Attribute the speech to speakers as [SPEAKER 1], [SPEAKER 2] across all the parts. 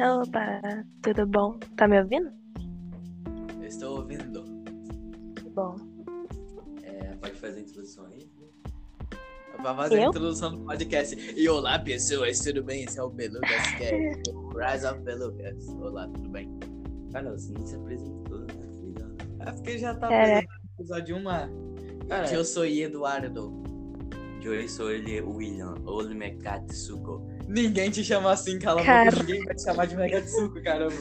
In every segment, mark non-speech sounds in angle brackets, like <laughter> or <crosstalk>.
[SPEAKER 1] Opa, tudo bom? Tá me ouvindo?
[SPEAKER 2] Eu estou ouvindo.
[SPEAKER 1] Bom.
[SPEAKER 2] É, pode fazer a introdução aí? Vai fazer a
[SPEAKER 1] Eu?
[SPEAKER 2] introdução do podcast. E olá, pessoas, tudo bem? Esse é o Belugas Cast. Rise of Belugas. Olá, tudo bem? Cara, você não se apresentou, né? Tá ligado?
[SPEAKER 3] É porque já tá
[SPEAKER 1] É.
[SPEAKER 3] apresentando o episódio 1, mano. Cara,
[SPEAKER 2] Eu sou Eduardo.
[SPEAKER 3] eu sou ele, William, Old Megatsuko. Ninguém te chama assim, cala a
[SPEAKER 1] Cara.
[SPEAKER 3] boca. Ninguém vai te chamar de Megatsuko, caramba.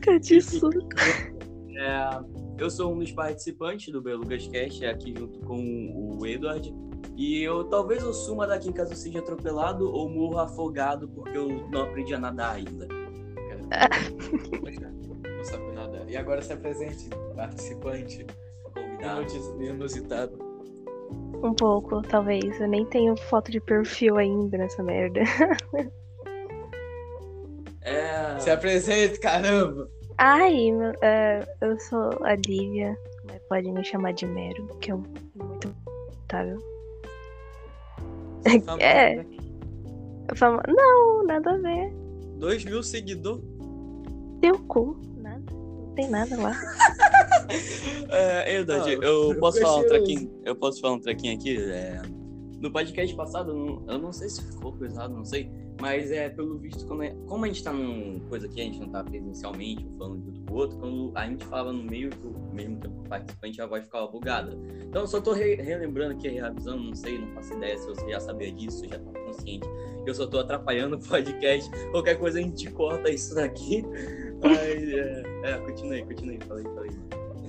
[SPEAKER 1] Cadissuco.
[SPEAKER 3] É, eu sou um dos participantes do Belugas Cast, aqui junto com o Edward. E eu talvez eu suma daqui caso eu seja atropelado ou morro afogado porque eu não aprendi a nadar ainda.
[SPEAKER 2] Não sabe nada. E agora se apresente, participante.
[SPEAKER 3] Convidado.
[SPEAKER 2] Inusitado.
[SPEAKER 1] Um pouco, talvez. Eu nem tenho foto de perfil ainda nessa merda. <laughs>
[SPEAKER 3] É...
[SPEAKER 2] Se apresente, caramba.
[SPEAKER 1] Ai, meu- é, eu sou a Lívia, mas pode me chamar de Mero, que é um- muito confortável. É. Eu falo, não, nada a ver.
[SPEAKER 3] 2 mil seguidores.
[SPEAKER 1] Teu cu, nada. Não tem nada lá.
[SPEAKER 4] É, Edad,
[SPEAKER 2] Ah,
[SPEAKER 4] eu
[SPEAKER 2] eu
[SPEAKER 4] posso falar um
[SPEAKER 2] prefiro-
[SPEAKER 4] trequinho? Eu posso falar um trequinho aqui? É, no podcast passado, eu não- eu não sei se ficou coisado, não sei. Mas é, pelo visto, quando é- como a gente tá num coisa aqui, a gente não tá presencialmente, um falando junto com o outro, quando a gente falava no meio que o mesmo tempo que o participante, a voz ficava bugada. Então eu só tô re- relembrando aqui, reavisando, não sei, não faço ideia se você já sabia disso, já tá consciente. Eu só tô atrapalhando o podcast. Qualquer coisa a gente corta isso daqui. <laughs> Mas é, é continuei, continuei, falei, falei.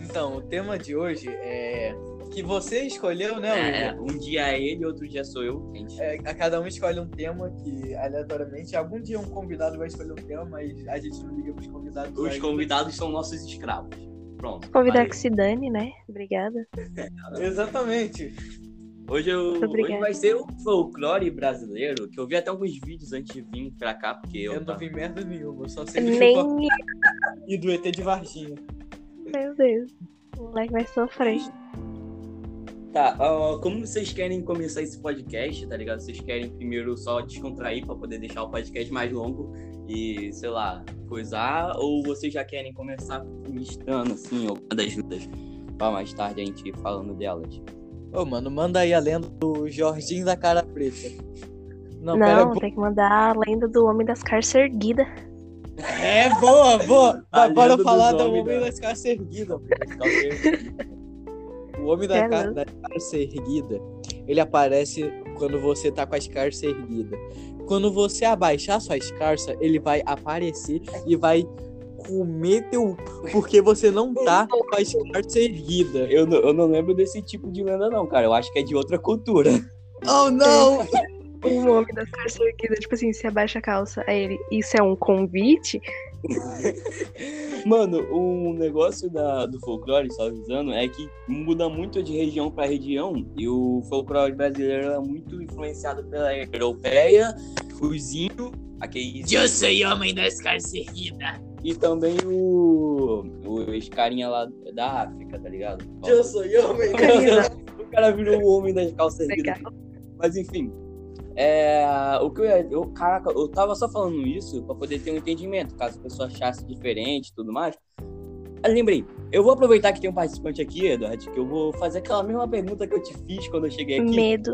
[SPEAKER 3] Então, o tema de hoje é. Que você escolheu, né, William?
[SPEAKER 4] É, um dia é ele, outro dia sou eu. Gente,
[SPEAKER 3] É, a cada um escolhe um tema que aleatoriamente algum dia um convidado vai escolher um tema, mas a gente não liga pros convidados.
[SPEAKER 4] os
[SPEAKER 3] ainda.
[SPEAKER 4] convidados são nossos escravos. Pronto.
[SPEAKER 1] Convidar
[SPEAKER 4] falei.
[SPEAKER 1] que se dane, né? Obrigada.
[SPEAKER 3] Exatamente.
[SPEAKER 4] Hoje, eu,
[SPEAKER 1] Muito obrigada.
[SPEAKER 4] hoje vai ser o folclore brasileiro, que eu vi até alguns vídeos antes de vir pra cá, porque
[SPEAKER 3] Eu
[SPEAKER 4] eu,
[SPEAKER 3] tá. não
[SPEAKER 4] tava-
[SPEAKER 3] vi merda nenhuma, eu só sei do
[SPEAKER 1] Nem.
[SPEAKER 3] Chewbacca e do ET de Varginha.
[SPEAKER 1] Meu Deus. O moleque vai sofrer.
[SPEAKER 4] Tá, ó, como vocês querem começar esse podcast, tá ligado? Vocês querem primeiro só descontrair pra poder deixar o podcast mais longo e, sei lá, coisar? Ou vocês já querem começar listando, assim, alguma das lutas? Pra mais tarde a gente ir falando delas.
[SPEAKER 3] Ô, mano, manda aí a lenda do Jorginho da Cara Preta. Não, pera,
[SPEAKER 1] Não, tem que mandar a lenda do homem das carças erguidas.
[SPEAKER 3] É, boa, boa.
[SPEAKER 4] A
[SPEAKER 3] Bora
[SPEAKER 4] lenda
[SPEAKER 3] falar
[SPEAKER 4] Tá dos
[SPEAKER 3] do
[SPEAKER 4] homens né?
[SPEAKER 3] homem
[SPEAKER 4] da-
[SPEAKER 3] das caras erguidas. Tá
[SPEAKER 4] Talvez.
[SPEAKER 3] O homem da,
[SPEAKER 1] É
[SPEAKER 3] ca...
[SPEAKER 1] mesmo.
[SPEAKER 3] da carça erguida, ele aparece quando você tá com as carças erguidas. Quando você abaixar suas carças, ele vai aparecer e vai comer teu... Porque você não tá com as carças erguidas.
[SPEAKER 4] Eu, não- eu não lembro desse tipo de lenda, não, cara. Eu acho que é de outra cultura. <laughs>
[SPEAKER 3] Oh, não!
[SPEAKER 1] O um homem das carças erguidas, tipo assim, se abaixa a calça. Aí ele, isso é um
[SPEAKER 4] <laughs>
[SPEAKER 1] convite?
[SPEAKER 4] Mano, um negócio da- do folclore, só avisando, é que muda muito de região pra região. E o folclore brasileiro é muito influenciado pela europeia, os índios, aqueles.
[SPEAKER 2] Eu sou homem das carcerridas.
[SPEAKER 4] E também o. Os carinha lá da África, tá ligado?
[SPEAKER 3] sou homem.
[SPEAKER 4] O cara virou o homem das calças erguidas.
[SPEAKER 1] Legal.
[SPEAKER 4] Mas enfim. É, o que eu, ia- eu, caraca, eu tava só falando isso pra poder ter um entendimento, caso a pessoa achasse diferente e tudo mais. Ah, lembrei, eu vou aproveitar que tem um participante aqui, Eduardo, que eu vou fazer aquela mesma pergunta que eu te fiz quando eu cheguei aqui.
[SPEAKER 1] Medo.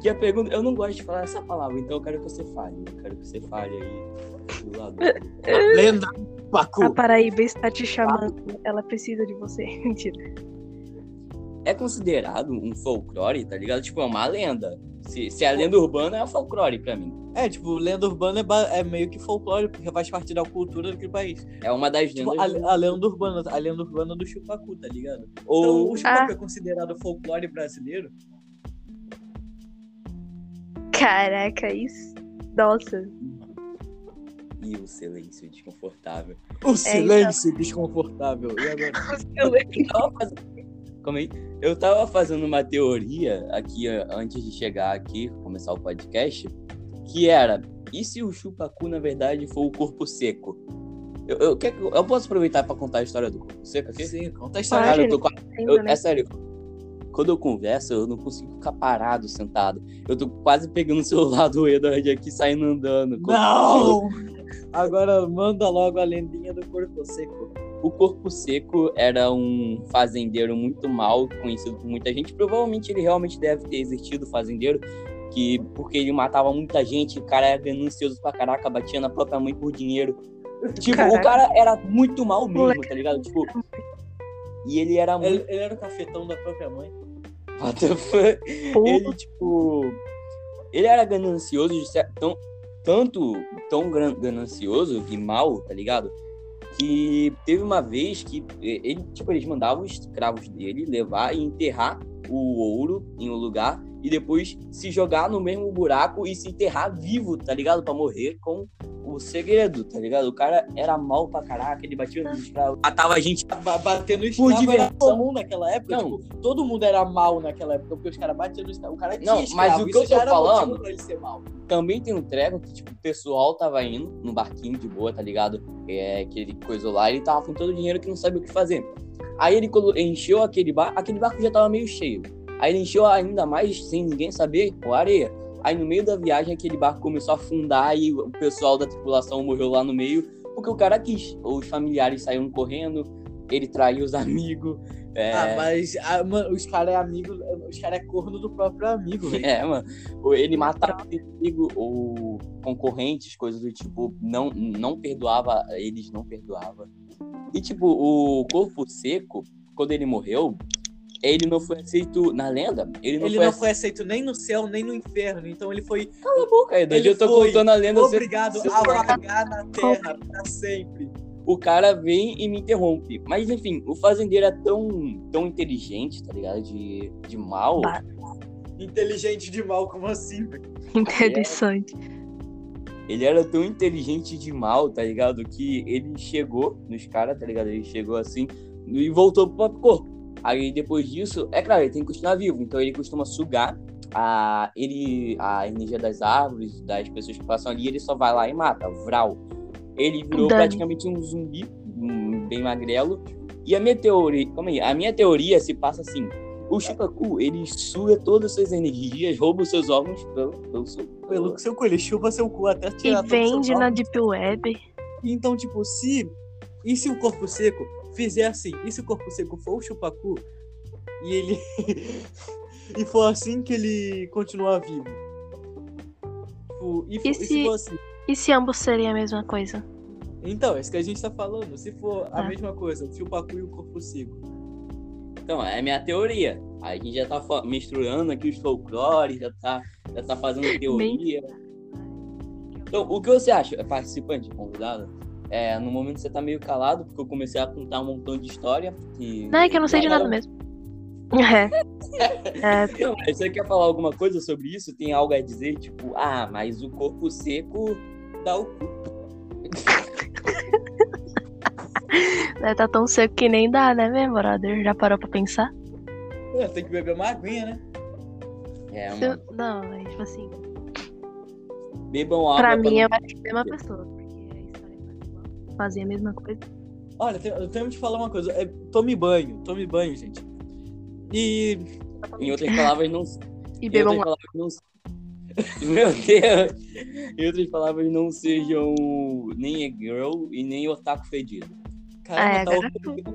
[SPEAKER 4] Que a pergunta, eu não gosto de falar essa palavra, então eu quero que você fale. Eu quero que você fale aí do lado.
[SPEAKER 2] <laughs>
[SPEAKER 3] Lenda Pacu.
[SPEAKER 1] A Paraíba está te chamando. Ela precisa de você. <laughs> Mentira.
[SPEAKER 4] É considerado um folclore, tá ligado? Tipo, é uma lenda. Se, se é lenda urbana, é um folclore pra mim.
[SPEAKER 3] É, tipo, lenda urbana é, ba- é meio que folclore, porque faz parte da cultura daquele país.
[SPEAKER 4] É uma das
[SPEAKER 3] Tipo,
[SPEAKER 4] lendas.
[SPEAKER 3] a, a lenda urbana, a lenda urbana do Chupacu, tá ligado? Então,
[SPEAKER 4] Ou
[SPEAKER 3] o Chupacu é considerado folclore brasileiro?
[SPEAKER 1] Caraca, isso. Nossa.
[SPEAKER 4] e o silêncio desconfortável.
[SPEAKER 3] O
[SPEAKER 1] silêncio
[SPEAKER 3] desconfortável. E <laughs> agora?
[SPEAKER 4] <laughs> Eu tava fazendo... Calma aí. Eu tava fazendo uma teoria aqui ó, antes de chegar aqui, começar o podcast, que era, e se o chupacu, na verdade, for o corpo seco? Eu, eu, quer que eu- eu posso aproveitar pra contar a história do corpo seco aqui?
[SPEAKER 3] Sim, conta
[SPEAKER 1] Claro.
[SPEAKER 3] a história.
[SPEAKER 4] Cara, eu tô quase-
[SPEAKER 1] Ainda,
[SPEAKER 4] eu-
[SPEAKER 1] né?
[SPEAKER 4] é sério, quando eu converso, eu não consigo ficar parado, sentado. Eu tô quase pegando o celular do Edward aqui e saindo andando.
[SPEAKER 3] Não! Agora manda logo a lendinha do corpo seco.
[SPEAKER 4] O Corpo Seco era um fazendeiro muito mal conhecido por muita gente. Provavelmente ele realmente deve ter existido, fazendeiro, que porque ele matava muita gente, o cara era ganancioso pra caraca, batia na própria mãe por dinheiro. Tipo, o
[SPEAKER 1] Caraca.
[SPEAKER 4] cara era muito mal mesmo,
[SPEAKER 1] Moleque.
[SPEAKER 4] tá ligado? Tipo, e ele era muito.
[SPEAKER 3] Ele, ele era o cafetão da própria mãe.
[SPEAKER 4] What the fuck? Ele, tipo. Ele era ganancioso, de cer- tão, tanto tão gran- ganancioso e mal, tá ligado? Que teve uma vez que eh, ele, tipo, eles mandavam os escravos dele levar e enterrar o ouro em um lugar e depois se jogar no mesmo buraco e se enterrar vivo, tá ligado? Pra morrer com o segredo, tá ligado? O cara era mal pra caraca, ele batia nos escravos, matava a gente.
[SPEAKER 3] Ba- Bater no
[SPEAKER 4] Por
[SPEAKER 3] escravo era
[SPEAKER 4] diversão.
[SPEAKER 3] comum naquela época.
[SPEAKER 4] Não.
[SPEAKER 3] tipo, todo mundo era mal naquela época, porque os caras batiam no escravo. O cara tinha
[SPEAKER 4] Não, mas
[SPEAKER 3] escravo,
[SPEAKER 4] o que
[SPEAKER 3] isso
[SPEAKER 4] eu tô
[SPEAKER 3] já era motivo
[SPEAKER 4] falando-
[SPEAKER 3] Pra ele ser mal.
[SPEAKER 4] também tem um treco que, tipo, o pessoal tava indo no barquinho de boa, tá ligado? É, que ele coisou lá, ele tava com todo o dinheiro que não sabia o que fazer. Aí ele colo- encheu aquele barco, aquele barco já tava meio cheio. Aí ele encheu ainda mais, sem ninguém saber, com areia. Aí no meio da viagem, aquele barco começou a afundar e o pessoal da tripulação morreu lá no meio, porque o cara quis. Os familiares saíram correndo, ele traiu os <laughs> amigos. É...
[SPEAKER 3] Ah, mas ah, mano, os caras é amigo, os caras é corno do próprio amigo, velho.
[SPEAKER 4] É, mano. Ou Ele matava o inimigo ou concorrentes, coisas do tipo, não, não perdoava, eles não perdoava. E tipo, o corpo seco, quando ele morreu, ele não foi aceito na lenda. Ele não
[SPEAKER 3] Ele
[SPEAKER 4] foi
[SPEAKER 3] não
[SPEAKER 4] aceito.
[SPEAKER 3] foi aceito nem no céu, nem no inferno. Então ele foi
[SPEAKER 4] Cala a boca, Edu.
[SPEAKER 3] Ele
[SPEAKER 4] Eu tô
[SPEAKER 3] foi
[SPEAKER 4] contando a lenda. você-
[SPEAKER 3] obrigado
[SPEAKER 4] você-
[SPEAKER 3] a vagar na terra pra sempre.
[SPEAKER 4] o cara vem e me interrompe. Mas enfim, o fazendeiro é tão, tão inteligente, tá ligado? De, de mal.
[SPEAKER 1] Bah.
[SPEAKER 3] Inteligente de mal, como assim?
[SPEAKER 1] é Interessante.
[SPEAKER 4] Ele era tão inteligente de mal, tá ligado? Que ele chegou nos caras, tá ligado? Ele chegou assim e voltou pro próprio corpo. Aí depois disso, é claro, ele tem que continuar vivo. Então ele costuma sugar a, ele, a energia das árvores, das pessoas que passam ali, ele só vai lá e mata. Vral. Ele virou
[SPEAKER 1] Dane.
[SPEAKER 4] praticamente um zumbi, um bem magrelo. E a minha teoria. Calma aí, a minha teoria se passa assim. O Chupacu, ele suga todas as suas energias, rouba os seus órgãos pelo, pelo seu.
[SPEAKER 3] Pelo seu cu, ele chupa seu cu até
[SPEAKER 4] é
[SPEAKER 3] tirar
[SPEAKER 1] E
[SPEAKER 3] todo o seu
[SPEAKER 1] vende
[SPEAKER 3] mal.
[SPEAKER 1] na Deep Web.
[SPEAKER 3] Então, tipo, se. E se o corpo seco fizer assim? E se o corpo seco for o chupacu e ele. <laughs> e for assim que ele continuar vivo? Tipo, e, fo- e se...
[SPEAKER 1] se-
[SPEAKER 3] for assim?
[SPEAKER 1] E se ambos serem a mesma coisa?
[SPEAKER 3] Então, é isso que a gente tá falando. Se for a
[SPEAKER 1] Tá.
[SPEAKER 3] mesma coisa, o chupacu e o corpo seco.
[SPEAKER 4] Então, é a minha teoria. A gente já tá fa- misturando aqui os folclores, já tá, já tá fazendo teoria. Então, o que você acha, participante, convidado? É, no momento você tá meio calado, porque eu comecei a contar um montão de história. Que... <laughs>
[SPEAKER 1] Não, é que eu não sei de nada
[SPEAKER 4] mesmo.
[SPEAKER 1] mesmo. <laughs> É. É,
[SPEAKER 4] Você quer falar alguma coisa sobre isso? Tem algo a dizer? Tipo, ah, mas o corpo seco dá o cu.
[SPEAKER 1] né, tá tão seco que nem dá, né, meu brother? Já parou pra pensar?
[SPEAKER 3] É, tem que beber uma aguinha, né?
[SPEAKER 4] É,
[SPEAKER 1] Se eu-
[SPEAKER 4] mano.
[SPEAKER 1] Não, é tipo assim.
[SPEAKER 4] Bebam <laughs> água.
[SPEAKER 1] pra mim,
[SPEAKER 4] não-
[SPEAKER 1] eu acho que é a mesma pessoa. Porque a história é quase igual. Fazer a mesma coisa.
[SPEAKER 3] Olha, tem- eu tenho que te falar uma coisa. É, tome banho, tome banho, gente. E
[SPEAKER 4] Em outras palavras, não
[SPEAKER 1] E
[SPEAKER 4] Em
[SPEAKER 1] bebam
[SPEAKER 4] outras
[SPEAKER 1] um
[SPEAKER 4] palavras, não... se- Meu Deus! Em outras palavras, não sejam nem e-girl e nem otaku fedido.
[SPEAKER 3] Caramba,
[SPEAKER 1] É,
[SPEAKER 3] tá
[SPEAKER 1] agora
[SPEAKER 3] horrível.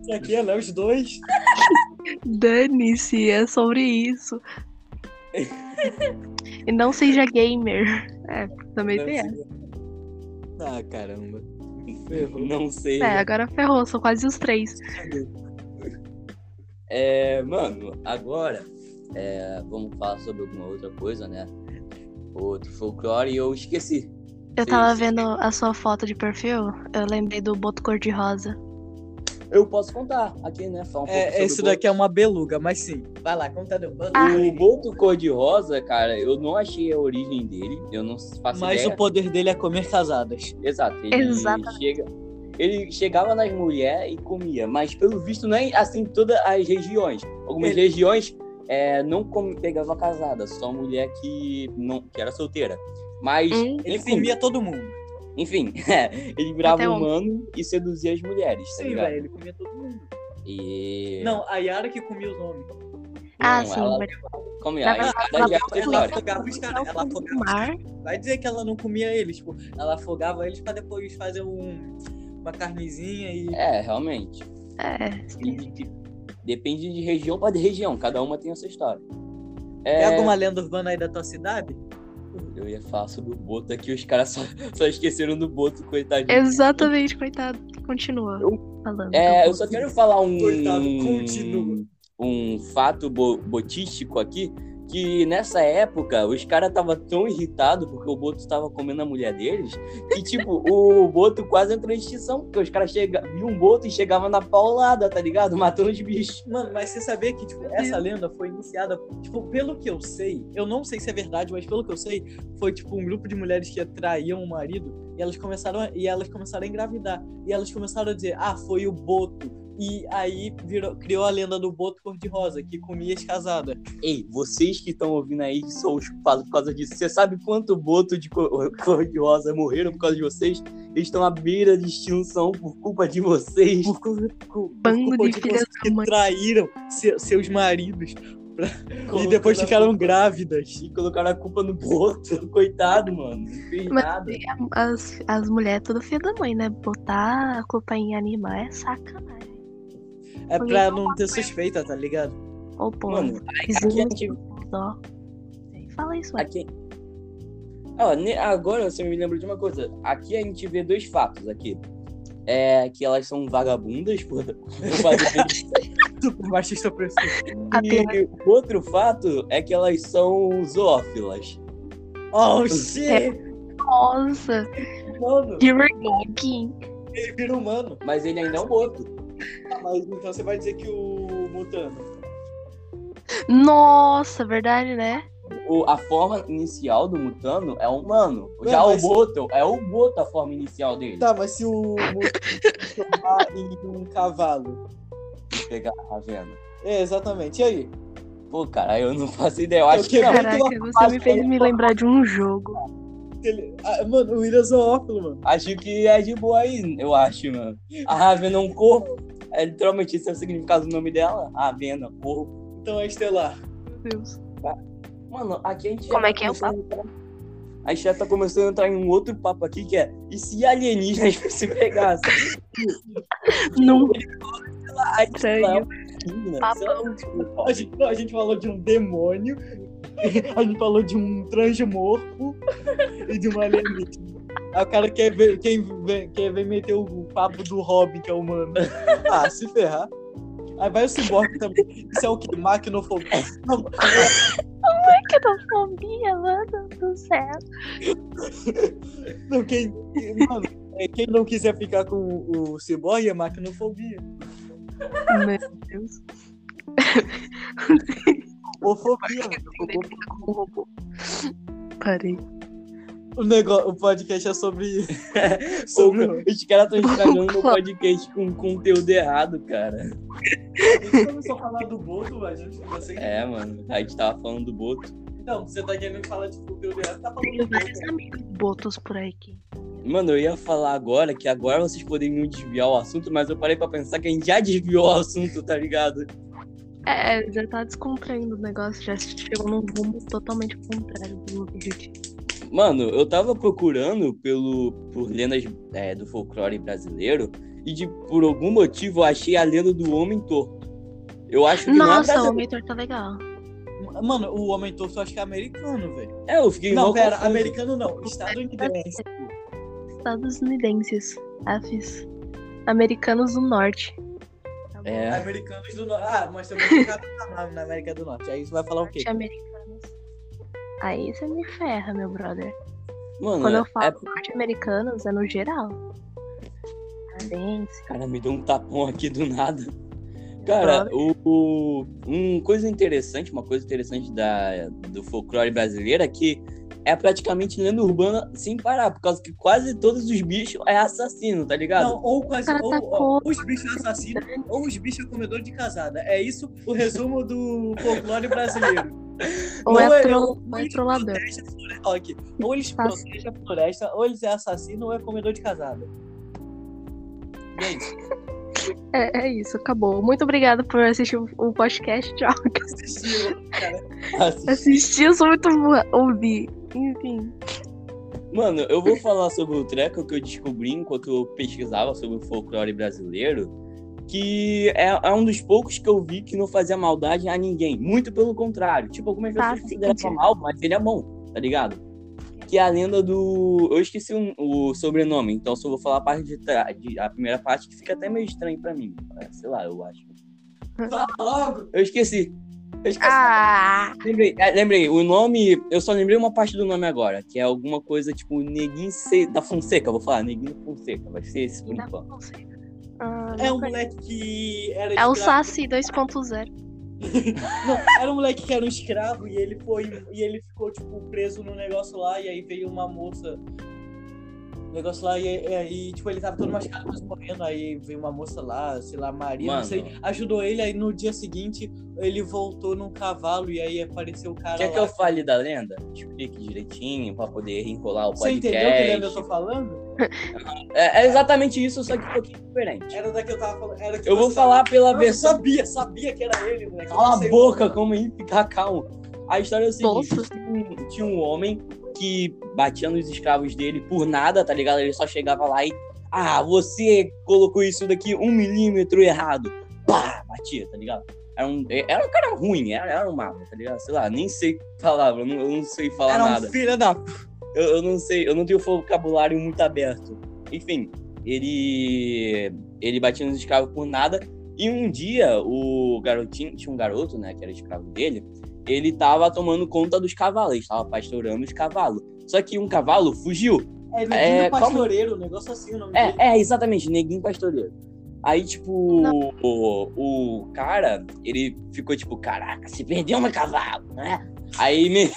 [SPEAKER 3] Isso aqui, né? Os dois.
[SPEAKER 1] <laughs> Dane-se, é sobre
[SPEAKER 4] <laughs>
[SPEAKER 1] isso. e não seja gamer. É, também
[SPEAKER 3] Não
[SPEAKER 1] tem essa.
[SPEAKER 3] seja- Ah, caramba. Ferrou.
[SPEAKER 4] Não sei.
[SPEAKER 1] É, agora ferrou, são quase os três.
[SPEAKER 4] É, mano, agora é, vamos falar sobre alguma outra coisa, né? Outro folclore e eu esqueci.
[SPEAKER 1] Eu
[SPEAKER 4] Sim,
[SPEAKER 1] tava
[SPEAKER 4] sim.
[SPEAKER 1] vendo a sua foto de perfil, eu lembrei do boto cor-de-rosa.
[SPEAKER 4] Eu posso contar aqui, né? Falar um pouco sobre
[SPEAKER 3] É, esse
[SPEAKER 4] o
[SPEAKER 3] daqui é uma beluga, mas sim. Vai lá, conta do bando.
[SPEAKER 1] Ah.
[SPEAKER 4] O Boto Cor-de-Rosa, cara, eu não achei a origem dele. Eu não faço
[SPEAKER 3] Mas
[SPEAKER 4] ideia.
[SPEAKER 3] o poder dele é comer casadas.
[SPEAKER 4] Exato. Ele
[SPEAKER 1] Exatamente.
[SPEAKER 4] chega- ele chegava nas mulheres e comia, mas pelo visto não é assim em todas as regiões. Algumas
[SPEAKER 3] Ele-
[SPEAKER 4] regiões é, não come, pegava casada, só mulher que não que era solteira. Mas
[SPEAKER 1] Hum.
[SPEAKER 3] Ele
[SPEAKER 4] enfim,
[SPEAKER 3] comia todo mundo.
[SPEAKER 4] enfim, <laughs> é, ele virava
[SPEAKER 1] Até homem.
[SPEAKER 4] humano e seduzia as mulheres, tá ligado?
[SPEAKER 3] ele comia todo mundo.
[SPEAKER 4] E
[SPEAKER 3] Não, a Yara que comia os homens.
[SPEAKER 1] Ah,
[SPEAKER 4] Não,
[SPEAKER 1] sim,
[SPEAKER 4] ela- é
[SPEAKER 1] mas
[SPEAKER 4] Come
[SPEAKER 1] Na
[SPEAKER 4] a
[SPEAKER 1] verdade,
[SPEAKER 4] escada de
[SPEAKER 1] ela-
[SPEAKER 4] outra
[SPEAKER 3] Ela
[SPEAKER 4] história.
[SPEAKER 3] afogava os caras, ela
[SPEAKER 1] fundo do
[SPEAKER 3] afogava os
[SPEAKER 1] mar.
[SPEAKER 3] Vai dizer que ela não comia eles, pô. Ela afogava eles pra depois fazer um, uma carnezinha e.
[SPEAKER 4] É, realmente.
[SPEAKER 1] É, sim.
[SPEAKER 4] Depende de- Depende de região pra região, cada uma tem a sua história.
[SPEAKER 3] Tem
[SPEAKER 4] É,
[SPEAKER 3] alguma lenda urbana aí da tua cidade?
[SPEAKER 4] eu ia falar sobre o Boto aqui, os caras só, <laughs> só esqueceram do Boto, coitadinho.
[SPEAKER 1] Exatamente, coitado. Continua falando. então.
[SPEAKER 4] É, eu só quero falar um.
[SPEAKER 3] Coitado, continua.
[SPEAKER 4] Um fato bo botístico aqui, que nessa época os caras estavam tão irritados porque o Boto tava comendo a mulher deles, que tipo, o Boto quase entrou em extinção, porque os caras chega... viam um Boto e chegavam na paulada, tá ligado? Matando os bichos.
[SPEAKER 3] Mano, mas você sabia que, tipo, essa lenda foi iniciada, tipo, pelo que eu sei, eu não sei se é verdade, mas pelo que eu sei, foi tipo um grupo de mulheres que traíam o marido e elas começaram a, e elas começaram a engravidar. E elas começaram a dizer, ah, foi o Boto. E aí virou- criou a lenda do Boto cor-de-rosa, que comia as casadas.
[SPEAKER 4] Ei, vocês que estão ouvindo aí, que são os falam por causa disso, você sabe quanto Boto de cor- <laughs> cor-de-rosa morreram por causa de vocês? Eles estão à beira de extinção por culpa de vocês.
[SPEAKER 3] Por culpa, por,
[SPEAKER 1] Bando
[SPEAKER 3] por culpa
[SPEAKER 1] de
[SPEAKER 3] de
[SPEAKER 1] filhas
[SPEAKER 3] vocês
[SPEAKER 1] da
[SPEAKER 3] que
[SPEAKER 1] mãe.
[SPEAKER 3] traíram se- seus maridos e
[SPEAKER 4] Colocando
[SPEAKER 3] depois
[SPEAKER 4] a
[SPEAKER 3] ficaram
[SPEAKER 4] culpa-
[SPEAKER 3] grávidas.
[SPEAKER 4] E colocaram a culpa no Boto. <laughs> Coitado, mano. Não fez
[SPEAKER 1] Mas é,
[SPEAKER 4] nada.
[SPEAKER 1] as, as mulheres tudo filho da mãe, né? Botar a culpa em animal é sacanagem.
[SPEAKER 3] É
[SPEAKER 1] Alguém
[SPEAKER 3] pra
[SPEAKER 1] falou
[SPEAKER 3] não ter suspeita, tá ligado?
[SPEAKER 1] Ô, pô,
[SPEAKER 4] Mano, aqui a
[SPEAKER 1] presunto,
[SPEAKER 4] gente-
[SPEAKER 1] é ó. Fala isso aí.
[SPEAKER 4] Aqui... Ah, ne- agora você me lembrou de uma coisa. Aqui a gente vê dois fatos aqui. É que elas são vagabundas, por, <laughs> por fazer
[SPEAKER 3] Super machista opressivo.
[SPEAKER 1] Apenas-
[SPEAKER 4] E outro fato é que elas são zoófilas.
[SPEAKER 3] Oh, shit!
[SPEAKER 1] Nossa,
[SPEAKER 3] Mano,
[SPEAKER 1] de verdade.
[SPEAKER 3] ele vira humano.
[SPEAKER 4] Mas ele ainda é um boto.
[SPEAKER 3] Ah, Mas então você vai dizer que o Mutano.
[SPEAKER 1] Nossa, verdade, né?
[SPEAKER 4] O- a forma inicial do mutano é humano.
[SPEAKER 3] Ué,
[SPEAKER 4] Já
[SPEAKER 3] mas-
[SPEAKER 4] o boto é o boto a forma inicial dele.
[SPEAKER 3] Tá, mas se o Mutano transformar em um cavalo.
[SPEAKER 4] Pegar a venda.
[SPEAKER 3] É, exatamente. E aí?
[SPEAKER 4] tá Pô, cara, eu não faço ideia. Eu acho que
[SPEAKER 3] quebrei-
[SPEAKER 4] não.
[SPEAKER 1] Caraca, você me fez me lembrar de um jogo.
[SPEAKER 3] Ele... Ah, mano, o William é zoófilo, mano.
[SPEAKER 4] Acho que é de boa aí, eu acho, mano. A Ravena é um corpo. É literalmente esse é o significado do nome dela. Ravena, corpo.
[SPEAKER 3] Então é estelar.
[SPEAKER 1] Meu Deus.
[SPEAKER 4] Mano, aqui a gente.
[SPEAKER 1] Como
[SPEAKER 4] já tá
[SPEAKER 1] é que é o
[SPEAKER 4] começando a entrar- A gente já tá começando a entrar em um outro papo aqui que é. E se alienígenas <laughs> se pegassem?
[SPEAKER 1] Não
[SPEAKER 4] Aí, sei lá,
[SPEAKER 1] estranho.
[SPEAKER 4] Menina, sei lá, tipo,
[SPEAKER 3] A gente, não, a gente falou de um demônio, a gente falou de um transmorfo e de uma alienígena. Aí o cara quer ver, quem vem, quer ver meter o papo do Robin, que é humano. Ah, se ferrar. Aí vai o ciborgue também. Isso é o que? Maquinofobia. Não,
[SPEAKER 1] que tá fobia, mano do céu.
[SPEAKER 3] não, quem, mano, é, quem não quiser ficar com o ciborgue é maquinofobia.
[SPEAKER 1] Meu Deus.
[SPEAKER 3] Ofobia. velho.
[SPEAKER 1] Com o robô. Parei.
[SPEAKER 3] O, negócio, o podcast é
[SPEAKER 4] <laughs>
[SPEAKER 3] sobre. sobre
[SPEAKER 4] sobre- Os
[SPEAKER 1] <laughs>
[SPEAKER 4] caras estão estragando o
[SPEAKER 1] Claro.
[SPEAKER 4] podcast com conteúdo errado, cara.
[SPEAKER 3] gente começou a falar do Boto, a gente não sei.
[SPEAKER 4] É, mano. A gente tava falando do Boto.
[SPEAKER 3] Então, você tá querendo falar de conteúdo errado, tá falando
[SPEAKER 1] Tenho
[SPEAKER 3] do
[SPEAKER 1] vários
[SPEAKER 3] Boto.
[SPEAKER 1] amigos botos por aí que
[SPEAKER 4] Mano, eu ia falar agora que agora vocês poderiam desviar o assunto, mas eu parei pra pensar que a gente já desviou o assunto, tá ligado?
[SPEAKER 1] É, já tá descontraindo o negócio, já chegou num rumo totalmente contrário do objetivo.
[SPEAKER 4] Mano, eu tava procurando pelo, por lendas é, do folclore brasileiro e de, por algum motivo eu achei a lenda do Homem Torto. Eu acho que não é
[SPEAKER 1] Nossa, o
[SPEAKER 4] brasileiro.
[SPEAKER 1] homem torto tá legal.
[SPEAKER 3] Mano, o Homem Torto eu acho que é americano, velho.
[SPEAKER 4] É, eu fiquei
[SPEAKER 3] Não,
[SPEAKER 4] mal
[SPEAKER 3] pera,
[SPEAKER 4] confuso.
[SPEAKER 3] americano não, estadunidense.
[SPEAKER 1] Estadunidenses, afins. Americanos do norte. Tá
[SPEAKER 4] É.
[SPEAKER 3] Americanos do Norte. Ah, mas também tem Canadá na América do Norte. Aí você vai falar o quê?
[SPEAKER 1] Norte-americanos. Aí você me ferra, meu brother.
[SPEAKER 4] Mano,
[SPEAKER 1] Quando eu falo
[SPEAKER 4] é-
[SPEAKER 1] norte-americanos, é no geral. Canadense.
[SPEAKER 4] Cara, me deu um tapão aqui do nada. Cara, o, o- um coisa interessante, uma coisa interessante da, do folclore brasileiro é que é praticamente lenda urbana sem parar, por causa que quase todos os bichos é assassino, tá ligado?
[SPEAKER 3] Não, ou quase.
[SPEAKER 1] Cara,
[SPEAKER 3] Ou,
[SPEAKER 1] tá
[SPEAKER 3] ó, ou os bichos assassinos, ou os bichos comedor de casada. É isso o resumo do folclore <laughs> brasileiro.
[SPEAKER 1] Ou é, tro...
[SPEAKER 3] ou
[SPEAKER 1] ou é
[SPEAKER 3] eles
[SPEAKER 1] trollador.
[SPEAKER 3] protegem a flore- ó, aqui. Ou eles
[SPEAKER 1] Assassino.
[SPEAKER 3] protegem a floresta, ou eles é assassino, ou é comedor de casada. E é isso.
[SPEAKER 1] É, é isso, acabou. Muito obrigada por assistir o- o podcast. Tchau. <laughs>
[SPEAKER 4] <laughs>
[SPEAKER 1] Assistir, eu sou muito burra. Ouvi. Enfim.
[SPEAKER 4] Mano, eu vou falar sobre o treco que eu descobri enquanto eu pesquisava sobre o folclore brasileiro, que é, é um dos poucos que eu vi que não fazia maldade a ninguém. Muito pelo contrário. Tipo, algumas
[SPEAKER 1] Tá,
[SPEAKER 4] pessoas
[SPEAKER 1] sim,
[SPEAKER 4] consideram
[SPEAKER 1] entendi.
[SPEAKER 4] mal, mas ele é bom, tá ligado? Que é a lenda do. Eu esqueci o, o sobrenome, então só vou falar a parte de trás, de- a primeira parte, que fica até meio estranho pra mim. É, Sei lá, eu acho.
[SPEAKER 2] Fala logo!
[SPEAKER 4] Eu esqueci. Eu esqueci.
[SPEAKER 1] Ah!
[SPEAKER 4] Lembrei, é, lembrei, o nome. Eu só lembrei uma parte do nome agora, que é alguma coisa tipo Neguinho Se- da Fonseca, eu vou falar, Neguinho Fonseca, vai ser esse por enquanto.
[SPEAKER 1] Não sei. Ah,
[SPEAKER 3] É
[SPEAKER 1] não conheço.
[SPEAKER 3] um moleque que era.
[SPEAKER 1] é o
[SPEAKER 3] escravo-
[SPEAKER 1] Saci 2.0.
[SPEAKER 3] Não, era um moleque que era um escravo e ele foi. E ele ficou, tipo, preso no negócio lá, e aí veio uma moça. um Negócio lá, e e aí, tipo, ele tava todo machucado, quase morrendo. Aí veio uma moça lá, sei lá, Maria, não
[SPEAKER 4] Mano.
[SPEAKER 3] sei, ajudou ele. Aí no dia seguinte, ele voltou num cavalo, e aí apareceu o cara.
[SPEAKER 4] Quer que
[SPEAKER 3] lá.
[SPEAKER 4] eu fale da lenda? Explique direitinho pra poder enrolar o
[SPEAKER 3] Você
[SPEAKER 4] um podcast.
[SPEAKER 3] entendeu que lenda eu tô falando?
[SPEAKER 4] é, é exatamente isso, só que um pouquinho diferente.
[SPEAKER 3] Era da que eu tava falando. Era que
[SPEAKER 4] Eu vou
[SPEAKER 3] É, você- tá-
[SPEAKER 4] falar pela
[SPEAKER 3] Nossa, eu
[SPEAKER 4] versão.
[SPEAKER 3] sabia, sabia que era ele, moleque. eu
[SPEAKER 4] Cala
[SPEAKER 3] não
[SPEAKER 4] a
[SPEAKER 3] sei é. o
[SPEAKER 4] boca,
[SPEAKER 3] nome.
[SPEAKER 4] como aí ficar calmo. A história é o seguinte:
[SPEAKER 1] Bolso.
[SPEAKER 4] tinha um- tinha um homem que batia nos escravos dele por nada, tá ligado? Ele só chegava lá e. Ah, você colocou isso daqui um milímetro errado. Pá, batia, tá ligado? Era um, era um cara ruim, era, era um mapa, tá ligado? Sei lá, nem sei palavra, eu não, eu não sei falar
[SPEAKER 3] Era um
[SPEAKER 4] nada.
[SPEAKER 3] filho da
[SPEAKER 4] Eu, eu não sei, eu não tenho vocabulário muito aberto. Enfim, ele ele batia nos escravos por nada. E um dia o garotinho, tinha um garoto, né, que era escravo dele, ele tava tomando conta dos cavalos, ele tava pastorando os cavalos. Só que um cavalo fugiu.
[SPEAKER 3] É, Neguinho
[SPEAKER 4] É, como-
[SPEAKER 3] Pastoreiro, um negócio assim o nome dele.
[SPEAKER 4] É, é exatamente, neguinho pastoreiro. Aí, tipo, o, o cara, ele ficou tipo, caraca, se perdeu meu cavalo, né? Aí me.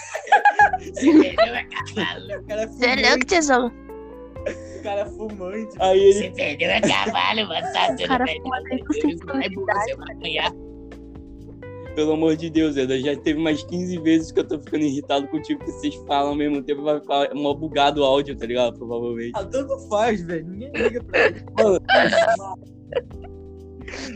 [SPEAKER 4] <laughs> se perdeu meu cavalo.
[SPEAKER 3] O cara é
[SPEAKER 1] Você é louco,
[SPEAKER 3] fumante,
[SPEAKER 1] tesão.
[SPEAKER 3] o cara é fumante.
[SPEAKER 4] Aí ele
[SPEAKER 5] Você perdeu a cavalo,
[SPEAKER 1] O
[SPEAKER 5] você
[SPEAKER 1] cara
[SPEAKER 5] perdeu
[SPEAKER 1] fuma dentro sem
[SPEAKER 5] você vai apanhar.
[SPEAKER 4] Pelo amor de Deus, Eda, já teve umas 15 vezes que eu tô ficando irritado contigo, que vocês falam ao mesmo tempo, vai ficar mó bugado o áudio, tá ligado? Provavelmente.
[SPEAKER 3] Ah, tanto faz, velho. Ninguém liga pra ele.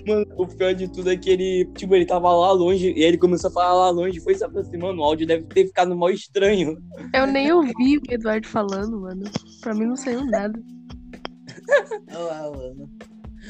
[SPEAKER 4] Mano, o pior de tudo é que ele, tipo, ele tava lá longe, e ele começou a falar lá longe, foi se aproximando, o áudio deve ter ficado mó estranho.
[SPEAKER 1] Eu nem ouvi o Eduardo falando, mano. Pra mim não saiu nada.
[SPEAKER 3] <laughs> Olha lá, mano.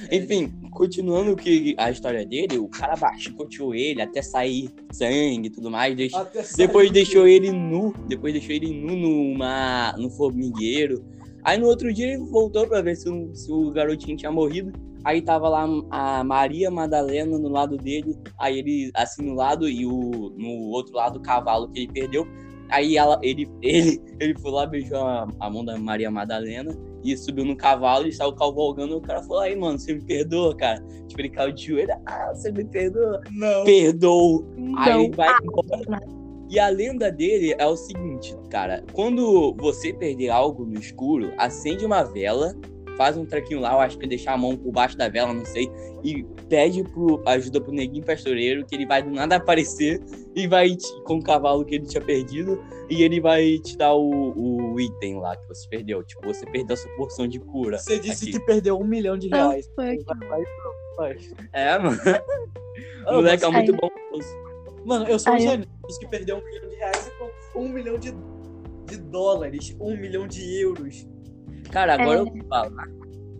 [SPEAKER 4] Enfim, continuando que a história dele, o cara machucou ele até sair sangue e tudo mais, deixou
[SPEAKER 3] Até saiu.
[SPEAKER 4] Depois deixou ele nu. Depois deixou ele nu numa, no formigueiro. Aí no outro dia ele voltou pra ver se o, se o garotinho tinha morrido. Aí tava lá a Maria Madalena no lado dele. Aí ele, assim, no lado e o, no outro lado o cavalo que ele perdeu. Aí ela, ele, ele, ele foi lá, beijou a, a mão da Maria Madalena e subiu no cavalo e saiu cavalgando. O cara falou: Aí, mano, você me perdoa, cara. Tipo, ele caiu de joelho. Ah, você me perdoa.
[SPEAKER 3] Não.
[SPEAKER 4] Perdoou. Aí
[SPEAKER 1] Não.
[SPEAKER 4] ele vai embora. E a lenda dele é o seguinte, cara. Quando você perder algo no escuro, acende uma vela, faz um trequinho lá, eu acho que é deixar a mão por baixo da vela, não sei, e pede pro, ajuda pro neguinho pastoreiro, que ele vai do nada aparecer e vai te- com o cavalo que ele tinha perdido, e ele vai te dar o, o item lá que você perdeu. Tipo, você perdeu a sua porção de cura.
[SPEAKER 3] Você disse
[SPEAKER 4] Aqui.
[SPEAKER 3] que perdeu um milhão de
[SPEAKER 1] Não,
[SPEAKER 3] reais.
[SPEAKER 1] foi aqui.
[SPEAKER 3] Vai, vai, vai.
[SPEAKER 4] É, mano.
[SPEAKER 3] Ah,
[SPEAKER 4] O moleque é
[SPEAKER 1] mas-
[SPEAKER 4] muito bom.
[SPEAKER 3] Mano, eu sou um
[SPEAKER 1] Aí eu-
[SPEAKER 3] gênio. Disse que perdeu um milhão de reais e com um milhão de, de dólares. Um milhão de euros.
[SPEAKER 4] Cara, agora
[SPEAKER 1] É.
[SPEAKER 4] eu vou falar.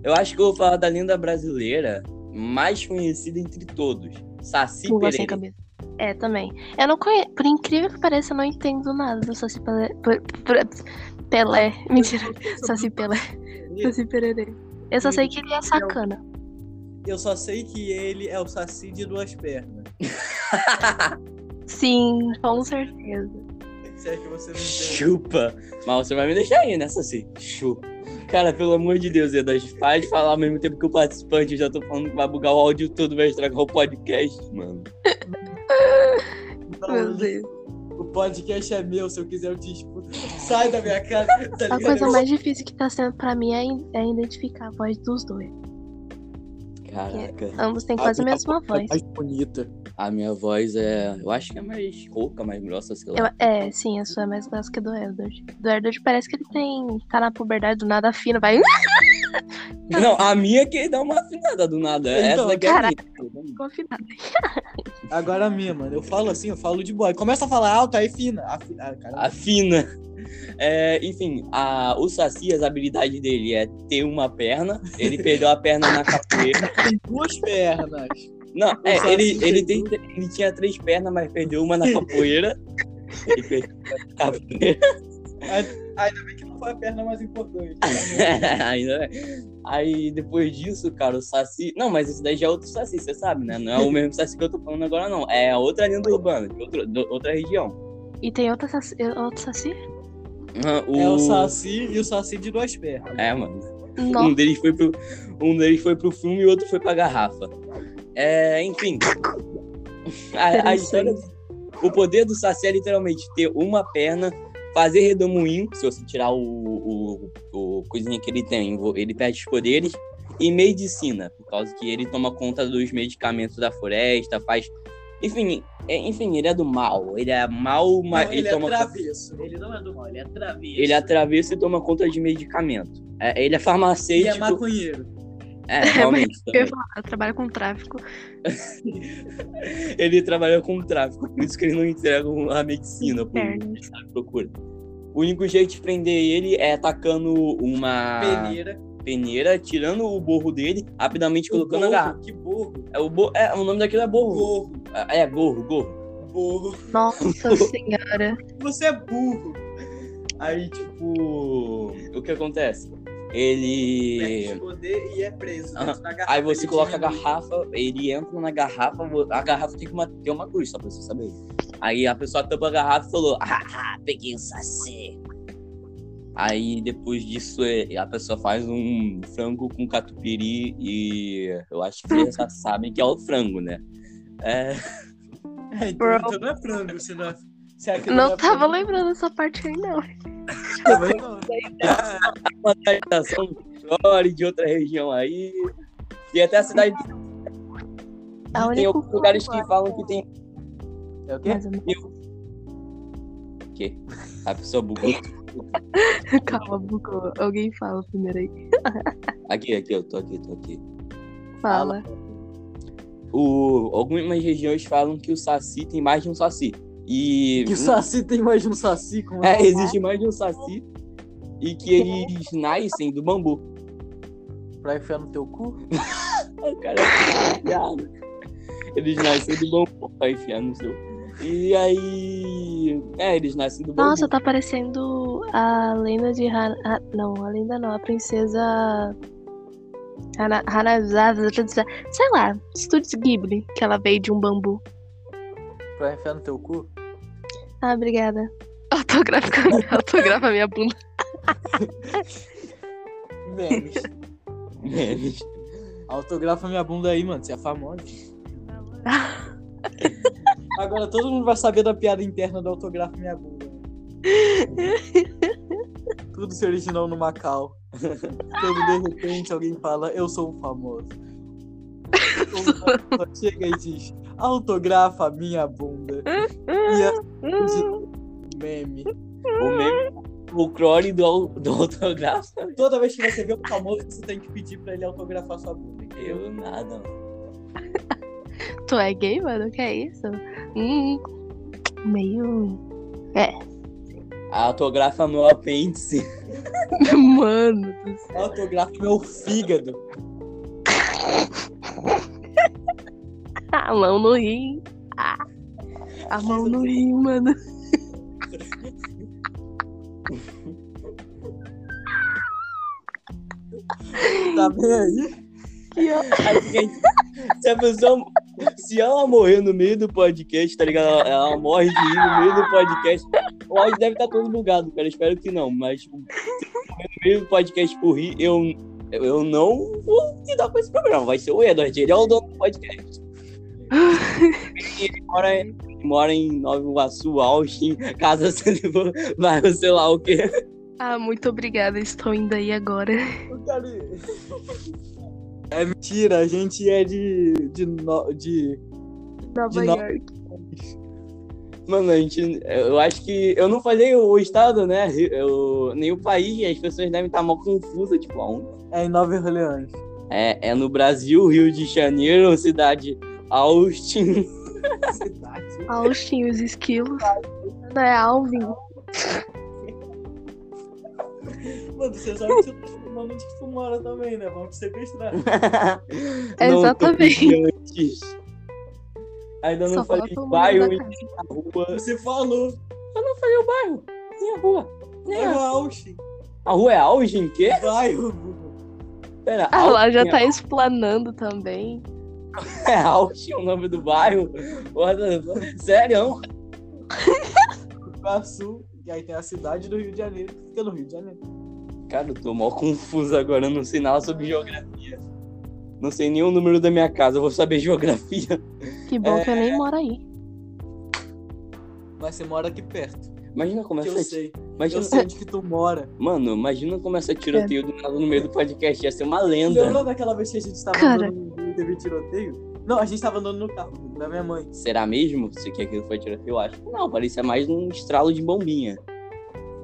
[SPEAKER 4] Eu acho que eu vou falar da lenda brasileira mais conhecida entre todos. Saci
[SPEAKER 1] Pula sem
[SPEAKER 4] Pereira.
[SPEAKER 1] cabeça. É, também. Eu não conheço. Por incrível que pareça, eu não entendo nada do Saci Pelé. Pe- Pe- Pelé. Mentira. Saci Pelé. Saci Pererê. Eu só sei que ele é sacana.
[SPEAKER 3] Eu só sei que ele é o saci de duas pernas.
[SPEAKER 1] Sim, com certeza.
[SPEAKER 3] Se é que você não entendeu.
[SPEAKER 4] Chupa. Mas você vai me deixar aí, né, Saci? Chupa. Cara, pelo amor de Deus, Edas, faz falar ao mesmo tempo que o participante. Eu já tô falando que vai bugar o áudio todo, vai estragar o podcast, mano.
[SPEAKER 1] Meu Deus.
[SPEAKER 3] O podcast é meu, se eu quiser eu te escuto. Sai da minha casa, tá
[SPEAKER 1] A
[SPEAKER 3] ligado?
[SPEAKER 1] coisa mais difícil que tá sendo pra mim é, in- é identificar a voz dos dois.
[SPEAKER 4] Caraca.
[SPEAKER 1] Ambos têm quase a
[SPEAKER 4] tá.
[SPEAKER 1] mesma voz.
[SPEAKER 3] Tá mais bonita.
[SPEAKER 4] A minha voz é. Eu acho que é mais rouca, mais grossa, sei lá.
[SPEAKER 1] Eu- é, sim, a sua é mais grossa que a do Edward. Do Edward parece que ele tem. tá na puberdade do nada fino, vai.
[SPEAKER 4] Não, a minha que dá uma afinada do nada.
[SPEAKER 3] Então,
[SPEAKER 4] Essa daqui é a
[SPEAKER 1] caralho.
[SPEAKER 4] minha.
[SPEAKER 1] Confinado.
[SPEAKER 3] Agora a minha, mano. Eu falo assim, eu falo de boa. Começa a falar alto, aí fina. Afi- Ah, caralho.
[SPEAKER 4] Afina. É, enfim, a, o Saci, as habilidades dele é ter uma perna. Ele perdeu a perna na capoeira.
[SPEAKER 3] Tem duas pernas.
[SPEAKER 4] Não,
[SPEAKER 3] O Saci
[SPEAKER 4] é, ele, ele, tem,
[SPEAKER 3] tem
[SPEAKER 4] ele tinha três pernas, mas perdeu uma na capoeira. Ele perdeu na capoeira. <laughs>
[SPEAKER 3] que não foi a perna mais importante.
[SPEAKER 4] Ainda bem. né? Aí depois disso, cara, o Saci. Não, mas esse daí já é outro Saci, você sabe, né? Não é o mesmo Saci que eu tô falando agora, não. É outra lenda urbana, de outro- do- outra região.
[SPEAKER 1] E tem outra saci, outro saci?
[SPEAKER 4] Ah,
[SPEAKER 3] É o Saci e o Saci de duas pernas.
[SPEAKER 4] É, mano. Um
[SPEAKER 1] Nossa,
[SPEAKER 4] deles, foi pro... um deles foi pro filme e o outro foi pra garrafa. É, enfim. A, a história. O poder do Saci é literalmente ter uma perna, fazer redemoinho, se você tirar o, o, o coisinha que ele tem, ele perde os poderes, e medicina, por causa que ele toma conta dos medicamentos da floresta, faz. Enfim, é- enfim, ele é do mal. Ele é mal, mas
[SPEAKER 3] Não,
[SPEAKER 4] ele, toma conta-
[SPEAKER 3] travesso.
[SPEAKER 2] Ele não é do mal, ele é travesso.
[SPEAKER 4] ele atravessa e toma conta de medicamento. É, ele é
[SPEAKER 3] Ele
[SPEAKER 4] farmacêutico.
[SPEAKER 3] é maconheiro.
[SPEAKER 4] <laughs> É, realmente.
[SPEAKER 1] eu ia
[SPEAKER 4] também.
[SPEAKER 1] falar, eu trabalho com tráfico.
[SPEAKER 4] ele trabalha com tráfico, por isso que ele não entrega um, a medicina pro
[SPEAKER 1] Pernas.
[SPEAKER 4] sabe, procura. O único jeito de prender ele é atacando uma
[SPEAKER 3] Peneira.
[SPEAKER 4] peneira, tirando o borro dele, rapidamente colocando a garrafa.
[SPEAKER 3] borro, Que borro.
[SPEAKER 4] É, o, bo- é, o nome daquilo é borro.
[SPEAKER 3] Borro.
[SPEAKER 4] É, é, gorro, gorro.
[SPEAKER 3] Borro.
[SPEAKER 4] <laughs>
[SPEAKER 1] Nossa senhora.
[SPEAKER 3] Você é burro.
[SPEAKER 4] Aí, tipo, o que acontece? Ele.
[SPEAKER 3] Perde poder e é preso.
[SPEAKER 4] Aham.
[SPEAKER 3] dentro da garrafa.
[SPEAKER 4] Ah, Aí você
[SPEAKER 3] Ele
[SPEAKER 4] coloca a
[SPEAKER 3] diminui.
[SPEAKER 4] garrafa, ele entra na garrafa, vo- a garrafa tem que uma, ter uma cruz, só pra você saber. Aí a pessoa tampa a garrafa e falou, ah, peguei o saci. Aí depois disso é, a pessoa faz um frango com catupiry e eu acho que vocês já sabem que é o frango, né? É, <laughs>
[SPEAKER 3] É,
[SPEAKER 1] Bro.
[SPEAKER 3] então, então não é frango, se não é... Se é aquilo
[SPEAKER 1] Não tá
[SPEAKER 3] é
[SPEAKER 1] tava
[SPEAKER 3] frango,
[SPEAKER 1] lembrando dessa parte aí, não.
[SPEAKER 3] também não.
[SPEAKER 4] uma adaptação do folclore de outra região aí. E até a cidade
[SPEAKER 1] A
[SPEAKER 4] tem
[SPEAKER 1] única
[SPEAKER 4] alguns lugares que falam que tem. É o quê?
[SPEAKER 1] Mas eu não-
[SPEAKER 4] Que? A pessoa bugou.
[SPEAKER 1] <laughs> Calma, bugou. Alguém fala primeiro aí.
[SPEAKER 4] Aqui, aqui, eu tô aqui, tô aqui.
[SPEAKER 1] Fala.
[SPEAKER 4] o, algumas regiões falam que o Saci tem mais de um Saci. E
[SPEAKER 3] Que o saci tem mais de um saci com
[SPEAKER 4] é, existe mais de um Saci. E que eles nascem do bambu.
[SPEAKER 3] pra enfiar no teu cu.
[SPEAKER 4] Ai, cara, que piada. Eles nascem do bambu pra enfiar no seu. E aí. É, eles nascem do bambu.
[SPEAKER 1] Nossa, tá parecendo a lenda de Han... ah, Não, a lenda não, a princesa. Hana- Hanazada, sei lá, Studios Ghibli, que ela veio de um bambu.
[SPEAKER 3] Pra enfiar no teu cu.
[SPEAKER 1] Ah, obrigada. <laughs> Autografa, autografa minha bunda.
[SPEAKER 3] Memes.
[SPEAKER 4] Memes.
[SPEAKER 3] <laughs> Autografa minha bunda aí, mano. Você é famoso. <laughs> Agora todo mundo vai saber da piada interna do autografa minha bunda. Tudo se originou no <laughs> Macau. Quando de repente alguém fala, eu sou um famoso. O cara só <laughs> chega e diz, autografa minha bunda. E é
[SPEAKER 1] Uhum.
[SPEAKER 3] um meme.
[SPEAKER 4] O meme. O crore do, au- do autografo.
[SPEAKER 3] Toda vez que você vê um famoso, você tem que pedir pra ele autografar sua bunda. entendeu?
[SPEAKER 4] Eu nada, mano.
[SPEAKER 1] Tu é gay, mano? Que é isso? Hum, meio.
[SPEAKER 4] Autografa meu apêndice.
[SPEAKER 1] <laughs> Mano do céu.
[SPEAKER 3] Autografa meu fígado.
[SPEAKER 1] Tá, A mão no rim. Ah, a mão no rim, mano.
[SPEAKER 3] Tá bem aí?
[SPEAKER 1] Que ó-
[SPEAKER 4] Aí fica aí. Se Assim a pessoa. Se ela morrer no meio do podcast, tá ligado? Ela, ela morre de rir no meio do podcast. O áudio deve estar todo bugado, cara. Espero que não. Mas tipo, se ela morrer no meio do podcast por rir, eu, eu, eu não vou lidar com esse programa. Vai ser o Edward. Ele é o dono do podcast. Ele mora, ele mora em Nova Iguaçu, Austin, Casa <laughs> Sandivô, bairro sei lá o quê.
[SPEAKER 1] Ah, muito obrigada. Estou indo aí agora.
[SPEAKER 3] Eu quero ir. É mentira, a gente é de. de. No, de
[SPEAKER 1] Nova
[SPEAKER 3] De no-
[SPEAKER 1] York.
[SPEAKER 4] Mano, a gente, eu acho que. Eu não falei o estado, né? Eu, nem o país, e as pessoas devem estar mal confusas, tipo, aonde?
[SPEAKER 3] É em Nova Orleans.
[SPEAKER 4] É, é no Brasil, Rio de Janeiro, cidade Austin.
[SPEAKER 1] <laughs> Austin, os esquilos. Não é Alvin.
[SPEAKER 3] Mano, você sabe que você tá fumando onde que tu mora também, né? Vamos te sequestrar.
[SPEAKER 4] Não,
[SPEAKER 1] Exatamente.
[SPEAKER 4] tô antes. Ainda não
[SPEAKER 1] Só fala
[SPEAKER 4] falei
[SPEAKER 1] todo mundo
[SPEAKER 4] bairro,
[SPEAKER 1] da
[SPEAKER 4] nem
[SPEAKER 1] casa.
[SPEAKER 4] a rua.
[SPEAKER 3] Você falou.
[SPEAKER 4] Eu não falei o bairro, nem a rua. Nem
[SPEAKER 3] É
[SPEAKER 4] a...
[SPEAKER 3] o Austin.
[SPEAKER 4] a rua é Austin, quê?
[SPEAKER 3] Vai, Hugo.
[SPEAKER 4] Pera,
[SPEAKER 1] Ah lá, já
[SPEAKER 4] Austin é-
[SPEAKER 1] tá explanando também.
[SPEAKER 4] <laughs> É Austin o nome do bairro? What the fuck? Sério?
[SPEAKER 3] Pra sul. E aí tem a cidade do Rio de Janeiro. que Fica no Rio de Janeiro.
[SPEAKER 4] Cara, eu tô mal confuso agora, eu não sei nada sobre geografia. Não sei nem o número da minha casa, eu vou saber <laughs> geografia.
[SPEAKER 1] Que bom que eu
[SPEAKER 4] É.
[SPEAKER 1] nem moro aí.
[SPEAKER 3] Mas você mora aqui perto.
[SPEAKER 4] Imagina como
[SPEAKER 3] Que eu
[SPEAKER 4] essa...
[SPEAKER 3] sei. Eu
[SPEAKER 4] Imagina...
[SPEAKER 3] sei onde que tu mora.
[SPEAKER 4] Mano, imagina como essa tiroteio do nada no meio do podcast ia ser uma lenda.
[SPEAKER 3] Lembrou daquela vez que a gente tava
[SPEAKER 1] Cara.
[SPEAKER 3] andando e teve tiroteio? Não, a gente tava andando no carro da minha mãe.
[SPEAKER 4] Será mesmo? Se que aquilo foi tiroteio, eu acho. que Não, parecia mais um estralo de bombinha.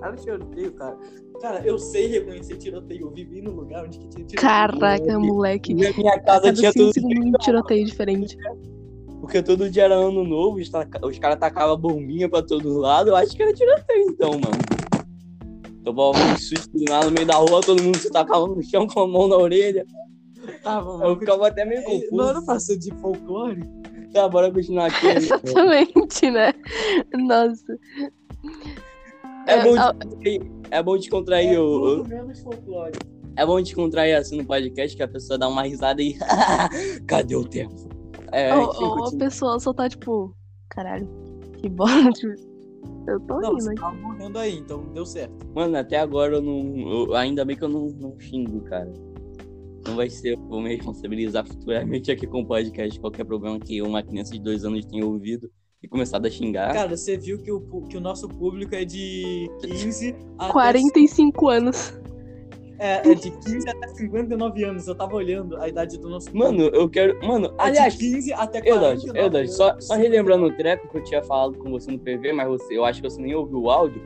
[SPEAKER 3] Era tiroteio, cara. Cara, eu sei reconhecer tiroteio. Eu vivi num lugar onde que tinha tiroteio.
[SPEAKER 1] Caraca, moleque.
[SPEAKER 4] Na minha casa
[SPEAKER 1] Cada
[SPEAKER 4] tinha
[SPEAKER 1] cinco
[SPEAKER 4] tudo. É.
[SPEAKER 1] segundos um tiroteio diferente.
[SPEAKER 4] Porque todo dia era ano novo, os, taca- os caras tacavam bombinha pra todo lado. Eu acho que era tiroteio, então, mano. Tomava um susto lá no meio da rua, todo mundo se tacava no chão com a mão na orelha.
[SPEAKER 3] Tava,
[SPEAKER 4] Eu
[SPEAKER 3] mano.
[SPEAKER 4] ficava até meio
[SPEAKER 3] Não
[SPEAKER 4] confuso.
[SPEAKER 3] era pra ser de folclore?
[SPEAKER 4] Tá, bora continuar
[SPEAKER 3] <laughs>
[SPEAKER 4] aqui.
[SPEAKER 1] Exatamente, né? Nossa.
[SPEAKER 4] É bom
[SPEAKER 1] Ah,
[SPEAKER 4] descontrair, é bom descontrair
[SPEAKER 3] É
[SPEAKER 4] o-
[SPEAKER 3] tudo menos folclore.
[SPEAKER 4] É bom descontrair assim no podcast, que a pessoa dá uma risada e. <laughs> Cadê o tempo? É,
[SPEAKER 1] ou-
[SPEAKER 4] enfim,
[SPEAKER 1] ou a
[SPEAKER 4] continua.
[SPEAKER 1] pessoa só tá tipo, caralho, que bola. tipo, <laughs> Eu tô
[SPEAKER 3] Não,
[SPEAKER 1] rindo
[SPEAKER 3] você
[SPEAKER 1] aqui.
[SPEAKER 3] tava morrendo aí, então deu certo.
[SPEAKER 4] Mano, até agora eu não. eu- ainda bem que eu não, não xingo, cara. Não vai ser. eu Vou me responsabilizar futuramente aqui com o podcast. Qualquer problema que uma criança de dois anos tenha ouvido e começado a xingar.
[SPEAKER 3] Cara, você viu que o, pu- que o nosso público é de 15
[SPEAKER 4] tá
[SPEAKER 3] até
[SPEAKER 1] 45 anos.
[SPEAKER 3] É, é de 15 até 59 anos. Eu tava olhando a idade do nosso
[SPEAKER 4] Mano, eu quero. Mano,
[SPEAKER 3] público. É
[SPEAKER 4] aliás.
[SPEAKER 3] de 15 até
[SPEAKER 4] Eldad,
[SPEAKER 3] 49
[SPEAKER 4] Eldad, só,
[SPEAKER 3] anos.
[SPEAKER 4] só relembrando o trap que eu tinha falado com você no PV, mas você, eu acho que você nem ouviu o áudio.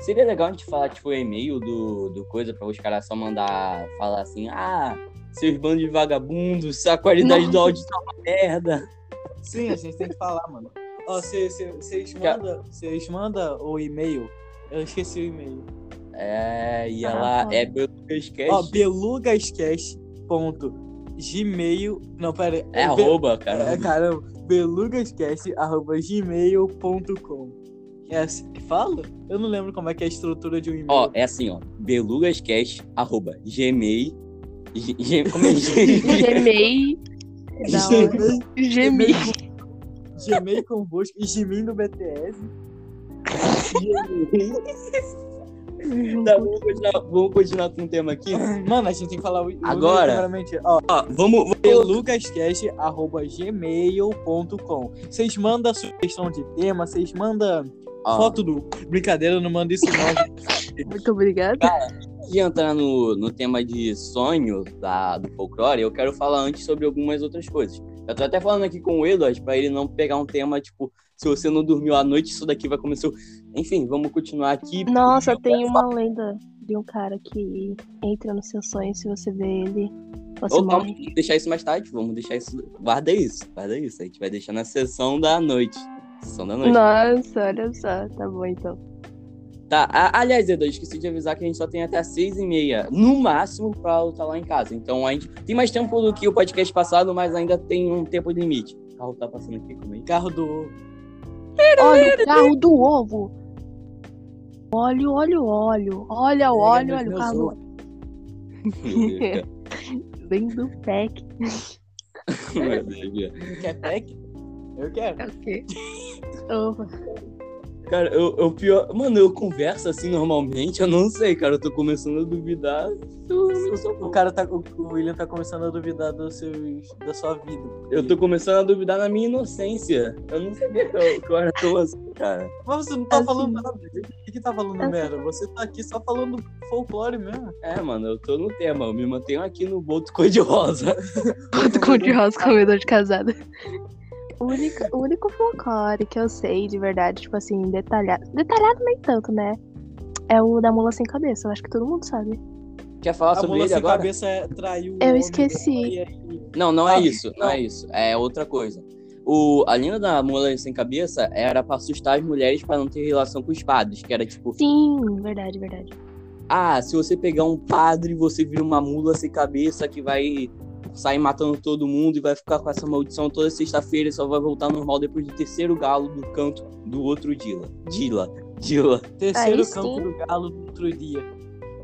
[SPEAKER 4] Seria legal a gente falar, tipo, o e-mail do, do coisa pra os caras só mandar falar assim, ah, seus bandos de vagabundos, a qualidade do
[SPEAKER 1] Nossa.
[SPEAKER 4] áudio tá uma merda.
[SPEAKER 3] Sim, a gente tem que falar, mano. Ó, vocês mandam manda o e-mail. Eu esqueci o e-mail.
[SPEAKER 4] É, e
[SPEAKER 1] Ah,
[SPEAKER 4] ela
[SPEAKER 1] foda.
[SPEAKER 4] é belugascast.
[SPEAKER 3] Ó, belugascast.gmail. Não, pera.
[SPEAKER 4] é
[SPEAKER 3] be-
[SPEAKER 4] arroba, cara.
[SPEAKER 3] É, caramba. belugascast.gmail.com. É assim que fala? Eu não lembro como é que é a estrutura de um e-mail.
[SPEAKER 4] Ó, é assim, ó, belugascast, arroba, gmail, g- g- como é gmail? <laughs>
[SPEAKER 1] Gemei. É da hora. Gemi.
[SPEAKER 3] Gemei convosco e gemindo BTS.
[SPEAKER 4] Tá, vamos, continuar, vamos continuar com o tema aqui.
[SPEAKER 3] Mano, a gente tem que falar o e-mail
[SPEAKER 4] Agora.
[SPEAKER 3] primeiramente. Ó,
[SPEAKER 4] Ó, vamos,
[SPEAKER 3] belugascast.gmail.com Vocês mandam sugestão de tema, vocês mandam
[SPEAKER 4] Ó.
[SPEAKER 3] foto do... Brincadeira, eu não mando isso não. <laughs>
[SPEAKER 1] Muito obrigada.
[SPEAKER 4] de entrar no, no tema de sonho da, do folclore, eu quero falar antes sobre algumas outras coisas. Eu tô até falando aqui com o Edward pra ele não pegar um tema tipo, se você não dormiu à noite, isso daqui vai começar. o- Enfim, vamos continuar aqui.
[SPEAKER 1] Nossa, tem uma lenda de um cara que entra no seu sonho se você vê ele. Você
[SPEAKER 4] Ou calma,
[SPEAKER 1] morre.
[SPEAKER 4] vamos deixar isso mais tarde, vamos deixar isso. Guarda isso, guarda isso. A gente vai deixar na sessão da noite. Sessão da noite.
[SPEAKER 1] Nossa, olha só. Tá bom então.
[SPEAKER 4] Tá, a- aliás, Edu, eu esqueci de avisar que a gente só tem até as seis e meia, no máximo, pra estar lá em casa. Então a gente tem mais tempo do que o podcast passado, mas ainda tem um tempo limite. O carro tá passando aqui comigo.
[SPEAKER 3] Carro do...
[SPEAKER 1] Olha o carro do ovo. Olha, olha o óleo. Olha o óleo, olha
[SPEAKER 3] Pega
[SPEAKER 1] o
[SPEAKER 3] É, meus
[SPEAKER 1] carro.
[SPEAKER 3] olhos.
[SPEAKER 4] Meu <laughs> Deus,
[SPEAKER 1] Vem do pack.
[SPEAKER 4] meu Deus.
[SPEAKER 3] Quer pack? Eu quero. <laughs>
[SPEAKER 1] Ok. Opa.
[SPEAKER 4] Cara, eu, eu pior. Mano, eu converso assim normalmente, eu não sei, cara. Eu tô começando a duvidar. se Eu, se eu, sou
[SPEAKER 3] O
[SPEAKER 4] bom.
[SPEAKER 3] cara tá... O o William tá começando a duvidar dos seus... da sua vida.
[SPEAKER 4] eu tô começando a duvidar na minha inocência. Eu não sabia que eu, que eu era tão assim, cara.
[SPEAKER 3] Mas você não tá
[SPEAKER 1] Assim.
[SPEAKER 3] falando nada. O que que tá falando
[SPEAKER 1] Assim.
[SPEAKER 3] merda? Você tá aqui só falando folclore mesmo.
[SPEAKER 4] É, mano, eu tô no tema. Eu me mantenho aqui no boto cor-de-rosa.
[SPEAKER 1] Quanto cor de rosa com a de casada. O único, o único folclore que eu sei de verdade, tipo assim, detalhado. Detalhado nem tanto, né? É o da mula sem cabeça. Eu acho que todo mundo sabe.
[SPEAKER 4] Quer falar
[SPEAKER 3] a
[SPEAKER 4] sobre
[SPEAKER 3] mula
[SPEAKER 4] ele
[SPEAKER 3] sem
[SPEAKER 4] agora?
[SPEAKER 3] cabeça é- traiu o
[SPEAKER 1] Eu
[SPEAKER 3] homem,
[SPEAKER 1] esqueci.
[SPEAKER 3] a mulher
[SPEAKER 4] Não, não é
[SPEAKER 3] Ah,
[SPEAKER 4] isso, não é isso. É outra coisa. O, a linha da mula sem cabeça era pra assustar as mulheres pra não ter relação com os padres, que era tipo,
[SPEAKER 1] Sim, verdade, verdade.
[SPEAKER 4] ah, se você pegar um padre, você vira uma mula sem cabeça que vai sair matando todo mundo e vai ficar com essa maldição toda sexta-feira e só vai voltar ao normal depois do terceiro galo do canto do outro Dila. Dila. Dila.
[SPEAKER 3] e- Terceiro
[SPEAKER 1] Aí
[SPEAKER 3] campo
[SPEAKER 1] sim.
[SPEAKER 3] do galo do outro dia.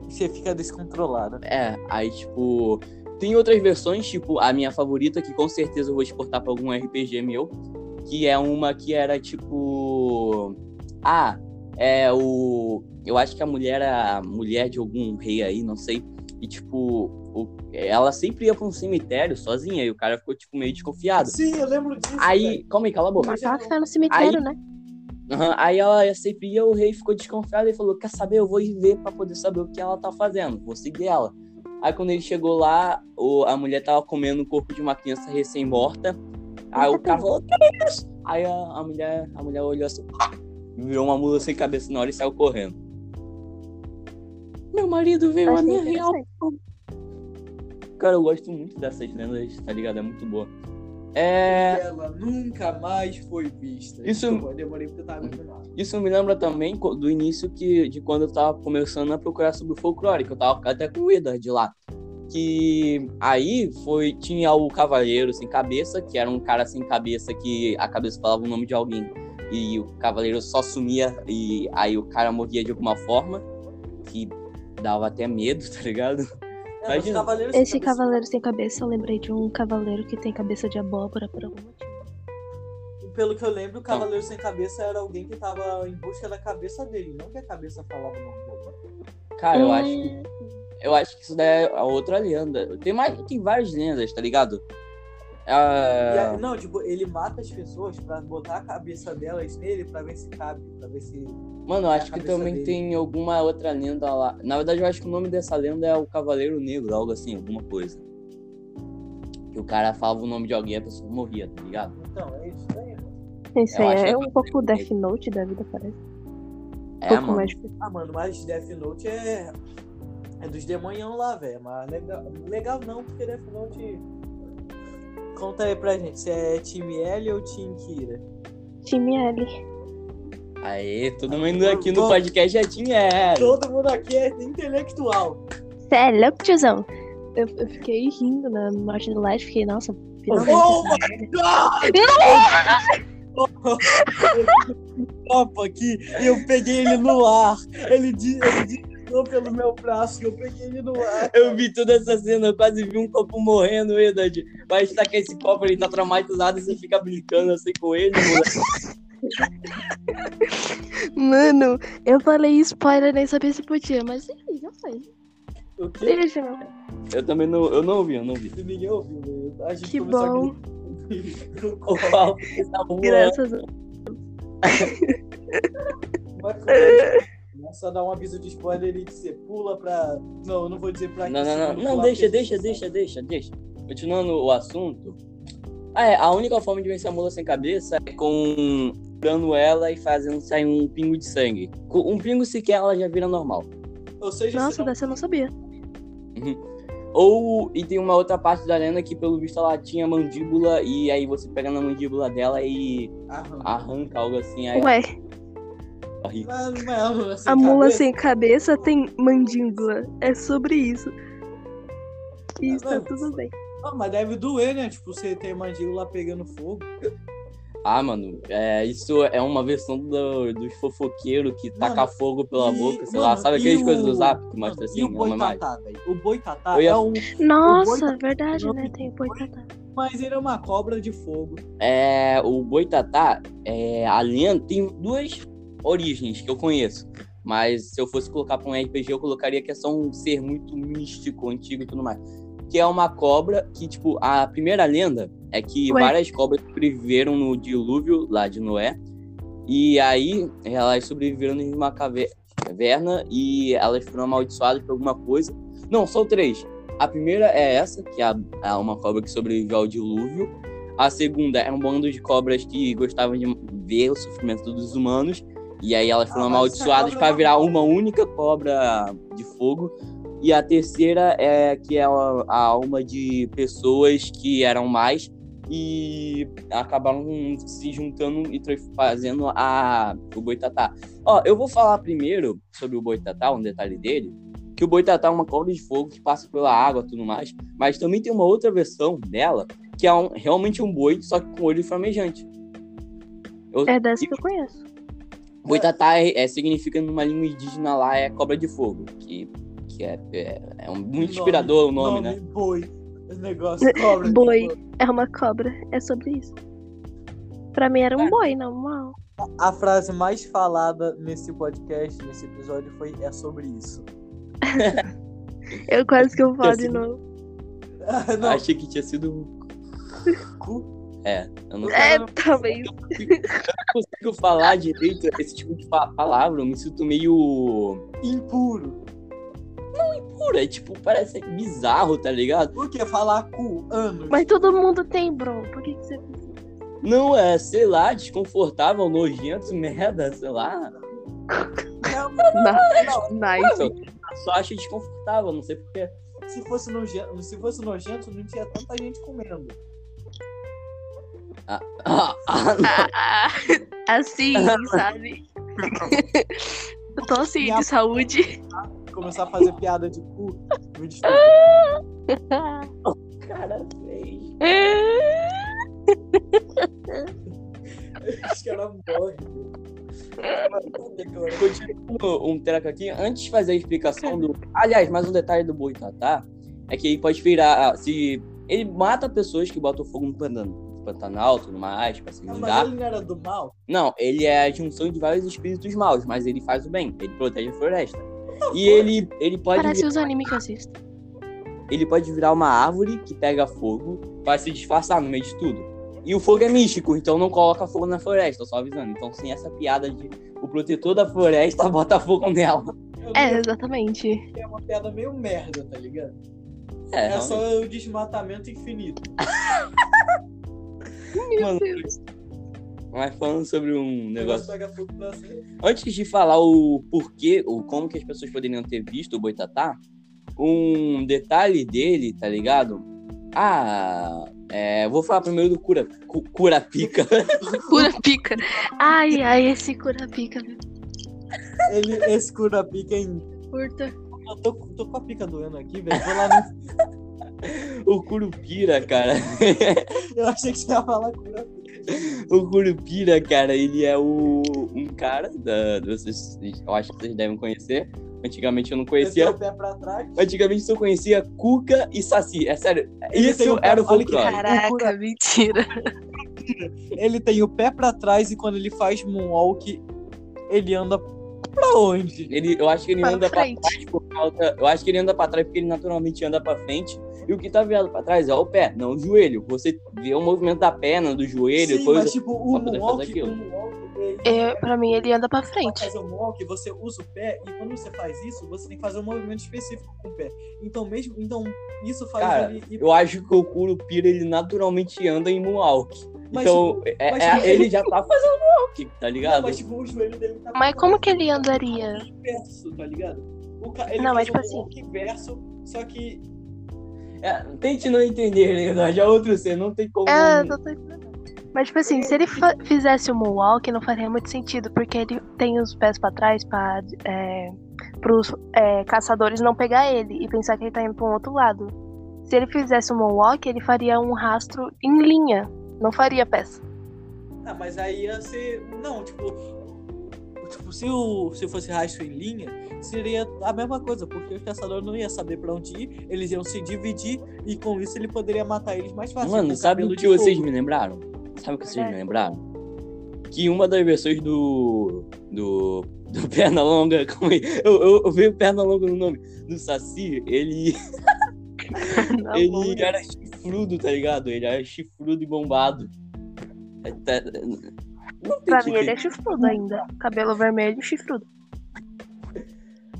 [SPEAKER 3] E você fica descontrolada.
[SPEAKER 4] É, aí, tipo. Tem outras versões, tipo, a minha favorita, que com certeza eu vou exportar pra algum RPG meu, que é uma que era tipo. Ah, é o. Eu acho que a mulher era a mulher de algum rei aí, não sei. E, tipo, o- ela sempre ia pra um cemitério sozinha, e o cara ficou, tipo, meio desconfiado.
[SPEAKER 3] Sim, eu lembro disso.
[SPEAKER 4] Aí. Calma aí, cala a boca.
[SPEAKER 1] Mas ela fica no cemitério, né?
[SPEAKER 4] Aham, Aí ela ia sempre ia, o rei ficou desconfiado e falou: Quer saber? Eu vou ir ver pra poder saber o que ela tá fazendo, vou seguir ela. Aí quando ele chegou lá, o- a mulher tava comendo o corpo de uma criança recém-morta. Aí o cara falou: Que isso? Aí a, a mulher, a mulher olhou assim, pá, virou uma mula sem cabeça na hora e saiu correndo. Meu marido veio a
[SPEAKER 1] Achei
[SPEAKER 4] minha real.
[SPEAKER 1] é interessante.
[SPEAKER 4] Cara, eu gosto muito dessas lendas, tá ligado? É muito boa. É.
[SPEAKER 3] Ela nunca mais foi vista.
[SPEAKER 4] Isso-
[SPEAKER 3] Desculpa, eu demorei porque eu tava lembrando.
[SPEAKER 4] Isso me lembra também co- do início que, de quando eu tava começando a procurar sobre o folclore, que eu tava até com o Edward de lá. Que aí foi, tinha o Cavaleiro Sem Cabeça, que era um cara sem cabeça que a cabeça falava o nome de alguém. E o Cavaleiro só sumia e aí o cara morria de alguma forma, que dava até medo, <laughs> tá ligado?
[SPEAKER 3] É, os
[SPEAKER 4] Imagina.
[SPEAKER 3] cavaleiros
[SPEAKER 1] Esse
[SPEAKER 3] sem cabeça-
[SPEAKER 1] cavaleiro sem cabeça, eu lembrei de um cavaleiro que tem cabeça de abóbora por algum motivo.
[SPEAKER 3] Pelo que eu lembro, o cavaleiro sem cabeça era alguém que tava em busca da cabeça dele, não que a cabeça falava no corpo.
[SPEAKER 4] Cara, eu
[SPEAKER 1] Hum,
[SPEAKER 4] acho que Eu acho que isso daí é a outra lenda. Tem, mais, tem várias lendas, tá ligado?
[SPEAKER 3] E
[SPEAKER 4] Ah,
[SPEAKER 3] aí- Não, tipo, ele mata as pessoas pra botar a cabeça delas nele pra ver se cabe, pra ver se.
[SPEAKER 4] Mano, eu
[SPEAKER 3] É a
[SPEAKER 4] acho que
[SPEAKER 3] cabeça
[SPEAKER 4] também
[SPEAKER 3] dele.
[SPEAKER 4] tem alguma outra lenda lá. Na verdade, eu acho que o nome dessa lenda é o Cavaleiro Negro, algo assim, alguma coisa. Que o cara falava o nome de alguém e a pessoa morria, tá ligado?
[SPEAKER 3] Então, é isso aí. mano.
[SPEAKER 1] Isso
[SPEAKER 4] Eu
[SPEAKER 1] aí
[SPEAKER 4] acho
[SPEAKER 1] é,
[SPEAKER 4] que-
[SPEAKER 1] um pouco Death Note da vida, parece. Um
[SPEAKER 4] É,
[SPEAKER 1] pouco
[SPEAKER 4] mano.
[SPEAKER 1] mais.
[SPEAKER 3] Ah, mano, mas Death Note é. É dos demonhão lá, velho. Mas legal, legal não, porque Death Note. Conta aí pra gente, se é time L ou time Kira?
[SPEAKER 1] Time L.
[SPEAKER 4] Aê, todo mundo aqui no
[SPEAKER 3] Todo-
[SPEAKER 4] podcast já tinha era.
[SPEAKER 3] Todo mundo aqui é intelectual.
[SPEAKER 1] Cê é louco, tiozão. Eu, eu fiquei rindo na morte do Light, fiquei, nossa, finalmente.
[SPEAKER 3] Oh
[SPEAKER 1] essa merda.
[SPEAKER 3] copo aqui e eu peguei ele no ar. Ele, di- ele deslizou pelo meu braço e eu peguei ele no ar.
[SPEAKER 4] Eu vi toda essa cena, eu quase vi um copo morrendo, Edad. Vai estar com esse copo, ele tá traumatizado e você fica brincando assim com ele, moleque.
[SPEAKER 1] Mano, eu falei spoiler, nem sabia se podia, mas enfim, já foi.
[SPEAKER 3] O quê?
[SPEAKER 1] Deixa, não.
[SPEAKER 4] Eu também não, eu não vi, eu não vi.
[SPEAKER 3] Ninguém ouviu, velho. A gente
[SPEAKER 1] Que
[SPEAKER 3] começou a
[SPEAKER 1] bom.
[SPEAKER 3] gritar. No
[SPEAKER 4] O
[SPEAKER 3] copo.
[SPEAKER 4] pau tá voando.
[SPEAKER 1] Graças a Deus.
[SPEAKER 3] Vai começar- é Começa a dar um aviso de spoiler e dizer pula pra. Não, eu não vou dizer pra
[SPEAKER 4] Não,
[SPEAKER 3] que
[SPEAKER 4] não,
[SPEAKER 3] você
[SPEAKER 4] não. Não,
[SPEAKER 3] pular,
[SPEAKER 4] deixa,
[SPEAKER 3] porque
[SPEAKER 4] deixa,
[SPEAKER 3] você
[SPEAKER 4] deixa,
[SPEAKER 3] sabe.
[SPEAKER 4] deixa, deixa. Continuando o assunto. Ah, é, a única forma de vencer a mula sem cabeça é com dando ela e fazendo sair um pingo de sangue. Com Um pingo sequer ela já vira normal.
[SPEAKER 3] Ou seja,
[SPEAKER 1] Nossa,
[SPEAKER 3] senão-
[SPEAKER 1] dessa eu não sabia.
[SPEAKER 4] Ou e tem uma outra parte da lenda que pelo visto ela tinha mandíbula e aí você pega na mandíbula dela e
[SPEAKER 3] Aham.
[SPEAKER 4] arranca algo assim, aí
[SPEAKER 1] Ué,
[SPEAKER 4] ela morre.
[SPEAKER 3] Mas não é a mula sem
[SPEAKER 1] a mula assim.
[SPEAKER 3] cabeça?
[SPEAKER 1] sem cabeça tem mandíbula. É sobre isso. E está
[SPEAKER 3] vendo?
[SPEAKER 1] tudo bem.
[SPEAKER 3] Não, Ah, mas deve doer, né? Tipo, você ter mandíbula pegando fogo.
[SPEAKER 4] Ah, mano, é, isso é uma versão do, dos fofoqueiros que taca fogo pela
[SPEAKER 3] e-
[SPEAKER 4] boca, sei lá,
[SPEAKER 3] mano,
[SPEAKER 4] sabe
[SPEAKER 3] e
[SPEAKER 4] aquelas coisas do
[SPEAKER 3] o-
[SPEAKER 4] zap que
[SPEAKER 3] e
[SPEAKER 4] mostra assim,
[SPEAKER 3] o
[SPEAKER 4] uma imagem?
[SPEAKER 3] boitatá, velho? O boitatá
[SPEAKER 4] Eu ia-
[SPEAKER 3] é um
[SPEAKER 1] Nossa,
[SPEAKER 3] Boitatá-
[SPEAKER 1] verdade,
[SPEAKER 3] o
[SPEAKER 1] né?
[SPEAKER 3] boi-
[SPEAKER 1] Tem o boitatá.
[SPEAKER 3] Mas ele é uma cobra de fogo.
[SPEAKER 4] É, o Boitatá, é, a lenda, tem duas origens que eu conheço. Mas se eu fosse colocar pra um RPG, eu colocaria que é só um ser muito místico, antigo e tudo mais. Que é uma cobra que, tipo, a primeira lenda é que
[SPEAKER 1] Ué.
[SPEAKER 4] várias cobras sobreviveram no dilúvio lá de Noé. E aí elas sobreviveram em uma cave- caverna e elas foram amaldiçoadas por alguma coisa. Não, são três. A primeira é essa, que é a- é uma cobra que sobreviveu ao dilúvio. A segunda era um bando de cobras que gostavam de ver o sofrimento dos humanos. E aí elas foram
[SPEAKER 2] Ah, mas essa
[SPEAKER 4] amaldiçoadas
[SPEAKER 2] cobra
[SPEAKER 4] para
[SPEAKER 2] não-
[SPEAKER 4] virar uma única cobra de fogo. E a terceira é que é a, a alma de pessoas que eram mais e acabaram se juntando e tra- fazendo a, o Boitatá. Ó, eu vou falar primeiro sobre o Boitatá, um detalhe dele, que o Boitatá é uma cobra de fogo que passa pela água e tudo mais, mas também tem uma outra versão dela, que é um- realmente um boi, só que com olho flamejante. Eu-
[SPEAKER 1] É dessa que eu conheço.
[SPEAKER 4] Boitatá é, é- significa numa língua indígena lá é cobra de fogo, que, que é, é, é um- muito inspirador o nome, né?
[SPEAKER 3] Boi. Esse negócio cobra. tipo,
[SPEAKER 1] Boi. É uma cobra. É sobre isso. Pra mim era um boi, não mal.
[SPEAKER 3] A frase mais falada nesse podcast, nesse episódio, foi é sobre isso. <laughs>
[SPEAKER 1] Eu quase que eu falo de
[SPEAKER 4] Assim.
[SPEAKER 1] novo.
[SPEAKER 3] Não,
[SPEAKER 4] Achei que tinha sido. cu. É, eu não
[SPEAKER 1] É, talvez.
[SPEAKER 4] consigo falar direito esse tipo de pa- palavra, eu me sinto meio.
[SPEAKER 3] impuro.
[SPEAKER 4] Pura, é tipo, parece bizarro, tá ligado?
[SPEAKER 3] O que? é Falar cu, anos.
[SPEAKER 1] Mas todo mundo tem, bro. Por que, que você.
[SPEAKER 4] Não, é, sei lá, desconfortável, nojento, <laughs> merda, sei lá.
[SPEAKER 3] <laughs> Não,
[SPEAKER 4] Ah,
[SPEAKER 1] Nice.
[SPEAKER 4] meu, eu só acho desconfortável, não sei porquê.
[SPEAKER 3] se, fosse nojento, se fosse nojento, não tinha tanta gente comendo.
[SPEAKER 4] Ah, ah,
[SPEAKER 1] Ah, ah, assim, sabe? eu tô assim, de saúde.
[SPEAKER 3] Começar a fazer piada de cu, me desculpa. <laughs>
[SPEAKER 4] cara, velho.
[SPEAKER 3] Acho que um ela morre.
[SPEAKER 4] Continuando um treco aqui, antes de fazer a explicação do. Aliás, mais um detalhe do Boitatá é que ele pode virar. Se ele mata pessoas que botam fogo no pantano, Pantanal, tudo mais, pra se
[SPEAKER 3] Não,
[SPEAKER 4] vingar.
[SPEAKER 3] mas ele não era do mal?
[SPEAKER 4] Não, ele é a junção de vários espíritos maus, mas ele faz o bem, ele protege a floresta. E ele, ele,
[SPEAKER 1] <laughs>
[SPEAKER 4] pode,
[SPEAKER 1] Parece os animes que eu assisto.
[SPEAKER 4] ele pode virar uma árvore que pega fogo pra se disfarçar no meio de tudo. E o fogo é místico, então não coloca fogo na floresta, só avisando. Então, sem essa piada de o protetor da floresta <laughs> bota fogo nela.
[SPEAKER 3] Eu
[SPEAKER 1] É,
[SPEAKER 3] lembro
[SPEAKER 1] exatamente.
[SPEAKER 3] que é uma piada meio merda, tá ligado?
[SPEAKER 4] É,
[SPEAKER 3] É
[SPEAKER 4] realmente.
[SPEAKER 3] só o desmatamento infinito.
[SPEAKER 1] Meu
[SPEAKER 4] Mano,
[SPEAKER 1] Deus.
[SPEAKER 4] Mas é falando sobre um negócio.
[SPEAKER 3] Pega fogo pra sempre.
[SPEAKER 4] Antes de falar o porquê, ou como que as pessoas poderiam ter visto o Boitatá, um detalhe dele, tá ligado? Ah, é, vou falar primeiro do cura, cu- Curapica. <laughs>
[SPEAKER 1] Cura pica. Ai, ai, esse cura pica, meu.
[SPEAKER 3] Ele, esse curapica é in-
[SPEAKER 1] Curta.
[SPEAKER 3] Eu tô, tô com a pica doendo aqui, velho. Vou lá no... <laughs>
[SPEAKER 4] o Curupira, cara.
[SPEAKER 3] Eu achei que você ia falar curapica.
[SPEAKER 4] O Curupira, cara, ele é o, um cara da. Vocês, eu acho que vocês devem conhecer. Antigamente eu não
[SPEAKER 3] Esse é
[SPEAKER 4] conhecia.
[SPEAKER 3] o pé pra trás.
[SPEAKER 4] Antigamente eu só conhecia Cuca e Saci. É sério.
[SPEAKER 3] Ele tem
[SPEAKER 4] Isso
[SPEAKER 3] um-
[SPEAKER 4] era o
[SPEAKER 3] olha que
[SPEAKER 4] folclore.
[SPEAKER 1] Caraca, mentira.
[SPEAKER 3] Ele tem o pé pra trás e quando ele faz moonwalk, ele anda pra onde?
[SPEAKER 4] Ele, eu acho que ele
[SPEAKER 1] Pra
[SPEAKER 4] anda pra
[SPEAKER 1] frente.
[SPEAKER 4] trás por causa. Eu acho que ele anda pra trás porque ele naturalmente anda pra frente. E o que tá virado pra trás é o pé, não o joelho. Você vê o movimento da perna, do joelho,
[SPEAKER 3] Sim,
[SPEAKER 4] coisa.
[SPEAKER 3] mas tipo, o
[SPEAKER 4] pra poder fazer
[SPEAKER 3] moonwalk,
[SPEAKER 4] aquilo.
[SPEAKER 3] o moonwalk, ele-
[SPEAKER 1] É, pra mim, ele anda pra
[SPEAKER 3] pra
[SPEAKER 1] frente.
[SPEAKER 3] fazer o moonwalk, você usa o pé e quando você faz isso, você tem que fazer um movimento específico com o pé. Então mesmo, então isso faz
[SPEAKER 4] Cara,
[SPEAKER 3] ele ir-
[SPEAKER 4] Eu acho que o Curupira ele naturalmente anda em Moonwalk.
[SPEAKER 3] mas,
[SPEAKER 4] então, é-
[SPEAKER 3] mas
[SPEAKER 4] é-
[SPEAKER 3] tipo-
[SPEAKER 4] ele já tá fazendo Moonwalk, tá
[SPEAKER 3] tipo, não,
[SPEAKER 4] ligado?
[SPEAKER 3] mas tipo, o joelho dele tá
[SPEAKER 1] Mas como que ele andaria?
[SPEAKER 3] verso, tá ligado? O ca... ele
[SPEAKER 1] Não, mas
[SPEAKER 3] faz
[SPEAKER 1] tipo
[SPEAKER 3] um moonwalk verso, só que
[SPEAKER 4] É, tente não entender, né? Eduardo? Já outro ser, não tem como.
[SPEAKER 1] É, eu tô tentando. Mas, tipo assim, se ele fa- fizesse o moonwalk, não faria muito sentido, porque ele tem os pés pra trás pra, é, pros é, caçadores não pegar ele e pensar que ele tá indo pra um outro lado. Se ele fizesse o moonwalk, ele faria um rastro em linha, não faria peça. <laughs>
[SPEAKER 3] Ah, mas aí ia ser. Não, tipo. Tipo, se, o, se fosse rastro em linha, seria a mesma coisa, porque os caçadores não iam saber pra onde ir, eles iam se dividir e com isso ele poderia matar eles mais fácil.
[SPEAKER 4] Mano,
[SPEAKER 3] com
[SPEAKER 4] sabe
[SPEAKER 3] cabelo
[SPEAKER 4] o que
[SPEAKER 3] de
[SPEAKER 4] vocês
[SPEAKER 3] fogo.
[SPEAKER 4] me lembraram? Sabe o que vocês me
[SPEAKER 1] É.
[SPEAKER 4] lembraram? Que uma das versões do. do. do <laughs> Pernalonga. Como é? Eu, eu, eu vejo Pernalonga no nome. Do Saci, ele.
[SPEAKER 1] Não,
[SPEAKER 4] ele era chifrudo, tá ligado? Ele era chifrudo e bombado. É, tá- Não tem
[SPEAKER 1] pra
[SPEAKER 4] que
[SPEAKER 1] mim, ele é
[SPEAKER 4] ter.
[SPEAKER 1] chifrudo ainda. Cabelo vermelho e chifrudo.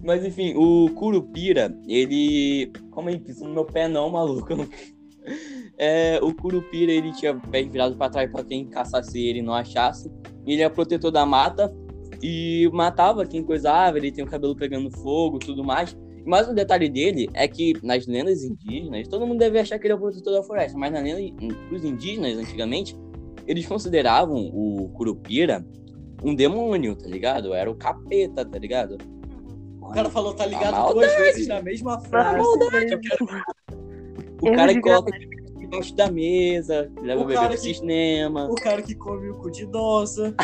[SPEAKER 4] Mas enfim, é o Curupira, ele. Calma aí, pisa no meu pé não, maluco. <laughs> é, o Curupira ele tinha o pé virado para trás para quem caçasse ele e não achasse. Ele é protetor da mata e matava quem coisava, ele tem o cabelo pegando fogo tudo mais. E mais um detalhe dele é que nas lendas indígenas, todo mundo deve achar que ele é o protetor da floresta, mas na lenda, os indígenas antigamente, eles consideravam o Curupira um demônio, tá ligado? Era o capeta, tá ligado?
[SPEAKER 3] O cara falou, tá ligado
[SPEAKER 4] maldade.
[SPEAKER 3] duas vezes na mesma
[SPEAKER 1] Ah,
[SPEAKER 3] frase.
[SPEAKER 1] maldade,
[SPEAKER 4] O cara que
[SPEAKER 1] de
[SPEAKER 4] coloca debaixo da mesa, que leva
[SPEAKER 3] O
[SPEAKER 4] o bebê
[SPEAKER 3] cara
[SPEAKER 4] pro
[SPEAKER 3] que-
[SPEAKER 4] cinema,
[SPEAKER 3] O cara que come o cu de idosa.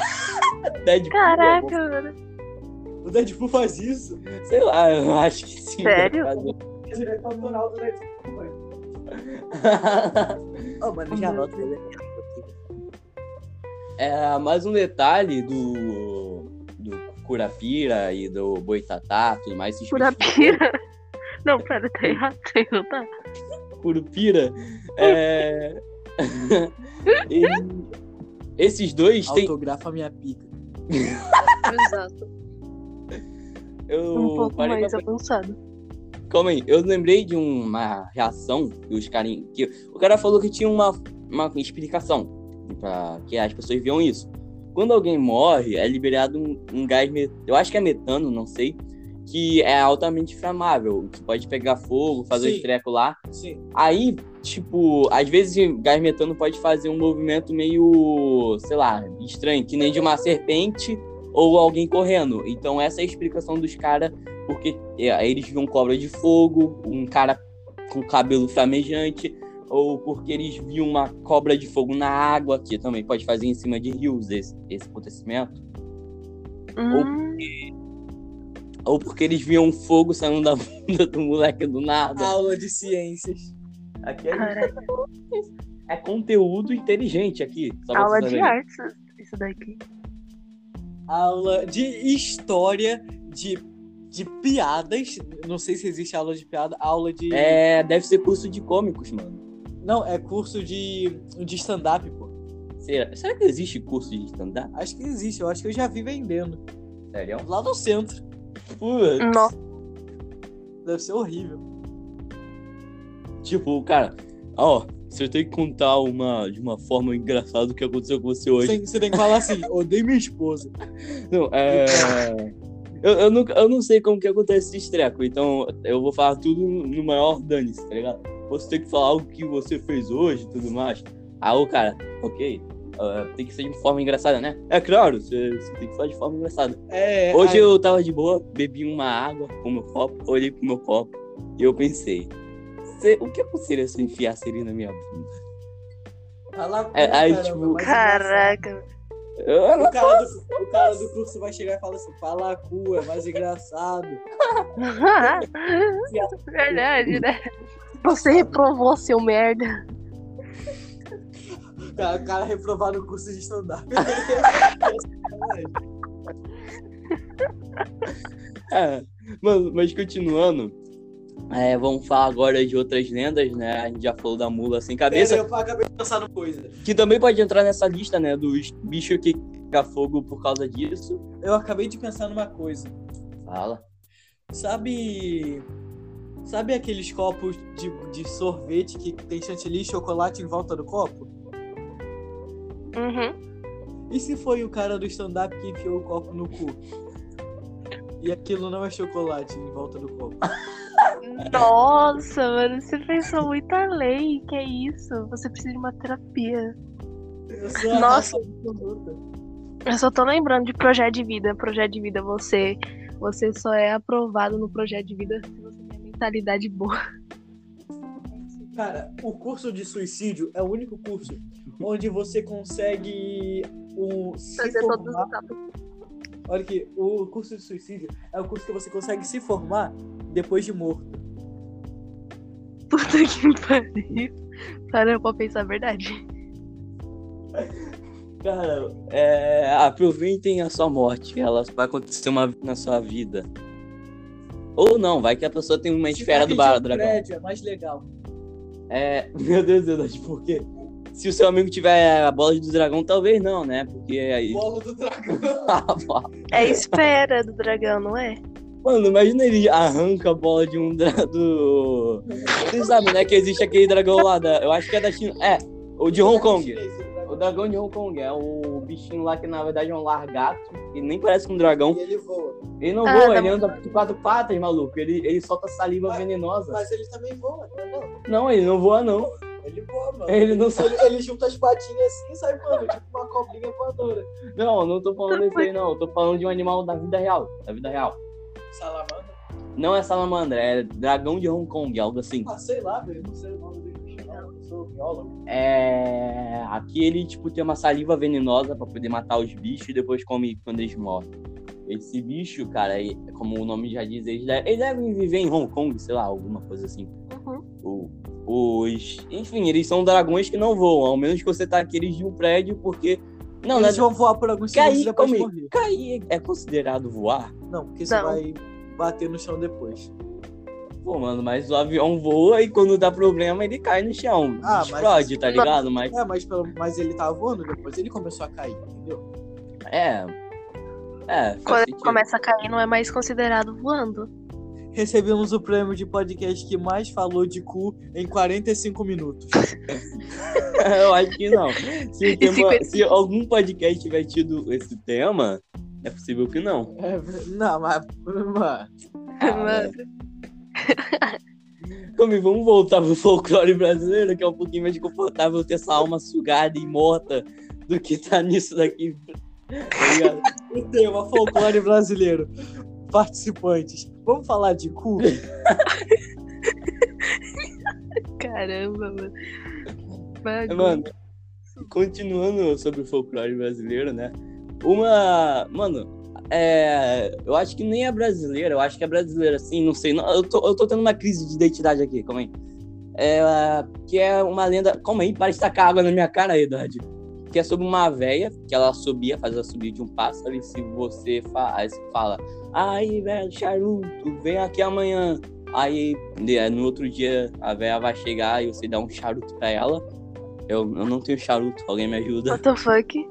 [SPEAKER 4] Deadpool,
[SPEAKER 1] Caraca, mano.
[SPEAKER 3] O Deadpool faz isso.
[SPEAKER 4] sei lá, <laughs> eu acho que sim. né, um-
[SPEAKER 1] Sério?
[SPEAKER 3] Mas ele é patronal do Deadpool, velho.
[SPEAKER 2] Ô, mano,
[SPEAKER 4] Uhum.
[SPEAKER 2] já volto.
[SPEAKER 4] <laughs> É, mais um detalhe do, do Curapira e do Boitatá, tudo mais. esses
[SPEAKER 1] Curapira. <laughs> Não, pera, tá errado, isso aí não tá.
[SPEAKER 4] bichos- <laughs> Curupira.
[SPEAKER 1] <laughs>
[SPEAKER 4] é, <laughs> ele- Esses dois têm.
[SPEAKER 3] Autografa minha pica.
[SPEAKER 6] Exato.
[SPEAKER 4] Eu
[SPEAKER 1] Um pouco
[SPEAKER 4] parei pra
[SPEAKER 1] mais avançado.
[SPEAKER 4] Calma aí, eu lembrei de uma reação que os carinhos. Que o cara falou que tinha uma, uma explicação pra que as pessoas viam isso. Quando alguém morre, é liberado um, um gás, met- eu acho que é metano, não sei, que é altamente inflamável, que pode pegar fogo, fazer
[SPEAKER 3] Sim.
[SPEAKER 4] um treco lá.
[SPEAKER 3] Sim.
[SPEAKER 4] Aí, tipo, às vezes o gás metano pode fazer um movimento meio, sei lá, estranho, que nem de uma serpente ou alguém correndo. Então essa é a explicação dos caras, porque é, eles viam cobra de fogo, um cara com cabelo flamejante, ou porque eles viam uma cobra de fogo na água, que também pode fazer em cima de rios esse, esse acontecimento.
[SPEAKER 1] Hum,
[SPEAKER 4] Ou porque eles viam um fogo saindo da <laughs> bunda do moleque do nada.
[SPEAKER 3] Aula de ciências.
[SPEAKER 4] Aqui é
[SPEAKER 1] caraca,
[SPEAKER 4] É conteúdo inteligente aqui. só pra
[SPEAKER 1] aula
[SPEAKER 4] vocês
[SPEAKER 1] de
[SPEAKER 4] saberem.
[SPEAKER 1] artes, isso daqui.
[SPEAKER 3] Aula de história de, de piadas. Não sei se existe aula de piada. Aula de.
[SPEAKER 4] É, deve ser curso de cômicos, mano.
[SPEAKER 3] Não, é curso de, de stand-up, pô.
[SPEAKER 4] Será, será que existe curso de stand-up?
[SPEAKER 3] Acho que existe. Eu acho que eu já vi vendendo.
[SPEAKER 4] Sério?
[SPEAKER 3] Lá no centro.
[SPEAKER 4] Putz.
[SPEAKER 1] Nossa,
[SPEAKER 3] Deve ser horrível.
[SPEAKER 4] Tipo, cara, ó, você tem que contar uma, de uma forma engraçada o que aconteceu com você hoje.
[SPEAKER 3] Você, você tem que falar assim: odeio minha esposa.
[SPEAKER 4] Não, é. Eu, eu, nunca, eu não sei como que acontece esse treco, então eu vou falar tudo no maior dane-se, tá ligado? Você tem que falar o que você fez hoje e tudo mais. Aí o cara, ok, ah, tem que ser de forma engraçada, né? É claro, você, você tem que falar de forma engraçada.
[SPEAKER 3] É.
[SPEAKER 4] Hoje
[SPEAKER 3] aí-
[SPEAKER 4] eu tava de boa, bebi uma água com meu copo, olhei pro meu copo e eu pensei, "Cê- o que aconteceria se eu enfiasse ele na minha bunda?
[SPEAKER 3] Fala,
[SPEAKER 4] É, aí,
[SPEAKER 3] caramba,
[SPEAKER 4] tipo,
[SPEAKER 3] mais
[SPEAKER 1] caraca. <laughs>
[SPEAKER 4] Eu-
[SPEAKER 3] O cara, do, o cara do curso vai chegar e falar assim: fala cu, é mais engraçado.
[SPEAKER 1] Verdade, né? Você reprovou, seu merda.
[SPEAKER 3] O cara, o cara reprovar no curso de stand-up.
[SPEAKER 4] É, mano, mas continuando, é, vamos falar agora de outras lendas, né? A gente já falou da mula sem
[SPEAKER 3] <laughs>
[SPEAKER 4] cabeça,
[SPEAKER 3] Eu acabei de pensar numa coisa.
[SPEAKER 4] que também pode entrar nessa lista, né? Dos bichos que pega fogo por causa disso.
[SPEAKER 3] Eu acabei de pensar numa coisa.
[SPEAKER 4] Fala.
[SPEAKER 3] Sabe. Sabe aqueles copos de, de sorvete que tem chantilly e chocolate em volta do copo?
[SPEAKER 1] Uhum.
[SPEAKER 3] E se foi o cara do stand-up que enfiou o copo no cu? E aquilo não é chocolate em volta do copo.
[SPEAKER 1] Nossa, mano, você pensou muito além. Que é isso? Você precisa de uma terapia.
[SPEAKER 3] Eu sou a
[SPEAKER 1] Nossa.
[SPEAKER 3] raça absoluta.
[SPEAKER 1] Eu só tô lembrando de projeto de vida. Projeto de vida, você, você só é aprovado no projeto de vida se você tem a mentalidade boa.
[SPEAKER 3] Cara, o curso de suicídio é o único curso onde você consegue um, se
[SPEAKER 1] Fazer todos
[SPEAKER 3] formar-
[SPEAKER 1] os tapas.
[SPEAKER 3] Olha aqui, o curso de suicídio é o curso que você consegue se formar depois de morto.
[SPEAKER 1] Puta que <laughs> pariu. Cara, pra pensar a verdade.
[SPEAKER 4] Cara, é, aproveitem a sua morte, ela vai acontecer uma vez na sua vida. Ou não, vai que a pessoa tem uma esfera do
[SPEAKER 3] Ficar
[SPEAKER 4] bar
[SPEAKER 3] de um
[SPEAKER 4] dragão.
[SPEAKER 3] prédio é mais legal.
[SPEAKER 4] É, <laughs> meu Deus do céu, por quê? Se o seu amigo tiver a bola do dragão, talvez não, <laughs> né? Porque aí.
[SPEAKER 3] Bolo do dragão.
[SPEAKER 1] É espera do dragão, não é?
[SPEAKER 4] Mano, imagina ele arranca a bola de um dra- do. Vocês sabem, né? Que existe aquele dragão lá da. Eu acho que é da China. É, o de Hong
[SPEAKER 2] É
[SPEAKER 4] Kong.
[SPEAKER 2] né?
[SPEAKER 4] O dragão de Hong Kong é o bichinho lá que na verdade é um largato. E nem parece um dragão.
[SPEAKER 2] E ele voa.
[SPEAKER 4] Ele não
[SPEAKER 1] Ah,
[SPEAKER 4] voa,
[SPEAKER 1] tá
[SPEAKER 4] ele anda com quatro patas, maluco. Ele, ele solta saliva
[SPEAKER 2] Mas-
[SPEAKER 4] venenosa.
[SPEAKER 2] Mas ele também voa, não é não?
[SPEAKER 4] Não, ele não voa, não.
[SPEAKER 2] Ele voa, mano.
[SPEAKER 4] Ele não <laughs> sabe.
[SPEAKER 2] Ele, ele junta as patinhas assim e sai voando, tipo uma cobrinha voadora.
[SPEAKER 4] Não, não tô falando isso aí, não. Eu tô falando de um animal da vida real. Da vida real.
[SPEAKER 2] Salamandra.
[SPEAKER 4] Não é salamandra, é dragão de Hong Kong, algo assim.
[SPEAKER 2] Ah, sei lá, velho. Não sei o nome dele. bicho, não. Eu sou biólogo.
[SPEAKER 4] É. Aqui ele, tipo, tem uma saliva venenosa pra poder matar os bichos e depois come quando eles morrem. Esse bicho, cara, ele- como o nome já diz, eles devem, eles devem viver em Hong Kong, sei lá, alguma coisa assim.
[SPEAKER 1] Uhum.
[SPEAKER 4] O- Os. Enfim, eles são dragões que não voam, ao menos que você tá aqueles de um prédio, porque. Não,
[SPEAKER 3] Eles
[SPEAKER 4] não é.
[SPEAKER 3] vão voar por alguns
[SPEAKER 4] Cair
[SPEAKER 3] segundos e depois
[SPEAKER 4] comigo.
[SPEAKER 3] morrer.
[SPEAKER 4] Cair é considerado voar?
[SPEAKER 3] Não, porque você
[SPEAKER 1] Não.
[SPEAKER 3] vai bater no chão depois.
[SPEAKER 4] Pô, mano, mas o avião voa e quando dá problema ele cai no chão.
[SPEAKER 3] Ah, mas-
[SPEAKER 4] explode, tá ligado? Mas.
[SPEAKER 3] É, mas, pelo- mas ele tava voando depois, ele começou a cair, entendeu?
[SPEAKER 4] É. É. faz
[SPEAKER 1] Quando ele
[SPEAKER 4] sentido.
[SPEAKER 1] começa a cair, não é mais considerado voando.
[SPEAKER 3] Recebemos o prêmio de podcast que mais falou de cu em 45 minutos.
[SPEAKER 4] <laughs> Eu acho que não. Se, o
[SPEAKER 1] <laughs> E se
[SPEAKER 4] tema-
[SPEAKER 1] conhece-
[SPEAKER 4] se algum podcast tiver tido esse tema, é possível que não. Ah,
[SPEAKER 3] É, não, mas. Mano.
[SPEAKER 1] Ah,
[SPEAKER 3] Ah,
[SPEAKER 1] <laughs> Mano.
[SPEAKER 4] né? Come, vamos voltar pro folclore brasileiro, que é um pouquinho mais confortável ter essa alma sugada e morta do que tá nisso daqui. Tá ligado?
[SPEAKER 3] <laughs> O tema folclore brasileiro. Participantes, vamos falar de cu? é.
[SPEAKER 1] Caramba, mano. Bagulho.
[SPEAKER 4] Mano, continuando sobre o folclore brasileiro, né? Uma. Mano. É, eu acho que nem é brasileira, eu acho que é brasileira, assim, não sei. não- eu, tô, eu tô tendo uma crise de identidade aqui, calma aí. É, que é uma lenda. Calma aí, para de tacar água na minha cara, Edward. Que é sobre uma véia, que ela subia, fazia subir de um pássaro, e se você faz, fala, aí, velho, charuto, vem aqui amanhã. Aí, né, no outro dia, a véia vai chegar e você dá um charuto pra ela. Eu, eu não tenho charuto, alguém me ajuda.
[SPEAKER 1] What the fuck?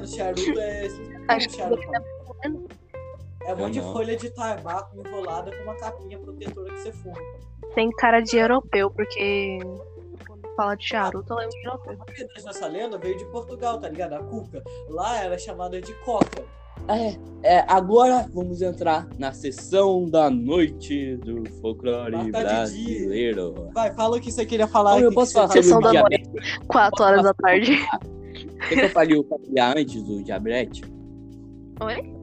[SPEAKER 3] O charuto é.
[SPEAKER 1] Acho que tá
[SPEAKER 3] charuto. É um
[SPEAKER 4] Eu
[SPEAKER 3] monte de
[SPEAKER 4] não.
[SPEAKER 3] folha de tabaco enrolada com uma capinha protetora que você fuma.
[SPEAKER 1] Tem cara de europeu, porque quando fala de charuto, eu lembro de europeu.
[SPEAKER 3] A maioria das nossas lendas veio de Portugal, tá ligado? A cuca. Lá era chamada de coca.
[SPEAKER 4] É, é, agora vamos entrar na sessão da noite do folclore
[SPEAKER 3] Mata de dia.
[SPEAKER 4] brasileiro.
[SPEAKER 3] Vai, fala o que você queria falar.
[SPEAKER 4] Ou
[SPEAKER 3] o
[SPEAKER 4] Então, eu
[SPEAKER 3] que
[SPEAKER 4] posso
[SPEAKER 3] que
[SPEAKER 4] falar
[SPEAKER 3] você
[SPEAKER 4] sobre
[SPEAKER 1] Sessão
[SPEAKER 4] o
[SPEAKER 1] da
[SPEAKER 3] fala.
[SPEAKER 4] diabetes?
[SPEAKER 1] Quatro horas da
[SPEAKER 4] <laughs>
[SPEAKER 1] tarde.
[SPEAKER 4] Por que eu falei o familiar antes do diabetes?
[SPEAKER 1] Oi?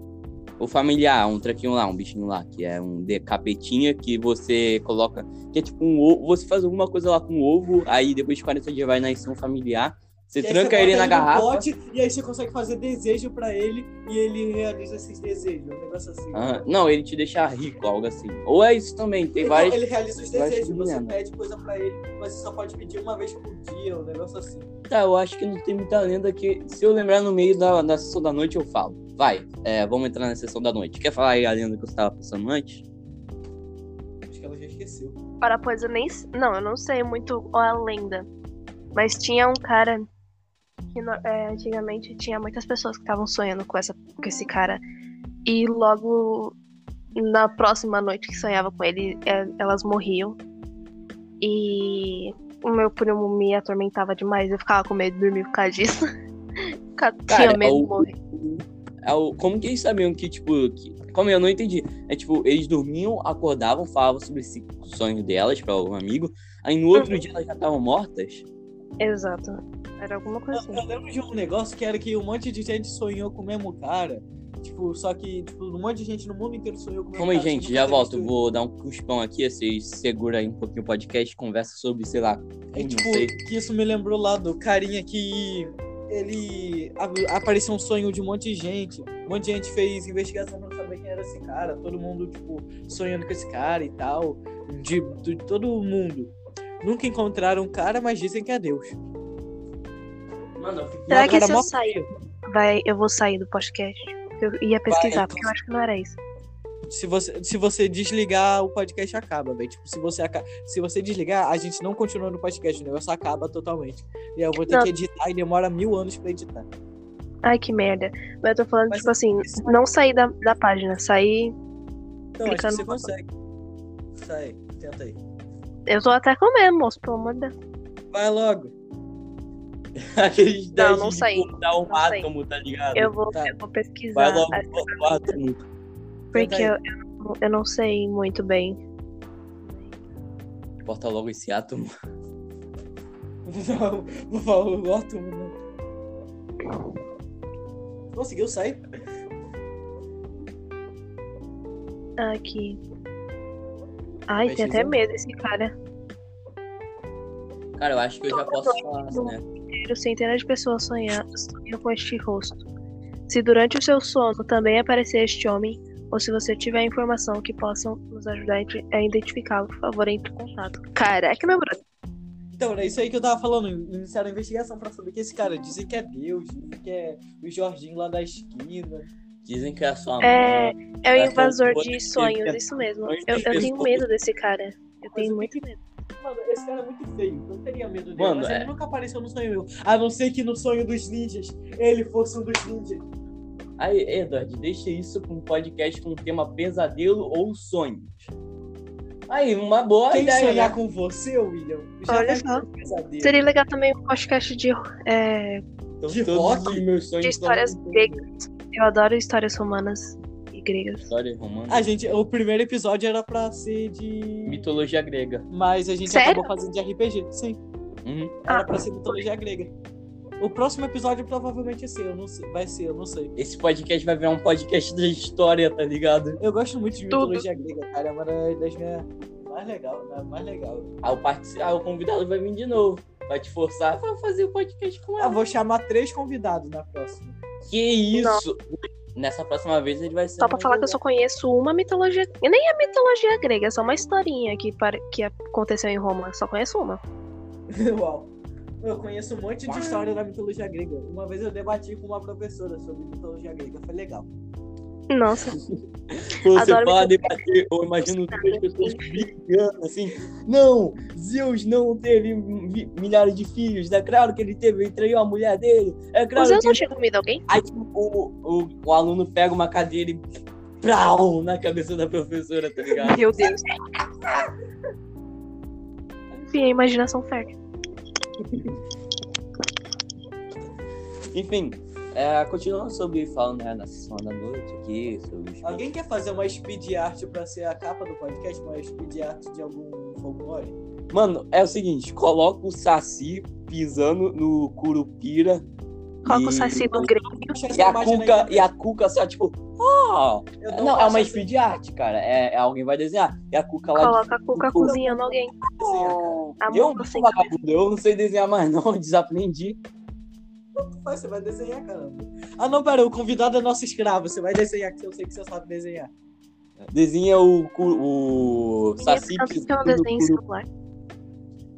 [SPEAKER 4] O familiar, um trequinho lá, um bichinho lá, que é um de capetinha que você coloca. Que é tipo um ovo. Você faz alguma coisa lá com ovo, aí depois de 40 dias vai nascer um familiar. Você
[SPEAKER 3] E aí
[SPEAKER 4] tranca
[SPEAKER 3] bota
[SPEAKER 4] ele na
[SPEAKER 3] num
[SPEAKER 4] garrafa.
[SPEAKER 3] pote, e aí você consegue fazer desejo pra ele e ele realiza esses desejos. Um negócio assim.
[SPEAKER 4] Aham. Não, ele te deixa rico, algo assim. Ou é isso também, tem
[SPEAKER 3] Ele-
[SPEAKER 4] várias.
[SPEAKER 3] Ele realiza os
[SPEAKER 4] várias
[SPEAKER 3] desejos, você
[SPEAKER 4] meninas.
[SPEAKER 3] pede coisa pra ele, mas você só pode pedir uma vez por dia, um negócio assim.
[SPEAKER 4] Tá, eu acho que não tem muita lenda que. Se eu lembrar no meio da, da sessão da noite, eu falo. Vai, é, vamos entrar na sessão da noite. Quer falar aí a lenda que você tava pensando antes?
[SPEAKER 3] Acho que ela já esqueceu.
[SPEAKER 1] Para pois eu nem. Não, eu não sei muito a lenda. Mas tinha um cara que no- é, antigamente tinha muitas pessoas que estavam sonhando com, essa, com esse cara. E logo na próxima noite que sonhava com ele, é, elas morriam. E o meu primo me atormentava demais. Eu ficava com medo de dormir por causa disso. <laughs> Ficava-
[SPEAKER 4] Cara,
[SPEAKER 1] tinha medo
[SPEAKER 4] o-
[SPEAKER 1] de morrer.
[SPEAKER 4] É o- Como que eles sabiam que, tipo. Que... Como eu não entendi. É tipo, eles dormiam, acordavam, falavam sobre esse sonho delas pra algum amigo. Aí no outro dia elas já estavam mortas.
[SPEAKER 1] Exato. Era alguma coisa assim.
[SPEAKER 3] Eu, eu lembro de um negócio que era que um monte de gente sonhou com o mesmo cara. Tipo, só que tipo, um monte de gente no mundo inteiro sonhou com o mesmo
[SPEAKER 4] Calma aí,
[SPEAKER 3] cara, assim,
[SPEAKER 4] gente,
[SPEAKER 3] só que
[SPEAKER 4] já
[SPEAKER 3] nunca
[SPEAKER 4] volto.
[SPEAKER 3] teve
[SPEAKER 4] Vou dar um cuspão aqui. Vocês segura aí um pouquinho o podcast, conversa sobre, sei lá.
[SPEAKER 3] É
[SPEAKER 4] não
[SPEAKER 3] tipo,
[SPEAKER 4] sei.
[SPEAKER 3] que isso me lembrou lá do carinha que ele ab- apareceu um sonho de um monte de gente. Um monte de gente fez investigação pra saber quem era esse cara. Todo mundo, tipo, sonhando com esse cara e tal. De, de todo mundo. Nunca encontraram o cara, mas dizem que é Deus.
[SPEAKER 4] Mano, eu fiquei.
[SPEAKER 1] Será que
[SPEAKER 3] cara
[SPEAKER 1] se eu
[SPEAKER 3] mó
[SPEAKER 1] sair, vai, eu vou sair do podcast? Eu ia pesquisar, porque eu acho que não era isso.
[SPEAKER 3] Se você, se você desligar, o podcast acaba, velho. Tipo, se você, aca- se você desligar, a gente não continua no podcast. O negócio acaba totalmente. E aí eu vou ter
[SPEAKER 1] Não.
[SPEAKER 3] que editar e demora mil anos pra editar.
[SPEAKER 1] Ai, que merda. Mas eu tô falando,
[SPEAKER 3] Mas
[SPEAKER 1] tipo assim,
[SPEAKER 3] isso-
[SPEAKER 1] não sair da, da página, sair
[SPEAKER 3] Então, acho que
[SPEAKER 1] Clicando
[SPEAKER 3] você
[SPEAKER 1] no botão.
[SPEAKER 3] consegue. Sai, tenta aí.
[SPEAKER 1] Eu tô até comendo, moço, pelo amor de Deus.
[SPEAKER 3] Vai logo.
[SPEAKER 4] <laughs> Aqueles
[SPEAKER 6] Não,
[SPEAKER 4] 10
[SPEAKER 6] não
[SPEAKER 4] de
[SPEAKER 6] saí.
[SPEAKER 4] cortar um
[SPEAKER 6] Não saí.
[SPEAKER 4] átomo, tá ligado?
[SPEAKER 1] Eu vou,
[SPEAKER 3] Tá.
[SPEAKER 1] eu vou pesquisar,
[SPEAKER 4] Vai logo
[SPEAKER 1] assim,
[SPEAKER 4] cortar o átomo.
[SPEAKER 1] porque
[SPEAKER 3] Tenta aí.
[SPEAKER 1] eu, eu não- eu não sei muito bem.
[SPEAKER 4] Corta logo esse átomo.
[SPEAKER 3] Não, por favor, bota um. não. Conseguiu sair?
[SPEAKER 1] Aqui. Ai,
[SPEAKER 4] Vai
[SPEAKER 1] tem até
[SPEAKER 4] pesquisando.
[SPEAKER 1] medo esse cara.
[SPEAKER 4] Cara, eu acho que eu já posso falar, né?
[SPEAKER 1] Primeiro, Centenas de pessoas sonha- sonham com este rosto. Se durante o seu sono também aparecer este homem, ou se você tiver informação que possam nos ajudar a ide- a identificá-lo, por favor, entre em contato. Caraca, meu brother.
[SPEAKER 3] Então, é isso aí que eu tava falando. Iniciaram a investigação pra saber que esse cara dizem que é Deus, dizem que é o Jorginho lá da esquina.
[SPEAKER 4] Dizem que é a sua
[SPEAKER 1] É,
[SPEAKER 4] mãe.
[SPEAKER 1] é o
[SPEAKER 4] Parece um
[SPEAKER 1] invasor
[SPEAKER 4] robô
[SPEAKER 1] de
[SPEAKER 4] de
[SPEAKER 1] sonhos,
[SPEAKER 4] filme.
[SPEAKER 1] isso mesmo.
[SPEAKER 4] Mas
[SPEAKER 1] Eu,
[SPEAKER 4] tem
[SPEAKER 1] eu tenho
[SPEAKER 4] pessoas-
[SPEAKER 1] medo desse cara. Eu
[SPEAKER 3] Mas
[SPEAKER 1] tenho
[SPEAKER 3] eu
[SPEAKER 1] muito medo.
[SPEAKER 3] Mano, esse cara é muito feio, eu não teria medo dele.
[SPEAKER 4] Mano,
[SPEAKER 3] mas
[SPEAKER 4] é.
[SPEAKER 3] ele nunca apareceu no sonho meu. A não ser que no sonho dos ninjas ele fosse um dos ninjas.
[SPEAKER 4] Aí, Edward, deixa isso com um podcast com o tema pesadelo ou sonhos. Aí, uma boa
[SPEAKER 3] Quem
[SPEAKER 4] ideia,
[SPEAKER 3] sonhar
[SPEAKER 4] né?
[SPEAKER 3] com você, William, já
[SPEAKER 1] Olha
[SPEAKER 3] vai
[SPEAKER 1] só.
[SPEAKER 3] ter um pesadelo.
[SPEAKER 1] Seria legal também um podcast de, é,
[SPEAKER 4] Então,
[SPEAKER 3] de
[SPEAKER 4] todos
[SPEAKER 3] rock?
[SPEAKER 4] os meus sonhos
[SPEAKER 1] de
[SPEAKER 4] estão-
[SPEAKER 1] histórias gregas. Eu adoro histórias romanas e gregas.
[SPEAKER 4] História romana.
[SPEAKER 3] A gente, o primeiro episódio era pra ser de.
[SPEAKER 4] Mitologia grega.
[SPEAKER 3] Mas a gente
[SPEAKER 1] Sério?
[SPEAKER 3] acabou fazendo de RPG. Sim.
[SPEAKER 4] Uhum.
[SPEAKER 3] Era
[SPEAKER 1] Ah.
[SPEAKER 3] pra ser mitologia grega. O próximo episódio provavelmente é ser, eu não sei. Vai ser, eu não sei.
[SPEAKER 4] Esse podcast vai virar um podcast da história, tá ligado?
[SPEAKER 3] Eu gosto muito de
[SPEAKER 1] Tudo.
[SPEAKER 3] mitologia grega, cara. É uma das minhas. Mais legal, né? mais legal.
[SPEAKER 4] Aí Ah, o, partici- aí o convidado vai vir de novo. Vai te forçar a fazer o podcast com
[SPEAKER 3] Ah,
[SPEAKER 4] ela.
[SPEAKER 3] vou chamar três convidados na próxima. <laughs>
[SPEAKER 4] Que isso? Nessa próxima vez ele vai ser.
[SPEAKER 1] Só pra
[SPEAKER 4] mais
[SPEAKER 1] falar que eu
[SPEAKER 4] legal.
[SPEAKER 1] só conheço uma mitologia. e Nem a mitologia grega, é só uma historinha que, pare- que aconteceu em Roma. Só conheço uma.
[SPEAKER 3] Uau. Eu conheço um monte de história da mitologia grega. Uma vez eu debati com uma professora sobre mitologia grega. Foi legal.
[SPEAKER 1] Nossa,
[SPEAKER 4] Quando você
[SPEAKER 1] Adoro
[SPEAKER 4] fala
[SPEAKER 1] muito-
[SPEAKER 4] debater, eu imagino
[SPEAKER 1] Nossa,
[SPEAKER 4] duas pessoas brigando assim. Não, Zeus não teve mi- milhares de filhos. É claro que ele teve, ele traiu a mulher dele. É
[SPEAKER 1] o
[SPEAKER 4] claro
[SPEAKER 1] Zeus
[SPEAKER 4] que.
[SPEAKER 1] não tinha comido alguém?
[SPEAKER 4] Aí tipo, o, o, o aluno pega uma cadeira e. Prau! Na cabeça da professora, tá ligado?
[SPEAKER 1] Meu Deus. Enfim, a imaginação fértil.
[SPEAKER 4] Enfim, é, continuando sobre falando né, na sessão da noite aqui, sobre os.
[SPEAKER 3] Alguém quer fazer uma speed art pra ser a capa do podcast? Uma speed art de algum folclore?
[SPEAKER 4] Mano, é o seguinte, coloca o Saci pisando no Curupira.
[SPEAKER 1] Coloca o
[SPEAKER 4] e-
[SPEAKER 1] saci no grego.
[SPEAKER 3] Eu acho
[SPEAKER 4] E
[SPEAKER 3] essa
[SPEAKER 4] a
[SPEAKER 3] imagem na
[SPEAKER 4] Cuca,
[SPEAKER 3] internet.
[SPEAKER 4] e a Cuca só, tipo, ah!
[SPEAKER 3] Eu
[SPEAKER 4] Não,
[SPEAKER 3] vou
[SPEAKER 4] é uma
[SPEAKER 3] achar
[SPEAKER 4] speed art, cara. É, é alguém vai desenhar. E a Cuca lá
[SPEAKER 1] Coloca a cuca cozinhando alguém.
[SPEAKER 3] essa desenha, cara.
[SPEAKER 1] A
[SPEAKER 4] Eu
[SPEAKER 1] mão
[SPEAKER 4] não
[SPEAKER 1] assim.
[SPEAKER 4] sou vagabundo, eu não sei desenhar mais, não. <laughs> Desaprendi.
[SPEAKER 3] Mas Você vai desenhar, caramba. Ah, não, pera. O convidado é nosso escravo. Você vai desenhar, que eu sei que você sabe desenhar.
[SPEAKER 4] Desenha o, cu- o Saci
[SPEAKER 1] Tanto que eu não
[SPEAKER 4] pisando no
[SPEAKER 1] desenho em
[SPEAKER 4] curu...
[SPEAKER 1] celular.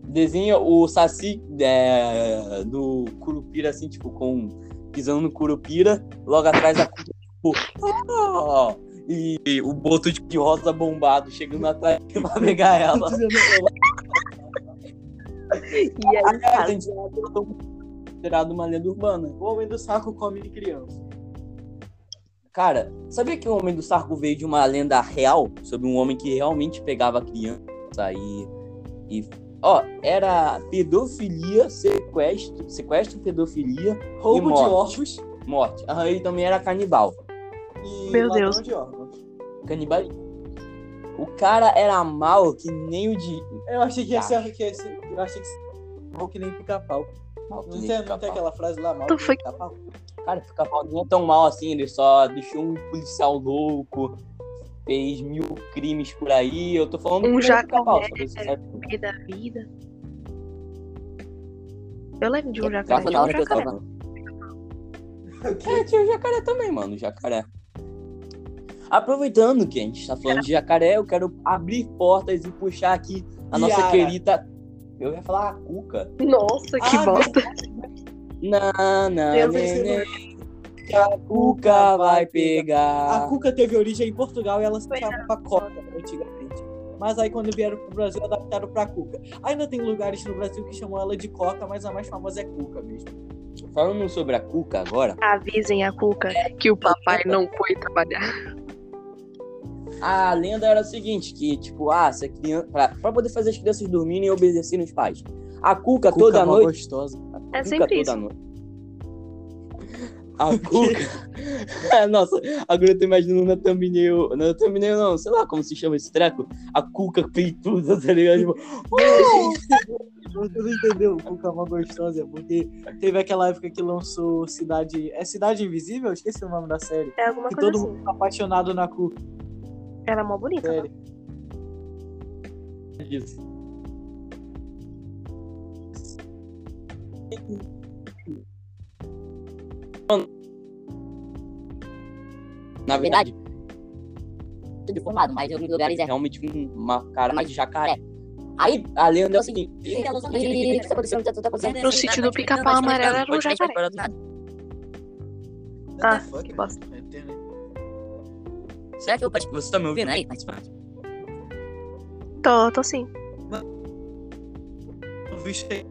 [SPEAKER 4] Desenha o Saci é, do Curupira, assim, tipo, com... pisando no Curupira. Logo atrás a Cuca, tipo, ah! E, o boto de rosa bombado chegando atrás <laughs> pra pegar ela. <laughs>
[SPEAKER 1] E aí,
[SPEAKER 4] Aliás, a
[SPEAKER 1] cara,
[SPEAKER 4] gente é considerado uma lenda urbana.
[SPEAKER 3] O homem do saco come criança.
[SPEAKER 4] Cara, sabia que o Homem do Sarco veio de uma lenda real sobre um homem que realmente pegava criança e. e ó, era pedofilia, sequestro, sequestro, pedofilia,
[SPEAKER 3] Roubo de
[SPEAKER 4] morte.
[SPEAKER 3] órfãos
[SPEAKER 4] morte. Aham, ele também era canibal.
[SPEAKER 3] e
[SPEAKER 1] Meu
[SPEAKER 3] ladrão
[SPEAKER 1] Deus.
[SPEAKER 3] de órfãos.
[SPEAKER 4] Canibal. O cara era mal que nem o de.
[SPEAKER 3] Eu achei que ia ser... Que ia ser eu achei que... Mal que nem pica-pau.
[SPEAKER 4] Mal que
[SPEAKER 3] Não
[SPEAKER 4] nem
[SPEAKER 3] tem, não tem
[SPEAKER 4] pica-pau.
[SPEAKER 3] aquela frase lá, mal
[SPEAKER 1] Tu
[SPEAKER 3] que
[SPEAKER 1] foi-
[SPEAKER 3] pica-pau?
[SPEAKER 4] Cara, fica pau nem é tão mal assim, ele só deixou um policial louco, fez mil crimes por aí. Eu tô falando
[SPEAKER 1] Um
[SPEAKER 4] do
[SPEAKER 1] jacaré,
[SPEAKER 4] pica-pau, só pra você saber.
[SPEAKER 1] meio da vida. Eu lembro de um jacaré.
[SPEAKER 4] Tava
[SPEAKER 1] de
[SPEAKER 4] na
[SPEAKER 1] um
[SPEAKER 4] hora que eu
[SPEAKER 1] jacaré.
[SPEAKER 4] <laughs> tava. É, tinha o jacaré também, mano. O jacaré. Aproveitando que a gente tá falando de jacaré, eu quero abrir portas e puxar aqui a nossa
[SPEAKER 3] Yara.
[SPEAKER 4] querida. Eu ia falar a Cuca.
[SPEAKER 1] Nossa, que
[SPEAKER 3] Ah,
[SPEAKER 1] bosta.
[SPEAKER 4] Na, na,
[SPEAKER 1] Eu
[SPEAKER 4] né,
[SPEAKER 3] pensei
[SPEAKER 4] né, que a Cuca
[SPEAKER 3] A
[SPEAKER 4] vai
[SPEAKER 2] Ah.
[SPEAKER 4] pegar.
[SPEAKER 3] Cuca teve origem em Portugal e ela se chamava
[SPEAKER 1] é.
[SPEAKER 3] Cota antigamente. Mas aí quando vieram pro Brasil, adaptaram pra Cuca. Ainda tem lugares no Brasil que chamam ela de Cota, mas a mais famosa é Cuca mesmo.
[SPEAKER 4] Falando sobre a Cuca agora,
[SPEAKER 1] Avisem a Cuca que o papai não foi trabalhar.
[SPEAKER 4] A lenda era o seguinte, que, tipo, ah, se a criança... Pra, pra poder fazer as crianças dormirem e obedecerem os pais. A cuca,
[SPEAKER 3] Cuca
[SPEAKER 4] toda
[SPEAKER 3] mó
[SPEAKER 4] noite...
[SPEAKER 3] gostosa.
[SPEAKER 1] É
[SPEAKER 4] Cuca
[SPEAKER 1] sempre
[SPEAKER 4] toda
[SPEAKER 1] isso.
[SPEAKER 4] noite. <laughs> A cuca... <laughs> É, Nossa, agora eu tô imaginando na thumbnail... Na thumbnail não, sei lá como se chama esse treco. A cuca peituda, tá ligado? Tipo,
[SPEAKER 3] Você não entendeu? O Cuca mó gostosa é porque teve aquela época que lançou Cidade. É Cidade Invisível? Eu Esqueci o nome da série.
[SPEAKER 1] É alguma
[SPEAKER 3] Que
[SPEAKER 1] coisa
[SPEAKER 3] todo
[SPEAKER 1] assim.
[SPEAKER 3] mundo tá apaixonado na Cuca.
[SPEAKER 1] Ela é mó bonita.
[SPEAKER 3] Sério.
[SPEAKER 4] Na verdade,
[SPEAKER 5] Tudo formado, mas em alguns lugares
[SPEAKER 4] é
[SPEAKER 5] é
[SPEAKER 4] realmente um- uma cara mais de jacaré.
[SPEAKER 5] Aí,
[SPEAKER 4] Aí a lenda é o seguinte...
[SPEAKER 1] No sítio do pica-pau amarelo era um jacaré. Ah,
[SPEAKER 2] What the fuck,
[SPEAKER 1] que bosta.
[SPEAKER 2] mano? Internet.
[SPEAKER 5] Será que eu participo? Você tá me ouvindo aí, participante?
[SPEAKER 1] Tô, tô sim.
[SPEAKER 2] O bicho aí.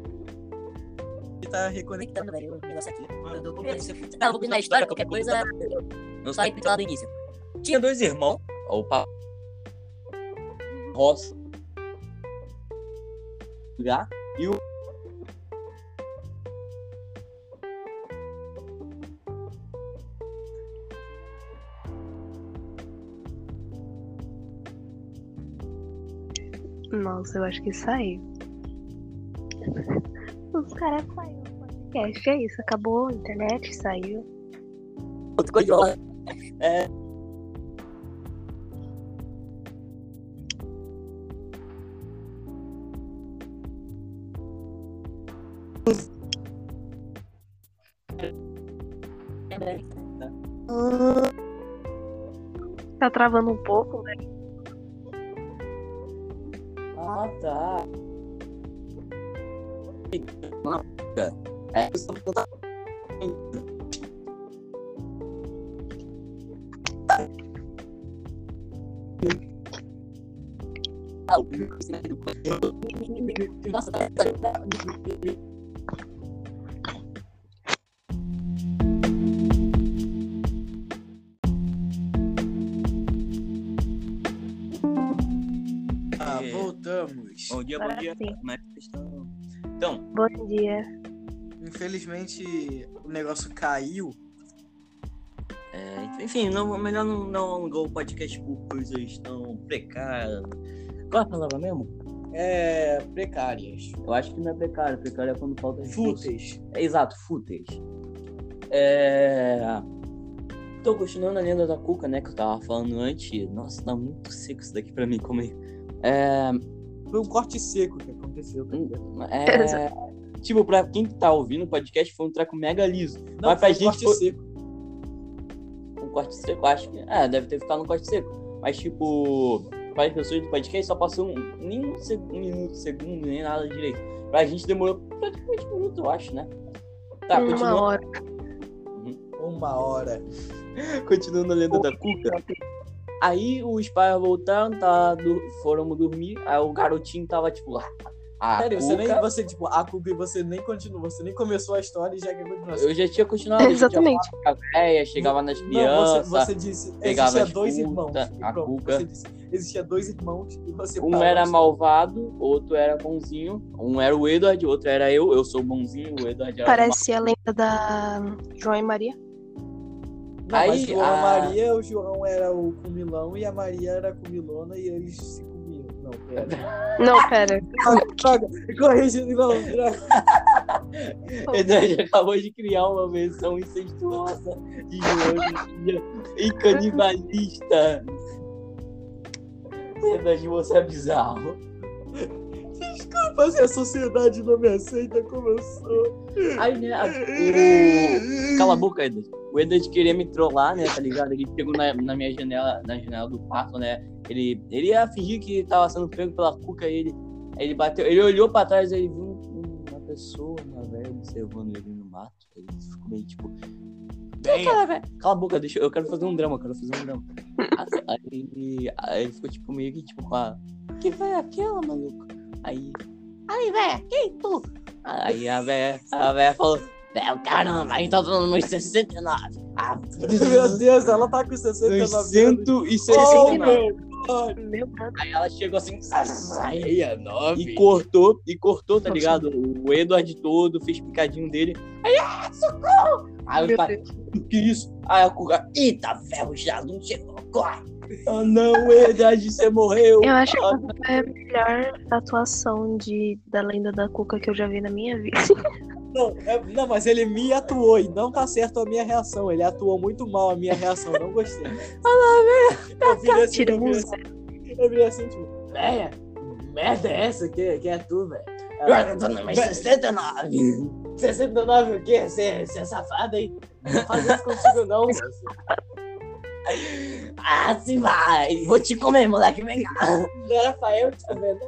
[SPEAKER 2] Ele tá reconectado.
[SPEAKER 5] Conectando, velho, o negócio aqui.
[SPEAKER 1] tá
[SPEAKER 5] Eu dou com você. Você tava ouvindo a história, qualquer coisa, eu- eu só repito lá do início.
[SPEAKER 4] Tinha dois irmãos. Opa. Roça. Já. E o.
[SPEAKER 1] Nossa, eu acho que saiu. Os caras saiu do podcast. É isso, acabou a internet, saiu.
[SPEAKER 5] Outra coisa,
[SPEAKER 1] Tá travando um pouco, né?
[SPEAKER 4] Ah, tá. É.
[SPEAKER 5] Nossa, tá...
[SPEAKER 2] Ah,
[SPEAKER 4] É.
[SPEAKER 2] voltamos.
[SPEAKER 4] Bom dia, bom
[SPEAKER 1] Agora
[SPEAKER 4] dia.
[SPEAKER 1] sim.
[SPEAKER 4] Como é que vocês estão? Então,
[SPEAKER 1] Bom dia.
[SPEAKER 2] Infelizmente, o negócio caiu.
[SPEAKER 4] é, enfim, não, melhor não, não alongar o podcast por coisas tão precárias. Qual a palavra mesmo?
[SPEAKER 3] É. Precárias.
[SPEAKER 4] Eu acho que não é precário. Precário é quando falta recurso.
[SPEAKER 3] Fúteis.
[SPEAKER 4] É, Exato, fúteis. É... Tô continuando a lenda da Cuca, né? Que eu tava falando antes. Nossa, tá muito seco isso daqui pra mim comer. É...
[SPEAKER 3] Foi um corte seco que aconteceu. tá ligado?
[SPEAKER 4] é... tipo, pra quem tá ouvindo o podcast, foi um treco mega liso.
[SPEAKER 3] Não,
[SPEAKER 4] Mas pra
[SPEAKER 3] foi um corte
[SPEAKER 4] gente foi-
[SPEAKER 3] seco.
[SPEAKER 4] Um corte seco, eu acho que... É, deve ter ficado um corte seco. Mas, tipo, para as pessoas do podcast, só passou um... nem um, seg... um minuto, segundo, nem nada direito. Pra gente demorou praticamente um minuto, eu acho, né? Tá,
[SPEAKER 1] Uma
[SPEAKER 3] Hum,
[SPEAKER 4] continuando,
[SPEAKER 1] hora.
[SPEAKER 3] Uma hora.
[SPEAKER 4] continuando a lenda da Cuca. Aí os pais voltaram, tá, do, foram dormir, aí o garotinho tava tipo lá. a
[SPEAKER 3] Sério, você nem.
[SPEAKER 4] Cuca-
[SPEAKER 3] Você, tipo, a Cuca e você nem continua. Você nem começou a história e já que continua.
[SPEAKER 4] Eu já tinha continuado, eu já tinha
[SPEAKER 1] Exatamente.
[SPEAKER 4] falado com a véia, chegava nas
[SPEAKER 3] Não,
[SPEAKER 4] crianças. tá.
[SPEAKER 3] você, você disse,
[SPEAKER 4] pegava
[SPEAKER 3] existia
[SPEAKER 4] as
[SPEAKER 3] dois
[SPEAKER 4] putas,
[SPEAKER 3] irmãos. E
[SPEAKER 4] a
[SPEAKER 3] pronto,
[SPEAKER 4] Cuca.
[SPEAKER 3] Você disse, existia dois irmãos e você
[SPEAKER 4] Um
[SPEAKER 3] parou
[SPEAKER 4] era
[SPEAKER 3] de-
[SPEAKER 4] malvado, outro era bonzinho. Um era o Edward, outro era eu. Eu sou bonzinho, o Edward era
[SPEAKER 3] Tá,
[SPEAKER 4] malvado.
[SPEAKER 1] Parece a lenda da João e Maria.
[SPEAKER 3] Não, mas
[SPEAKER 4] Aí,
[SPEAKER 3] João,
[SPEAKER 4] a-
[SPEAKER 3] a Maria, o João era o comilão e a Maria era a comilona e eles se comiam.
[SPEAKER 4] <laughs>
[SPEAKER 3] Não, pera.
[SPEAKER 1] Não, pera.
[SPEAKER 3] droga, corrigindo,
[SPEAKER 1] um
[SPEAKER 3] não, droga.
[SPEAKER 4] Edward acabou de criar uma versão incestuosa de João e canibalista. Edward, você é bizarro.
[SPEAKER 3] Mas a sociedade não me aceita, começou.
[SPEAKER 4] Aí, né, a- o... Cala a boca, Edward. O Edward queria me trollar, né, tá ligado? Ele pegou na, na minha janela, na janela do quarto, né? Ele, ele ia fingir que tava sendo pego pela cuca e ele, aí ele bateu. Ele olhou pra trás e ele viu um- uma pessoa, uma velha, observando ele no mato. Ele ficou meio tipo. "Quem é aquela velha?" Cala a boca, deixa eu. eu quero fazer um drama, eu quero fazer um drama. aí, ele, aí ele ficou tipo meio que tipo com a. Que velha é aquela, maluco? Aí. Aí, velha, quem tu? Aí a véia, a véia falou:
[SPEAKER 5] Fel, caramba, então tá no meu 69. Ah,
[SPEAKER 3] Meu Deus, ela tá com 69 anos.
[SPEAKER 4] 169.
[SPEAKER 1] Meu Deus.
[SPEAKER 5] aí ela chegou assim. Aí,
[SPEAKER 4] Ah, E
[SPEAKER 2] 69.
[SPEAKER 4] cortou, e cortou, tá ligado? O Edward todo, fez picadinho dele. Aí, ah, socorro! Aí
[SPEAKER 1] Meu
[SPEAKER 4] o pai,
[SPEAKER 1] Deus.
[SPEAKER 4] que isso? Aí a Kuga,
[SPEAKER 5] Eita, ferro, já não chegou. Corre.
[SPEAKER 4] ah não, Edward, você morreu!
[SPEAKER 1] Eu acho que
[SPEAKER 4] Ah,
[SPEAKER 1] é a melhor atuação de, da lenda da Cuca que eu já vi na minha vida.
[SPEAKER 3] Não, é- não, mas ele me atuou e não tá certo a minha reação. Ele atuou muito mal a minha reação, não gostei.
[SPEAKER 1] Tá
[SPEAKER 3] Eu virei assim, eu virei
[SPEAKER 1] Tiramos.
[SPEAKER 3] assim, eu virei assim, tipo, véia, que merda é essa que, que é tu, velho?
[SPEAKER 5] Eu tô no meu 69.
[SPEAKER 3] 69 o quê? Você é safada, hein? Não faz isso contigo, não.
[SPEAKER 5] Ah, se vai. Vou te comer, moleque. Vem cá.
[SPEAKER 3] Rafael, tá vendo?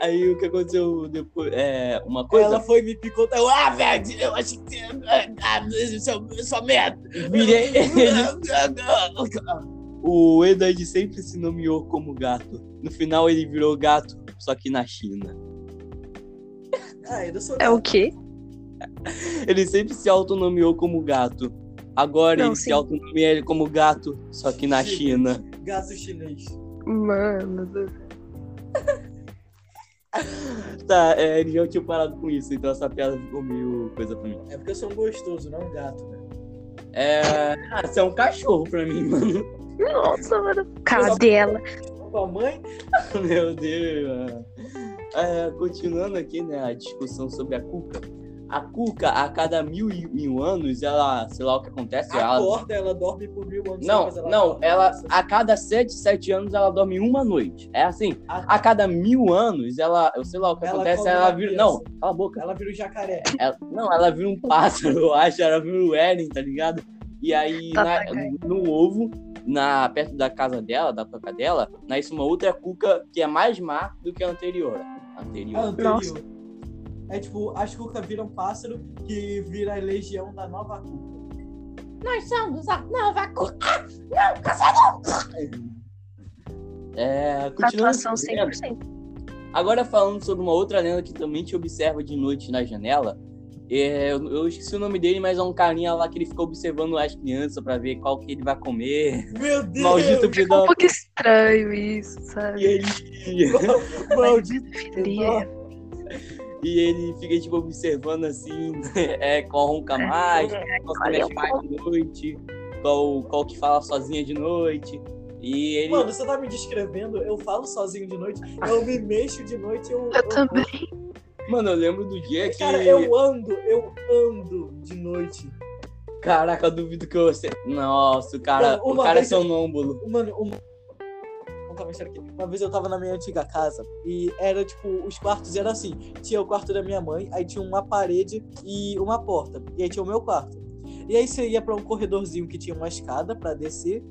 [SPEAKER 4] Aí o que aconteceu depois? É, uma coisa.
[SPEAKER 3] Ela foi e me picou. Eu, ah, velho!
[SPEAKER 2] Eu acho que.
[SPEAKER 5] é
[SPEAKER 2] Ah, sua, sua merda.
[SPEAKER 4] Virei. <laughs> o Edward sempre se nomeou como gato. No final ele virou gato, só que na China.
[SPEAKER 3] Ah, eu sou.
[SPEAKER 1] É o quê?
[SPEAKER 4] Ele sempre se autonomeou como gato. Agora
[SPEAKER 1] Não,
[SPEAKER 4] ele
[SPEAKER 1] sim.
[SPEAKER 4] se autonomia como gato, só que na China.
[SPEAKER 3] Gato chinês.
[SPEAKER 1] Mano. do-
[SPEAKER 4] Tá, é, eles já tinham parado com isso, então essa piada ficou meio coisa pra mim.
[SPEAKER 3] É porque eu sou um gostoso, não um gato, né?
[SPEAKER 4] É. Ah, você é um cachorro pra mim, <laughs> mano.
[SPEAKER 1] Nossa, mano. Cadela.
[SPEAKER 3] Com a mãe?
[SPEAKER 4] Meu Deus, mano. É, continuando aqui, né, a discussão sobre a Cuca. A Cuca, a cada mil e mil anos, ela, sei lá o que acontece, ela.
[SPEAKER 3] Acorda, ela dorme por mil anos.
[SPEAKER 4] Não,
[SPEAKER 3] mas ela
[SPEAKER 4] não, é
[SPEAKER 3] dorme.
[SPEAKER 4] ela a cada sete, sete anos ela dorme uma noite. É assim, a cada mil anos ela, eu sei lá o que
[SPEAKER 3] Ela
[SPEAKER 4] acontece,
[SPEAKER 3] come
[SPEAKER 4] ela
[SPEAKER 3] uma
[SPEAKER 4] vira.
[SPEAKER 3] criança.
[SPEAKER 4] Não, cala a boca.
[SPEAKER 3] Ela vira um jacaré.
[SPEAKER 4] Ela- não, ela vira um pássaro, eu acho. Ela vira o Eren, tá ligado? E aí,
[SPEAKER 1] Tá
[SPEAKER 4] na- no ovo, na, perto da casa dela, da toca dela, nasce uma outra cuca que é mais má do que a anterior.
[SPEAKER 3] É
[SPEAKER 4] Anterior.
[SPEAKER 3] anterior. É tipo, as cucas viram pássaro que vira a legião da nova cuca.
[SPEAKER 5] Nós somos a nova cor.
[SPEAKER 4] É, continuando
[SPEAKER 1] Atuação
[SPEAKER 4] esse tema,
[SPEAKER 1] 100%.
[SPEAKER 4] Agora falando sobre uma outra lenda que também te observa de noite na janela. é, eu, eu esqueci o nome dele, mas é um carinha lá que ele fica observando as crianças pra ver qual que ele vai comer. <laughs>
[SPEAKER 3] Meu Deus!
[SPEAKER 4] Maldito
[SPEAKER 1] Ficou um
[SPEAKER 4] pedófilo.
[SPEAKER 1] pouco estranho isso, sabe?
[SPEAKER 4] E ele-
[SPEAKER 3] Maldito!
[SPEAKER 1] Filia.
[SPEAKER 4] E ele fica, tipo, observando assim, <laughs> é, qual ronca mais, qual se mexe mais de noite, qual, qual que fala sozinha de noite. E ele.
[SPEAKER 3] Mano, você tá me descrevendo, eu falo sozinho de noite, eu me mexo de noite, eu.
[SPEAKER 1] Eu também.
[SPEAKER 4] Mano, eu lembro do dia que.
[SPEAKER 3] Cara, eu ando, eu ando de noite.
[SPEAKER 4] Caraca, eu duvido que você. Nossa, o cara,
[SPEAKER 3] Não,
[SPEAKER 4] o
[SPEAKER 3] uma
[SPEAKER 4] cara é
[SPEAKER 3] vez eu-
[SPEAKER 4] sonâmbulo.
[SPEAKER 3] Mano, uma. Vou contar uma história aqui. Uma vez eu tava na minha antiga casa e era tipo, os quartos eram assim. Tinha o quarto da minha mãe, aí tinha uma parede e uma porta. E aí tinha o meu quarto. E aí você ia pra um corredorzinho que tinha uma escada pra descer.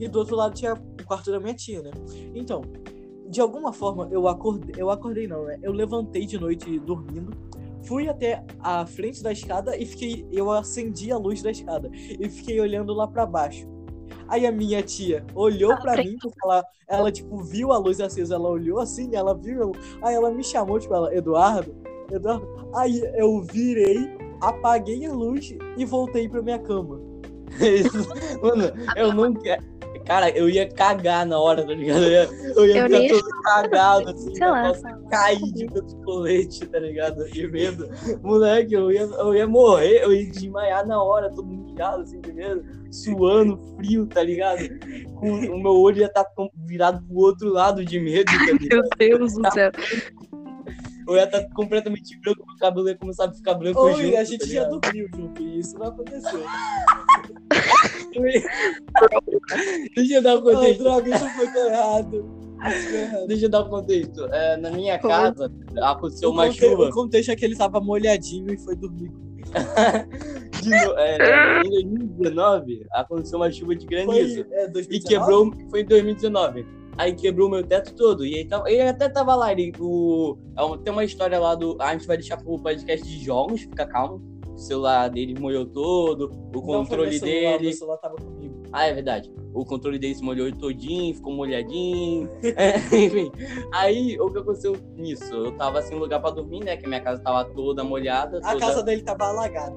[SPEAKER 3] E do outro lado tinha o quarto da minha tia, né? Então, de alguma forma, eu acordei. Eu acordei não, né? Eu levantei de noite dormindo. Fui até a frente da escada e fiquei. Eu acendi a luz da escada. E fiquei olhando lá pra baixo. Aí a minha tia olhou pra mim, porque ela, ela, tipo, viu a luz acesa, ela olhou assim, ela viu. eu- Aí ela me chamou, tipo, ela, Eduardo, Eduardo. Aí eu virei, apaguei a luz e voltei pra minha cama.
[SPEAKER 4] <laughs> Mano, eu não quero. Cara, eu ia cagar na hora, tá ligado? Eu ia, eu ia
[SPEAKER 1] Eu
[SPEAKER 4] ficar
[SPEAKER 1] nem
[SPEAKER 4] todo cagado, assim,
[SPEAKER 1] Sei lá.
[SPEAKER 4] eu posso cair de tanto colete, tá ligado? De medo. Moleque, eu ia, eu ia morrer, eu ia desmaiar na hora, todo mijado, assim, de medo, suando, frio, tá ligado? Com- o meu olho ia estar virado pro outro lado de medo, tá ligado?
[SPEAKER 1] Meu Deus do céu.
[SPEAKER 4] Eu ia estar completamente branco, meu cabelo ia começar a ficar branco
[SPEAKER 3] Oi,
[SPEAKER 4] junto,
[SPEAKER 3] a gente
[SPEAKER 4] tá
[SPEAKER 3] já
[SPEAKER 4] ligado?
[SPEAKER 3] dormiu junto e isso não <laughs> aconteceu.
[SPEAKER 4] Deixa eu dar um
[SPEAKER 3] Ai,
[SPEAKER 4] contexto.
[SPEAKER 3] droga, isso foi tão errado. Isso foi errado.
[SPEAKER 4] Deixa eu dar um contexto. É, na minha
[SPEAKER 1] Foi.
[SPEAKER 4] casa aconteceu
[SPEAKER 3] O
[SPEAKER 4] uma
[SPEAKER 3] conte-
[SPEAKER 4] chuva.
[SPEAKER 3] O contexto é que ele tava molhadinho e foi dormir.
[SPEAKER 4] de no- é, em 2019 aconteceu uma chuva de granizo.
[SPEAKER 3] Foi, é,
[SPEAKER 4] E
[SPEAKER 3] 2019?
[SPEAKER 4] quebrou. um, Foi em 2019. Aí quebrou meu teto todo. E ele, tava- ele até tava lá. Ele, o, é um- tem uma história lá do. A gente vai deixar pro podcast de jogos, fica calmo. O celular dele molhou todo, o
[SPEAKER 3] Não, foi meu
[SPEAKER 4] controle
[SPEAKER 3] celular,
[SPEAKER 4] dele.
[SPEAKER 3] Meu celular tava comigo.
[SPEAKER 4] Ah, é verdade. o controle dele se molhou todinho, ficou
[SPEAKER 3] <laughs>
[SPEAKER 4] molhadinho. É, enfim. Aí, o que aconteceu nisso? Eu tava sem lugar pra dormir, né? Que a minha casa tava toda molhada.
[SPEAKER 3] A
[SPEAKER 4] toda-
[SPEAKER 3] casa dele tava alagada.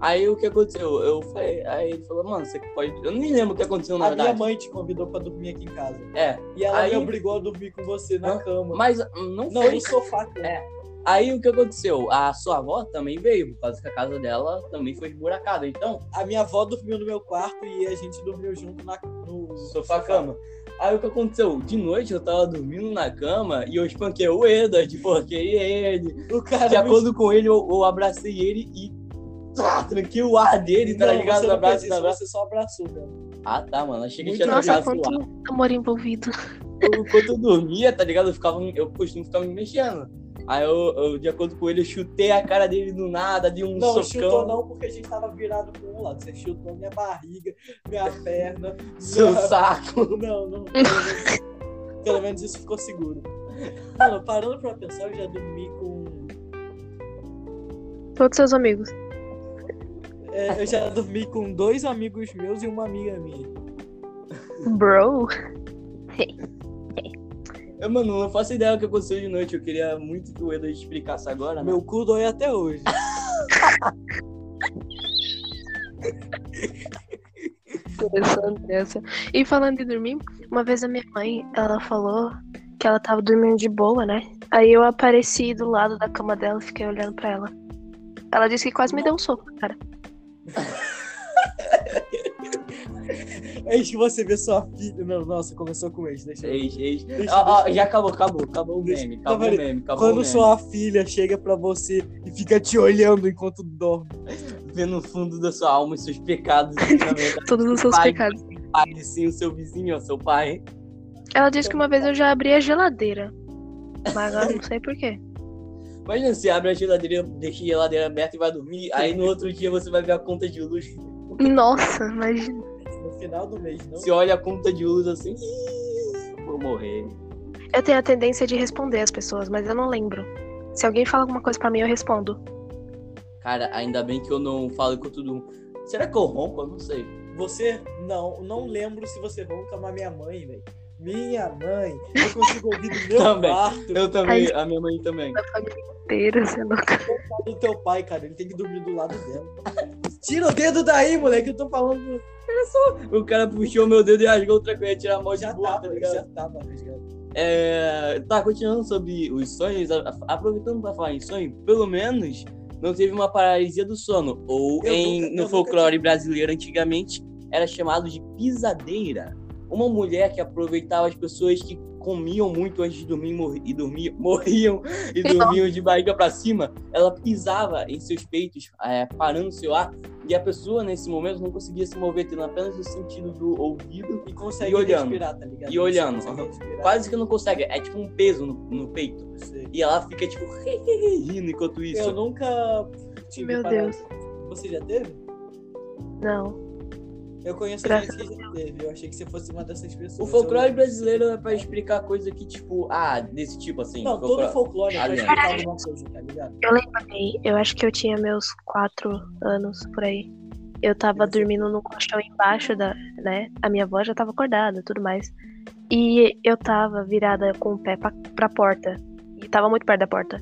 [SPEAKER 4] Aí o que aconteceu? Eu falei, aí ele falou, mano, você pode. Eu nem lembro o que aconteceu, na
[SPEAKER 3] A minha
[SPEAKER 4] verdade.
[SPEAKER 3] mãe te convidou pra dormir aqui em casa.
[SPEAKER 4] É.
[SPEAKER 3] E ela
[SPEAKER 4] Aí-
[SPEAKER 3] me obrigou a dormir com você na
[SPEAKER 4] Hã?
[SPEAKER 3] cama.
[SPEAKER 4] Mas hum, não,
[SPEAKER 3] Não,
[SPEAKER 4] foi.
[SPEAKER 3] no sofá.
[SPEAKER 4] É. Aí o que aconteceu? A sua avó também veio, por causa que a casa dela também foi esburacada. Então,
[SPEAKER 3] A minha avó dormiu no meu quarto e a gente dormiu junto na, no
[SPEAKER 4] sofá-cama. Aí o que aconteceu? De noite eu tava dormindo na cama e eu espanquei o Eda, tipo, porquei ele.
[SPEAKER 3] O cara me-
[SPEAKER 4] De acordo com ele, eu, eu abracei ele e ah, tranquei o ar dele, tá
[SPEAKER 3] Não,
[SPEAKER 4] ligado?
[SPEAKER 3] Você, não
[SPEAKER 4] Abraço,
[SPEAKER 3] fez isso,
[SPEAKER 4] abraço.
[SPEAKER 3] você só abraçou, né?
[SPEAKER 4] Ah, tá, mano. Achei que
[SPEAKER 3] Muito
[SPEAKER 4] tinha
[SPEAKER 1] Nossa,
[SPEAKER 4] trocado o ar.
[SPEAKER 1] quanto amor envolvido.
[SPEAKER 4] eu, enquanto eu dormia, tá ligado? Eu, ficava, eu costumo ficar me mexendo. Aí eu, eu, de acordo com ele, eu chutei a cara dele do nada, dei um
[SPEAKER 3] Não,
[SPEAKER 4] socão.
[SPEAKER 3] chutou não, porque a gente tava virado pro um lado. Você chutou minha barriga, minha perna. <laughs>
[SPEAKER 4] Seu
[SPEAKER 3] minha-
[SPEAKER 4] saco.
[SPEAKER 3] Não, não. Pelo menos, pelo menos isso ficou seguro. Mano, parando pra pensar, eu já dormi com.
[SPEAKER 6] Todos seus amigos.
[SPEAKER 3] é, eu já dormi com dois amigos meus e uma amiga minha.
[SPEAKER 1] Bro.
[SPEAKER 4] Eu, mano, não faço ideia do que aconteceu de noite. Eu queria muito que o Edo explicasse agora, né?
[SPEAKER 3] Meu cu dói até hoje.
[SPEAKER 1] Interessante essa. E falando de dormir, uma vez a minha mãe, ela falou que ela tava dormindo de boa, né? Aí eu apareci do lado da cama dela e fiquei olhando pra ela. Ela disse que quase me deu um soco, na cara.
[SPEAKER 3] Eis É que você vê sua filha. Não, nossa, começou com ex, deixa eu
[SPEAKER 4] Ex, ex.
[SPEAKER 3] Deixa,
[SPEAKER 4] Ah, tá né? ah, já acabou, acabou, acabou o
[SPEAKER 3] Deixa- Então,
[SPEAKER 4] meme, acabou o
[SPEAKER 3] peraí,
[SPEAKER 4] meme, acabou o
[SPEAKER 3] Quando
[SPEAKER 4] meme.
[SPEAKER 3] sua filha chega pra você e fica te olhando enquanto dorme.
[SPEAKER 4] Vê no fundo da sua alma os seus
[SPEAKER 3] <laughs>
[SPEAKER 4] pecados. e, na verdade,
[SPEAKER 1] Todos os seus
[SPEAKER 4] pai,
[SPEAKER 1] pecados.
[SPEAKER 4] Pai, sim, o seu vizinho, o seu pai.
[SPEAKER 1] Ela disse que uma vez eu já abri a geladeira. Mas agora eu não sei porquê.
[SPEAKER 4] Imagina, você abre a geladeira, deixa a geladeira aberta e vai dormir. Aí no outro dia você vai ver a conta de luz
[SPEAKER 1] Nossa, imagina.
[SPEAKER 3] No final do mês, não?
[SPEAKER 4] Você olha a conta de luz assim. "Ih, Vou morrer.
[SPEAKER 1] Eu tenho a tendência de responder as pessoas, mas eu não lembro. Se alguém fala alguma coisa pra mim, eu respondo.
[SPEAKER 4] Cara, ainda bem que eu não falo com tudo. Será que eu ronco? Eu não sei.
[SPEAKER 3] Você. Não, não lembro se você ronca, mas minha mãe, velho. Minha mãe. Eu consigo ouvir do meu
[SPEAKER 4] Também.
[SPEAKER 3] quarto.
[SPEAKER 4] Eu também, a minha mãe também.
[SPEAKER 1] Da família inteira, você é nunca.
[SPEAKER 3] do teu pai, cara. Ele tem que dormir do lado dela. Tira o dedo daí, moleque. Eu tô falando.
[SPEAKER 4] O cara puxou meu dedo e rasgou outra coisa, tirar a mão de
[SPEAKER 3] Já
[SPEAKER 4] boa,
[SPEAKER 3] tava,
[SPEAKER 4] tá
[SPEAKER 3] ele
[SPEAKER 4] ligado?
[SPEAKER 3] já tava rasgado.
[SPEAKER 4] É, tá, continuando sobre os sonhos, a- a- aproveitando pra falar em sonho, pelo menos não teve uma paralisia do sono. Ou
[SPEAKER 3] Eu
[SPEAKER 4] em,
[SPEAKER 3] nunca- eu
[SPEAKER 4] no
[SPEAKER 3] nunca
[SPEAKER 4] folclore brasileiro, antigamente, era chamado de pisadeira. Uma mulher que aproveitava as pessoas que comiam muito antes de dormir mor- e dormia, <laughs> morriam e dormiam de barriga pra cima. Ela pisava em seus peitos, é, parando seu ar, e a pessoa, nesse momento, não conseguia se mover, tendo apenas o sentido do ouvido
[SPEAKER 3] E consegue
[SPEAKER 4] E olhando.
[SPEAKER 3] respirar, tá ligado?
[SPEAKER 4] E olhando.
[SPEAKER 3] Você consegue respirar.
[SPEAKER 4] quase que não consegue. É tipo um peso no, no peito.
[SPEAKER 3] Não sei.
[SPEAKER 4] E ela fica, tipo, rindo enquanto isso.
[SPEAKER 3] Eu nunca tive
[SPEAKER 1] Meu
[SPEAKER 3] paralisia. Você já teve?
[SPEAKER 1] Não.
[SPEAKER 3] Eu conheço
[SPEAKER 1] Graças
[SPEAKER 3] gente que já teve. Eu achei que você fosse uma dessas pessoas.
[SPEAKER 4] O folclore
[SPEAKER 3] Eu-
[SPEAKER 4] brasileiro é pra explicar coisa que, tipo, ah, desse tipo assim.
[SPEAKER 3] Não, todo
[SPEAKER 4] folclore-
[SPEAKER 3] folclore
[SPEAKER 4] <laughs>
[SPEAKER 3] é pra
[SPEAKER 4] Aliás.
[SPEAKER 3] explicar alguma coisa, tá ligado?
[SPEAKER 1] Eu lembrei, eu acho que eu tinha meus quatro anos por aí. Eu tava dormindo no colchão embaixo da, né? A minha avó já tava acordada, tudo mais. E eu tava virada com o pé pra, pra porta. E tava muito perto da porta.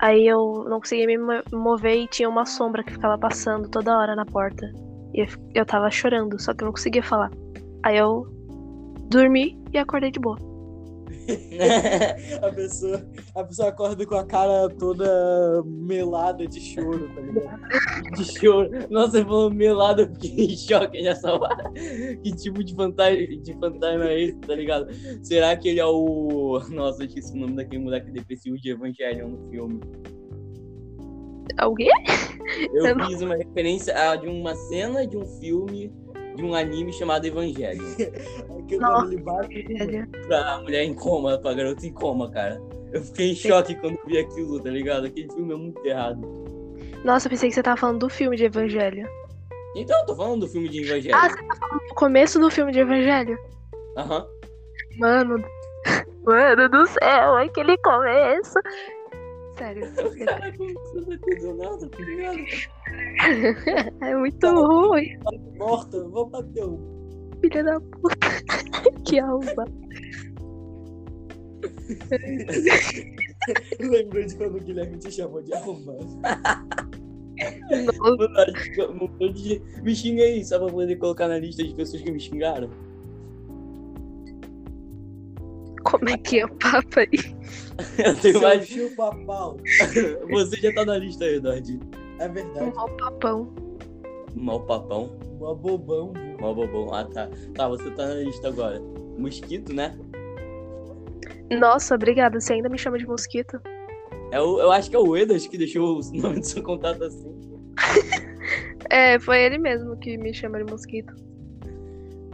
[SPEAKER 1] Aí eu não conseguia me mo- mover e tinha uma sombra que ficava passando toda hora na porta. E eu, fi- eu tava chorando, só que eu não conseguia falar. Aí eu dormi e acordei de boa.
[SPEAKER 3] A pessoa, a pessoa acorda com a cara toda melada de choro, tá ligado?
[SPEAKER 4] de choro. Nossa, você falou melado, eu fiquei em choque nessa hora. Que tipo de fantasma, de fantasma é esse, tá ligado? Será que ele é o. Nossa, eu esqueci o nome daquele moleque depressivo de Evangelion no filme.
[SPEAKER 1] Alguém?
[SPEAKER 4] Eu
[SPEAKER 1] Eu não-
[SPEAKER 4] fiz uma referência a, de uma cena de um filme, de um anime chamado Evangelion.
[SPEAKER 3] Aquele
[SPEAKER 1] Nossa.
[SPEAKER 3] barulho bate.
[SPEAKER 4] pra mulher em coma, pra garota em coma, cara. Eu fiquei em choque quando vi aquilo, tá ligado? Aquele filme é muito errado.
[SPEAKER 1] Nossa, eu pensei que você tava falando do filme de Evangelho.
[SPEAKER 4] Então, eu tô falando do filme de Evangelho.
[SPEAKER 1] Ah, No começo do filme de Evangelho.
[SPEAKER 4] Aham.
[SPEAKER 1] Mano, <laughs> mano do céu, aquele começo. Sério,
[SPEAKER 4] Caraca, isso não é do nada, tá ligado?
[SPEAKER 1] é muito ruim.
[SPEAKER 3] Morta, eu vou bater um.
[SPEAKER 1] filha da puta. <laughs> que alma.
[SPEAKER 3] Lembrou de quando o Guilherme te chamou de arrombado.
[SPEAKER 1] Nossa,
[SPEAKER 4] Mudar de- mudar de- Me xinga aí, só pra poder colocar na lista de pessoas que me xingaram. <laughs>
[SPEAKER 1] como é que é o papo aí?
[SPEAKER 4] Eu tenho
[SPEAKER 3] Seu
[SPEAKER 4] mais.
[SPEAKER 3] chupa-pau.
[SPEAKER 4] Você já tá na lista aí, Eduardo.
[SPEAKER 3] É
[SPEAKER 1] Um
[SPEAKER 3] verdade.
[SPEAKER 1] mau papão.
[SPEAKER 4] Mal papão,
[SPEAKER 3] Mó bobão.
[SPEAKER 4] mal bobão. Ah, tá. Tá, você tá na lista agora. Mosquito, né?
[SPEAKER 1] Nossa, obrigada. Você ainda me chama de mosquito?
[SPEAKER 4] É o, eu acho que é o Edas que deixou o nome do seu contato assim.
[SPEAKER 1] É, foi ele mesmo que me chama de mosquito.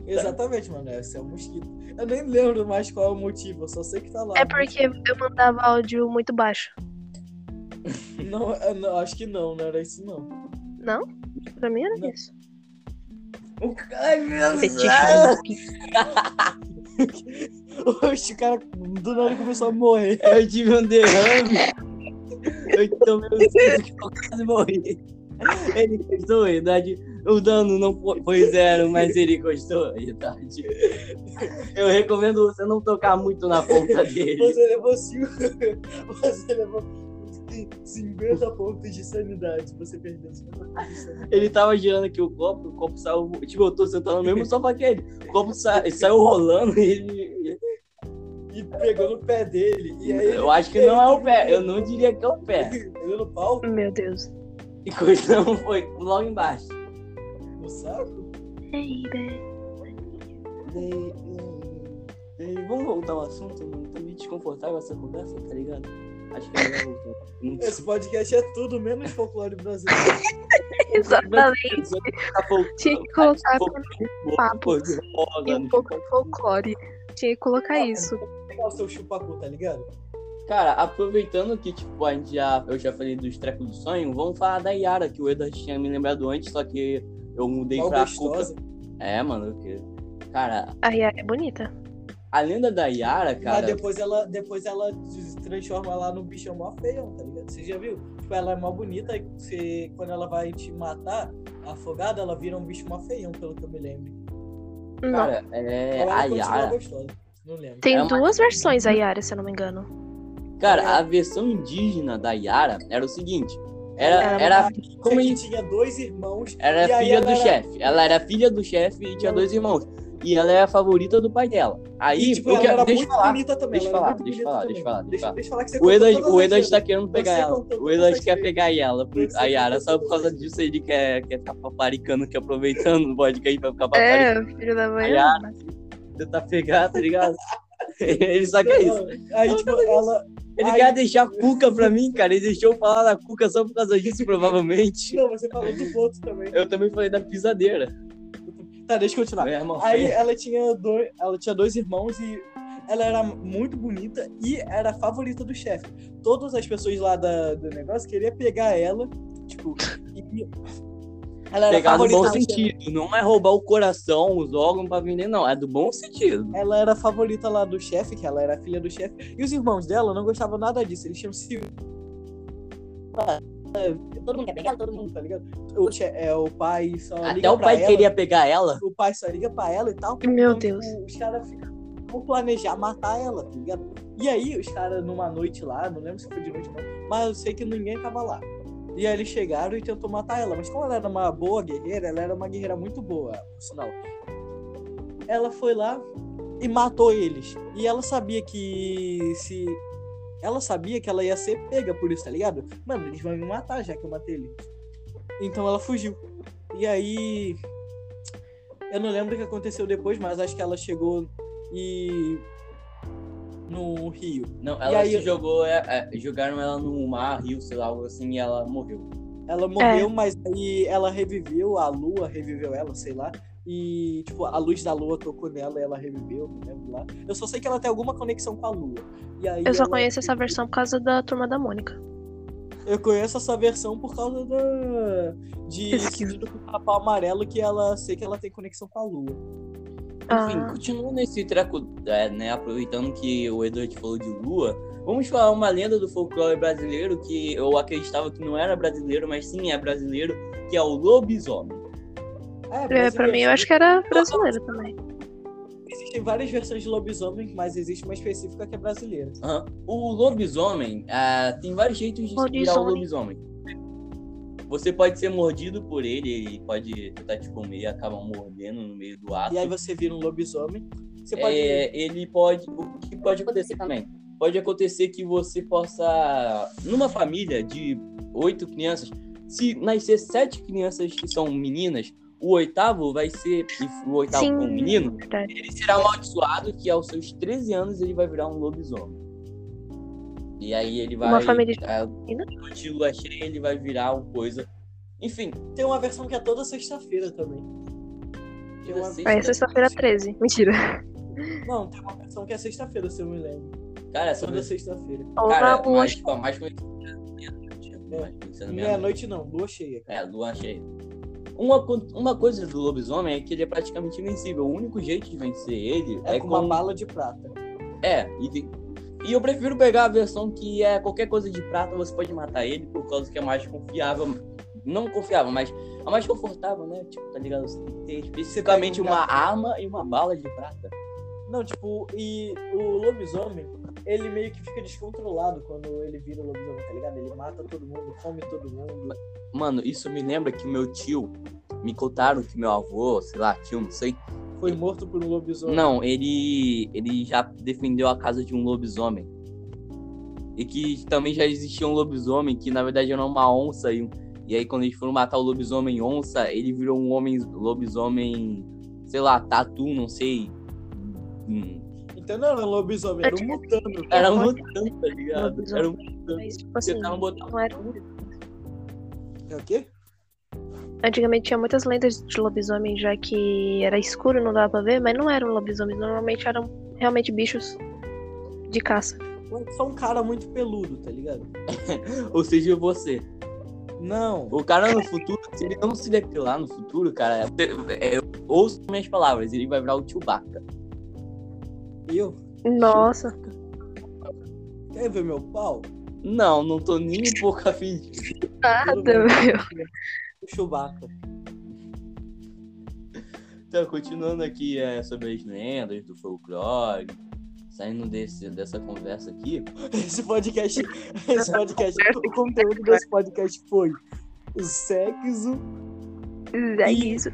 [SPEAKER 3] Exatamente, mano. Esse é o mosquito. Eu nem lembro mais qual é o motivo. Eu só sei que tá lá.
[SPEAKER 1] É porque eu mandava áudio muito baixo.
[SPEAKER 3] Não, eu não- acho que não, não era isso não.
[SPEAKER 1] Pra mim era
[SPEAKER 3] Não.
[SPEAKER 1] isso.
[SPEAKER 4] Ai, meu
[SPEAKER 1] Ah.
[SPEAKER 3] Oxe, o cara do nada começou a morrer.
[SPEAKER 4] Eu tive um derrame. Eu tomei um susto que eu quase morri. Ele gostou, idade. O dano não fo- foi zero, mas ele gostou, idade. Eu recomendo você não tocar muito na ponta dele.
[SPEAKER 3] Você levou, cinco... <laughs> Você levou 50 pontos de sanidade. Você perdeu 50 pontos de sanidade.
[SPEAKER 4] Ele tava girando aqui o copo, o copo saiu. tipo, Te botou sentado no mesmo sofá que ele. O copo sa- saiu rolando e ele.
[SPEAKER 3] E pegou no pé dele. E aí ele
[SPEAKER 4] Eu acho que não é o pé. Eu não diria que é o pé.
[SPEAKER 3] pegou no pau,
[SPEAKER 1] Meu Deus.
[SPEAKER 4] E coisa não foi logo embaixo.
[SPEAKER 3] no saco.
[SPEAKER 1] Baby.
[SPEAKER 4] Daí, daí- daí- vamos voltar ao assunto, mano. Tá meio desconfortável essa conversa, tá ligado? Acho que é melhor voltar.
[SPEAKER 3] Esse podcast é tudo menos folclore brasileiro.
[SPEAKER 1] Exatamente.
[SPEAKER 4] Tá voltando,
[SPEAKER 1] Tinha que
[SPEAKER 4] tá
[SPEAKER 1] colocar
[SPEAKER 4] voltando,
[SPEAKER 1] papo.
[SPEAKER 4] coisa foda, né?
[SPEAKER 1] e um
[SPEAKER 4] não
[SPEAKER 1] pouco
[SPEAKER 4] tem
[SPEAKER 1] de folclore. Tinha que colocar É
[SPEAKER 3] É
[SPEAKER 1] isso.
[SPEAKER 3] Pegar o seu chupacu, tá ligado?
[SPEAKER 4] como- Cara, aproveitando que, tipo, a gente já, eu já falei dos trecos do sonho, vamos falar da Yara, que o Edward tinha me lembrado antes, só que eu mudei
[SPEAKER 3] Pau
[SPEAKER 4] pra Cuca.
[SPEAKER 3] gostosa.
[SPEAKER 4] É, mano, porque... Cara,
[SPEAKER 1] A Yara é bonita.
[SPEAKER 4] a lenda da Yara, cara...
[SPEAKER 3] Mas depois ela, depois ela se transforma lá num bichão mó feião, tá ligado? Você já viu? Tipo, ela é mó bonita e você, quando ela vai te matar, afogada, ela vira um bicho mó feião, pelo que eu me lembro.
[SPEAKER 1] Não.
[SPEAKER 4] Cara, é,
[SPEAKER 3] Ou ela
[SPEAKER 4] a
[SPEAKER 3] continua
[SPEAKER 4] Yara...
[SPEAKER 3] gostosa. Não lembro.
[SPEAKER 1] Tem
[SPEAKER 4] é uma-
[SPEAKER 1] duas versões a Yara, se eu não me engano.
[SPEAKER 4] Cara, a versão indígena da Yara era o seguinte. Era,
[SPEAKER 1] Ela
[SPEAKER 4] era, como
[SPEAKER 3] Como
[SPEAKER 4] a
[SPEAKER 3] ele
[SPEAKER 4] gente
[SPEAKER 3] tinha dois irmãos. E
[SPEAKER 4] era
[SPEAKER 3] aí
[SPEAKER 4] filha
[SPEAKER 3] ela
[SPEAKER 4] do
[SPEAKER 3] era-
[SPEAKER 4] chefe. Ela era filha do chefe e tinha dois irmãos. E ela é a favorita do pai dela. Aí,
[SPEAKER 3] e, tipo,
[SPEAKER 4] eu
[SPEAKER 3] ela
[SPEAKER 4] quero-
[SPEAKER 3] era
[SPEAKER 4] deixa eu
[SPEAKER 3] muito
[SPEAKER 4] falar.
[SPEAKER 3] bonita também.
[SPEAKER 4] deixa
[SPEAKER 3] ela
[SPEAKER 4] eu
[SPEAKER 3] era
[SPEAKER 4] falar,
[SPEAKER 3] muito
[SPEAKER 4] deixa eu
[SPEAKER 3] bonita
[SPEAKER 4] falar,
[SPEAKER 3] também.
[SPEAKER 4] deixa eu falar, deixa eu falar.
[SPEAKER 3] Deixa eu falar que você
[SPEAKER 4] O Edas,
[SPEAKER 3] contou todas
[SPEAKER 4] o
[SPEAKER 3] as
[SPEAKER 4] Edas tá
[SPEAKER 3] vezes.
[SPEAKER 4] querendo pegar
[SPEAKER 3] Você
[SPEAKER 4] ela.
[SPEAKER 3] contou
[SPEAKER 4] O
[SPEAKER 3] todas
[SPEAKER 4] Edas
[SPEAKER 3] as
[SPEAKER 4] quer
[SPEAKER 3] vezes.
[SPEAKER 4] pegar ela. por-
[SPEAKER 3] Você
[SPEAKER 4] A Yara,
[SPEAKER 3] contou
[SPEAKER 4] só por
[SPEAKER 3] todas
[SPEAKER 4] causa
[SPEAKER 3] as
[SPEAKER 4] disso ele quer, quer tá paparicando, que aproveitando o podcast pra ficar paparicando.
[SPEAKER 1] É, filho da
[SPEAKER 4] A
[SPEAKER 1] mãe.
[SPEAKER 4] Yara, tentar pegar,
[SPEAKER 3] <laughs>
[SPEAKER 4] tá ligado? Ele só quer isso.
[SPEAKER 3] Aí, tipo, ela.
[SPEAKER 4] Ele
[SPEAKER 3] Aí-
[SPEAKER 4] quer deixar a Cuca pra mim, cara. Ele deixou eu falar da Cuca só por causa
[SPEAKER 3] <laughs>
[SPEAKER 4] disso, provavelmente.
[SPEAKER 3] Não, você falou do outro também.
[SPEAKER 4] Eu também falei da pisadeira.
[SPEAKER 3] Tá, deixa eu continuar.
[SPEAKER 4] Meu irmão,
[SPEAKER 3] Aí
[SPEAKER 4] foi-
[SPEAKER 3] ela tinha, dois, ela tinha dois irmãos e ela era muito bonita e era a favorita do chefe. Todas as pessoas lá da, do negócio queriam pegar ela, tipo, e ela era
[SPEAKER 4] Pegar no
[SPEAKER 3] favorita
[SPEAKER 4] bom
[SPEAKER 3] do chefe.
[SPEAKER 4] sentido. Não é roubar o coração, os órgãos pra vender, não. É do bom sentido.
[SPEAKER 3] Ela era a favorita lá do chefe, que ela era a filha do chefe. E os irmãos dela não gostavam nada disso. Eles tinham ciúme,
[SPEAKER 5] Todo mundo quer pegar, todo mundo.
[SPEAKER 3] tá ligado? O, che- é, o pai só
[SPEAKER 4] Até
[SPEAKER 3] liga
[SPEAKER 4] o
[SPEAKER 3] pra
[SPEAKER 4] pai
[SPEAKER 3] ela,
[SPEAKER 4] queria pegar ela.
[SPEAKER 3] O pai só liga pra ela e tal.
[SPEAKER 1] Meu
[SPEAKER 3] Então,
[SPEAKER 1] Deus.
[SPEAKER 3] tipo, Os caras ficam- vão planejar matar ela, tá ligado? E aí, os caras, numa noite lá, não lembro se foi de noite ou não, mas eu sei que ninguém tava lá. E aí eles chegaram e tentou matar ela. Mas como ela era uma boa guerreira, ela era uma guerreira muito boa, por sinal. Ela foi lá e matou eles. E ela sabia que se. Ela sabia que ela ia ser pega por isso, tá ligado? Mano, eles vão me matar já que eu matei eles. Então ela fugiu. E aí. Eu não lembro o que aconteceu depois, mas acho que ela chegou e. no Rio.
[SPEAKER 4] Não,
[SPEAKER 3] E
[SPEAKER 4] ela
[SPEAKER 3] aí-
[SPEAKER 4] se jogou, é, é, jogaram ela no mar, rio, sei lá, algo assim, e ela morreu.
[SPEAKER 1] É.
[SPEAKER 3] Ela morreu, mas aí ela reviveu, a lua reviveu ela, sei lá. E, tipo, a luz da lua tocou nela e ela reviveu, não lembro lá. Eu só sei que ela tem alguma conexão com a lua. E aí
[SPEAKER 1] Eu só
[SPEAKER 3] ela-
[SPEAKER 1] conheço essa versão por causa da turma da Mônica.
[SPEAKER 3] Eu conheço essa versão por causa da. de
[SPEAKER 1] Isso.
[SPEAKER 3] Cindy do Capão Amarelo, que ela sei que ela tem conexão com a lua.
[SPEAKER 4] Enfim,
[SPEAKER 1] Ah.
[SPEAKER 4] continuando nesse treco, é, né, aproveitando que o Edward falou de lua, vamos falar uma lenda do folclore brasileiro que eu acreditava que não era brasileiro, mas sim é brasileiro, que é o lobisomem.
[SPEAKER 3] É,
[SPEAKER 1] É, pra
[SPEAKER 3] brasileiro.
[SPEAKER 1] mim, eu acho que era brasileiro também.
[SPEAKER 3] Existem várias versões de lobisomem, mas existe uma específica que é brasileira.
[SPEAKER 4] Aham. O lobisomem, ah, tem vários jeitos de virar o lobisomem. Você pode ser mordido por ele, ele pode tentar te comer, acaba mordendo no meio do ato.
[SPEAKER 3] E aí você vira um lobisomem. Você pode.
[SPEAKER 4] É, ele pode. O que pode acontecer também? Pode acontecer que você possa, numa família de oito crianças, se nascer sete crianças que são meninas, o oitavo vai ser. e O oitavo
[SPEAKER 1] Sim. É,
[SPEAKER 4] com um menino,
[SPEAKER 1] Verdade.
[SPEAKER 4] ele será amaldiçoado que aos seus 13 anos ele vai virar um lobisomem. E aí ele vai.
[SPEAKER 1] Uma família de
[SPEAKER 4] ah,
[SPEAKER 1] meninas?
[SPEAKER 4] no estilo achei, ele vai virar uma coisa. Enfim,
[SPEAKER 3] Tem uma versão que é toda sexta-feira também. Tem uma...
[SPEAKER 4] Sexta-
[SPEAKER 1] Aí é sexta-feira 13. Mentira.
[SPEAKER 3] Não, tem uma versão que é sexta-feira, se eu me lembro.
[SPEAKER 4] cara, essa
[SPEAKER 3] Toda sexta-feira.
[SPEAKER 1] Ou
[SPEAKER 4] Cara,
[SPEAKER 1] na lua
[SPEAKER 4] mas, tipo, a mais conhecida
[SPEAKER 3] É.
[SPEAKER 4] meia-noite. meia-noite, meia-noite.
[SPEAKER 3] Meia-noite não, lua cheia, cara.
[SPEAKER 4] É, lua cheia. Uma, co- uma coisa do lobisomem é que ele é praticamente invencível. O único jeito de vencer ele
[SPEAKER 3] É,
[SPEAKER 4] é,
[SPEAKER 3] com uma
[SPEAKER 4] com-
[SPEAKER 3] bala de prata.
[SPEAKER 4] É, e, tem- e eu prefiro pegar a versão que é qualquer coisa de prata, você pode matar ele, por causa que é mais confiável. Não confiável, mas a mais confortável, né? Tipo, tá ligado? Você tem que ter especificamente
[SPEAKER 3] Você
[SPEAKER 4] uma
[SPEAKER 3] pega um
[SPEAKER 4] arma e uma bala de prata.
[SPEAKER 3] Não, tipo, e o lobisomem, ele meio que fica descontrolado quando ele vira o lobisomem, tá ligado? Ele mata todo mundo, come todo mundo.
[SPEAKER 4] Mano, isso me lembra que meu tio, me contaram que meu avô, sei lá, tio, não sei,
[SPEAKER 3] Foi morto por um lobisomem.
[SPEAKER 4] Não, ele ele já defendeu a casa de um lobisomem. E que também já existia um lobisomem que na verdade era uma onça e, um- e aí quando eles foram matar o lobisomem onça, ele virou um homem lobisomem, sei lá, tatu, não sei. Hum,
[SPEAKER 3] Então não era um lobisomem, era um mutano.
[SPEAKER 4] Era um mutante, tá ligado? Era um
[SPEAKER 1] Mas, tipo assim,
[SPEAKER 4] tentaram botar
[SPEAKER 1] não era-
[SPEAKER 3] É o quê?
[SPEAKER 1] Antigamente tinha muitas lendas de lobisomem, já que era escuro e não dava pra ver, mas não eram lobisomens, normalmente eram realmente bichos de caça.
[SPEAKER 3] Só um cara muito peludo, tá ligado?
[SPEAKER 4] ou seja, você.
[SPEAKER 3] Não.
[SPEAKER 4] O cara no futuro, se ele não se depilar no futuro, cara, é, é, ouço minhas palavras, ele vai virar o Chewbacca.
[SPEAKER 3] Eu?
[SPEAKER 1] Nossa,
[SPEAKER 3] Quer ver meu pau?
[SPEAKER 4] Não, não tô nem um pouco <laughs> afim de
[SPEAKER 1] nada,
[SPEAKER 3] Todo mundo.
[SPEAKER 1] meu.
[SPEAKER 3] O Chewbacca. <laughs>
[SPEAKER 4] Então, continuando aqui é, sobre as lendas do folclore, saindo desse, dessa conversa aqui,
[SPEAKER 3] Esse podcast. Esse podcast. o conteúdo desse podcast foi o sexo.
[SPEAKER 1] É isso.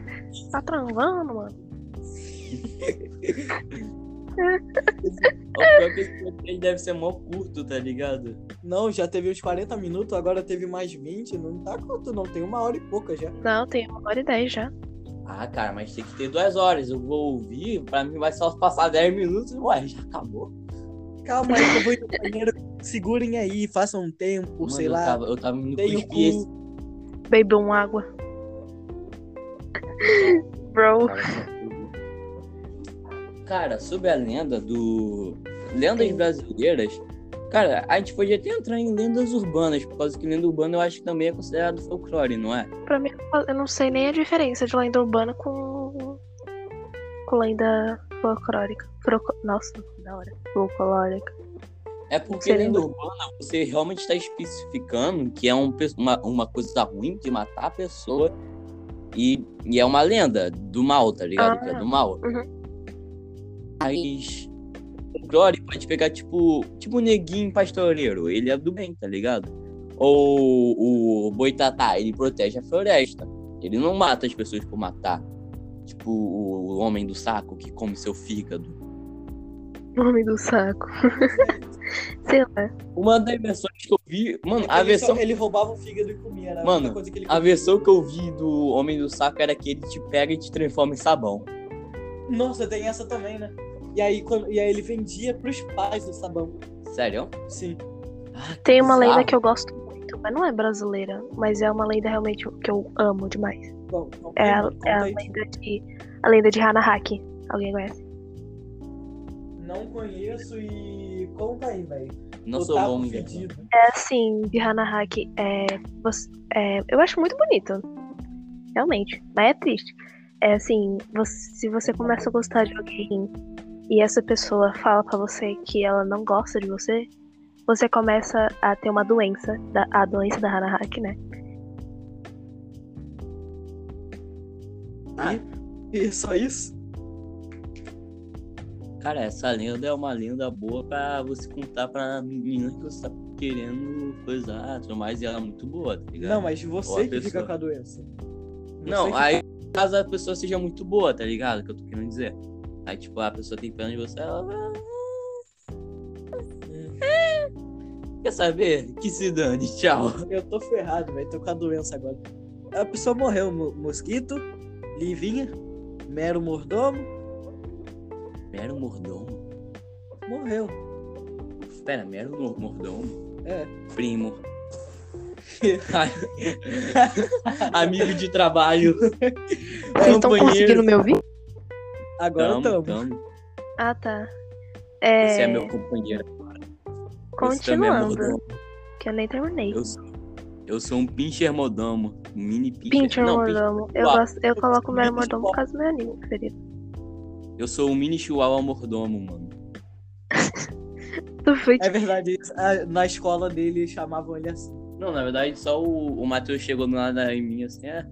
[SPEAKER 1] Tá transando, mano.
[SPEAKER 4] o pior é que esse podcast deve ser mó curto, tá ligado?
[SPEAKER 3] Não, já teve uns 40 minutos, agora teve mais 20. Não tá curto, não. Tem uma hora e pouca já.
[SPEAKER 1] Não, tem uma hora e dez já.
[SPEAKER 4] Ah, cara, mas tem que ter duas horas. Eu vou ouvir, pra mim vai só passar 10 minutos, ué, já acabou.
[SPEAKER 3] Calma aí, que eu vou ir no banheiro. Segurem aí, façam um tempo,
[SPEAKER 4] Mano,
[SPEAKER 3] sei
[SPEAKER 4] eu
[SPEAKER 3] lá.
[SPEAKER 4] Tava, eu tava indo
[SPEAKER 3] Tem o
[SPEAKER 4] cuspir esse.
[SPEAKER 3] cu.
[SPEAKER 1] Baby, um água. Bro.
[SPEAKER 4] tá Cara, sobre a lenda do. Lendas brasileiras. Cara, a gente podia até entrar em lendas urbanas, por causa que lenda urbana eu acho que também é considerado folclore, não é?
[SPEAKER 1] Pra mim, eu não sei nem a diferença de lenda urbana com. com lenda folclórica. Froco- Nossa, da hora. Folclórica.
[SPEAKER 4] É porque
[SPEAKER 1] Seria
[SPEAKER 4] lenda
[SPEAKER 1] bom.
[SPEAKER 4] urbana você realmente está especificando que é um pe- uma, uma coisa ruim de matar a pessoa e, e é uma lenda do mal, tá ligado?
[SPEAKER 1] Ah,
[SPEAKER 4] Que é do mal. Mas o Glory pode pegar tipo tipo o neguinho pastoreiro, ele é do bem, tá ligado? Ou o boitatá, ele protege a floresta. Ele não mata as pessoas por matar. Tipo o, o homem do saco que come seu fígado.
[SPEAKER 1] Nome do saco. <laughs> sei lá.
[SPEAKER 4] Uma das versões que eu vi, mano,
[SPEAKER 3] ele,
[SPEAKER 4] a
[SPEAKER 3] só-
[SPEAKER 4] versão
[SPEAKER 3] ele roubava o fígado e comia, era a
[SPEAKER 4] Mano,
[SPEAKER 3] única coisa que ele
[SPEAKER 4] A
[SPEAKER 3] comia.
[SPEAKER 4] versão que eu vi do Homem do Saco era que ele te pega e te transforma em sabão.
[SPEAKER 3] Nossa, tem essa também, né? E aí, quando... e aí ele vendia pros pais o sabão.
[SPEAKER 4] Sério?
[SPEAKER 3] Sim.
[SPEAKER 1] Tem uma lenda
[SPEAKER 4] Bizarro.
[SPEAKER 1] que eu gosto muito, mas não é brasileira, mas é uma lenda realmente que eu amo demais.
[SPEAKER 3] Bom, bom,
[SPEAKER 1] É a,
[SPEAKER 3] conta
[SPEAKER 1] é a
[SPEAKER 3] aí.
[SPEAKER 1] lenda de. A lenda de Hanahaki. Alguém conhece?
[SPEAKER 3] Não conheço e conta aí, velho.
[SPEAKER 4] Não
[SPEAKER 3] Eu
[SPEAKER 4] sou
[SPEAKER 3] tava
[SPEAKER 4] bom em
[SPEAKER 3] fedido.
[SPEAKER 1] É assim, de Hanahaki. É, você- é, eu acho muito bonito. Realmente. Mas é triste. É assim, você- se você começa a gostar de alguém e essa pessoa fala pra você que ela não gosta de você, você começa a ter uma doença, da- a doença da Hanahaki, né?
[SPEAKER 4] Ah. E, e só isso. Cara, essa lenda é uma lenda boa pra você contar pra menina que você tá querendo coisar, tudo mais, e ela é muito boa, tá ligado?
[SPEAKER 3] Não, mas
[SPEAKER 4] Ou a
[SPEAKER 3] você que fica
[SPEAKER 4] pessoa.
[SPEAKER 3] com a doença.
[SPEAKER 4] Não,
[SPEAKER 3] Você
[SPEAKER 4] aí caso a pessoa seja muito boa, tá ligado? Que eu tô querendo dizer. Aí, tipo, a pessoa tem pena de você, ela. Quer saber? Que se dane, tchau.
[SPEAKER 3] que- Eu tô ferrado, velho. Tô com a doença agora. A pessoa morreu, mo- mosquito, livinha, mero mordomo,
[SPEAKER 4] Mero mordomo?
[SPEAKER 3] morreu.
[SPEAKER 4] Pera, mero mor- mordomo?
[SPEAKER 3] É.
[SPEAKER 4] Primo. <laughs> Amigo de trabalho.
[SPEAKER 1] Vocês estão
[SPEAKER 4] companheiro.
[SPEAKER 1] conseguindo me ouvir?
[SPEAKER 3] Agora
[SPEAKER 4] Tamo,
[SPEAKER 3] tamo.
[SPEAKER 4] tamo.
[SPEAKER 1] Ah, tá. É,
[SPEAKER 4] Você é meu companheiro. Você também é
[SPEAKER 1] continuando,
[SPEAKER 4] mordomo.
[SPEAKER 1] que eu nem terminei.
[SPEAKER 4] Eu sou, eu sou um pincher mordomo. Um mini pincher.
[SPEAKER 1] Pincher
[SPEAKER 4] Não,
[SPEAKER 1] mordomo. Eu,
[SPEAKER 4] Uau.
[SPEAKER 1] gosto, eu coloco o meu
[SPEAKER 4] Pincher
[SPEAKER 1] mordomo por causa do meu anime preferido.
[SPEAKER 4] Eu sou um mini chihuahua mordomo, mano.
[SPEAKER 1] Tu foi
[SPEAKER 3] É verdade, isso. Ah, na escola dele chamavam ele assim.
[SPEAKER 4] Não, na verdade, só o, o Matheus chegou do nada em mim assim, é,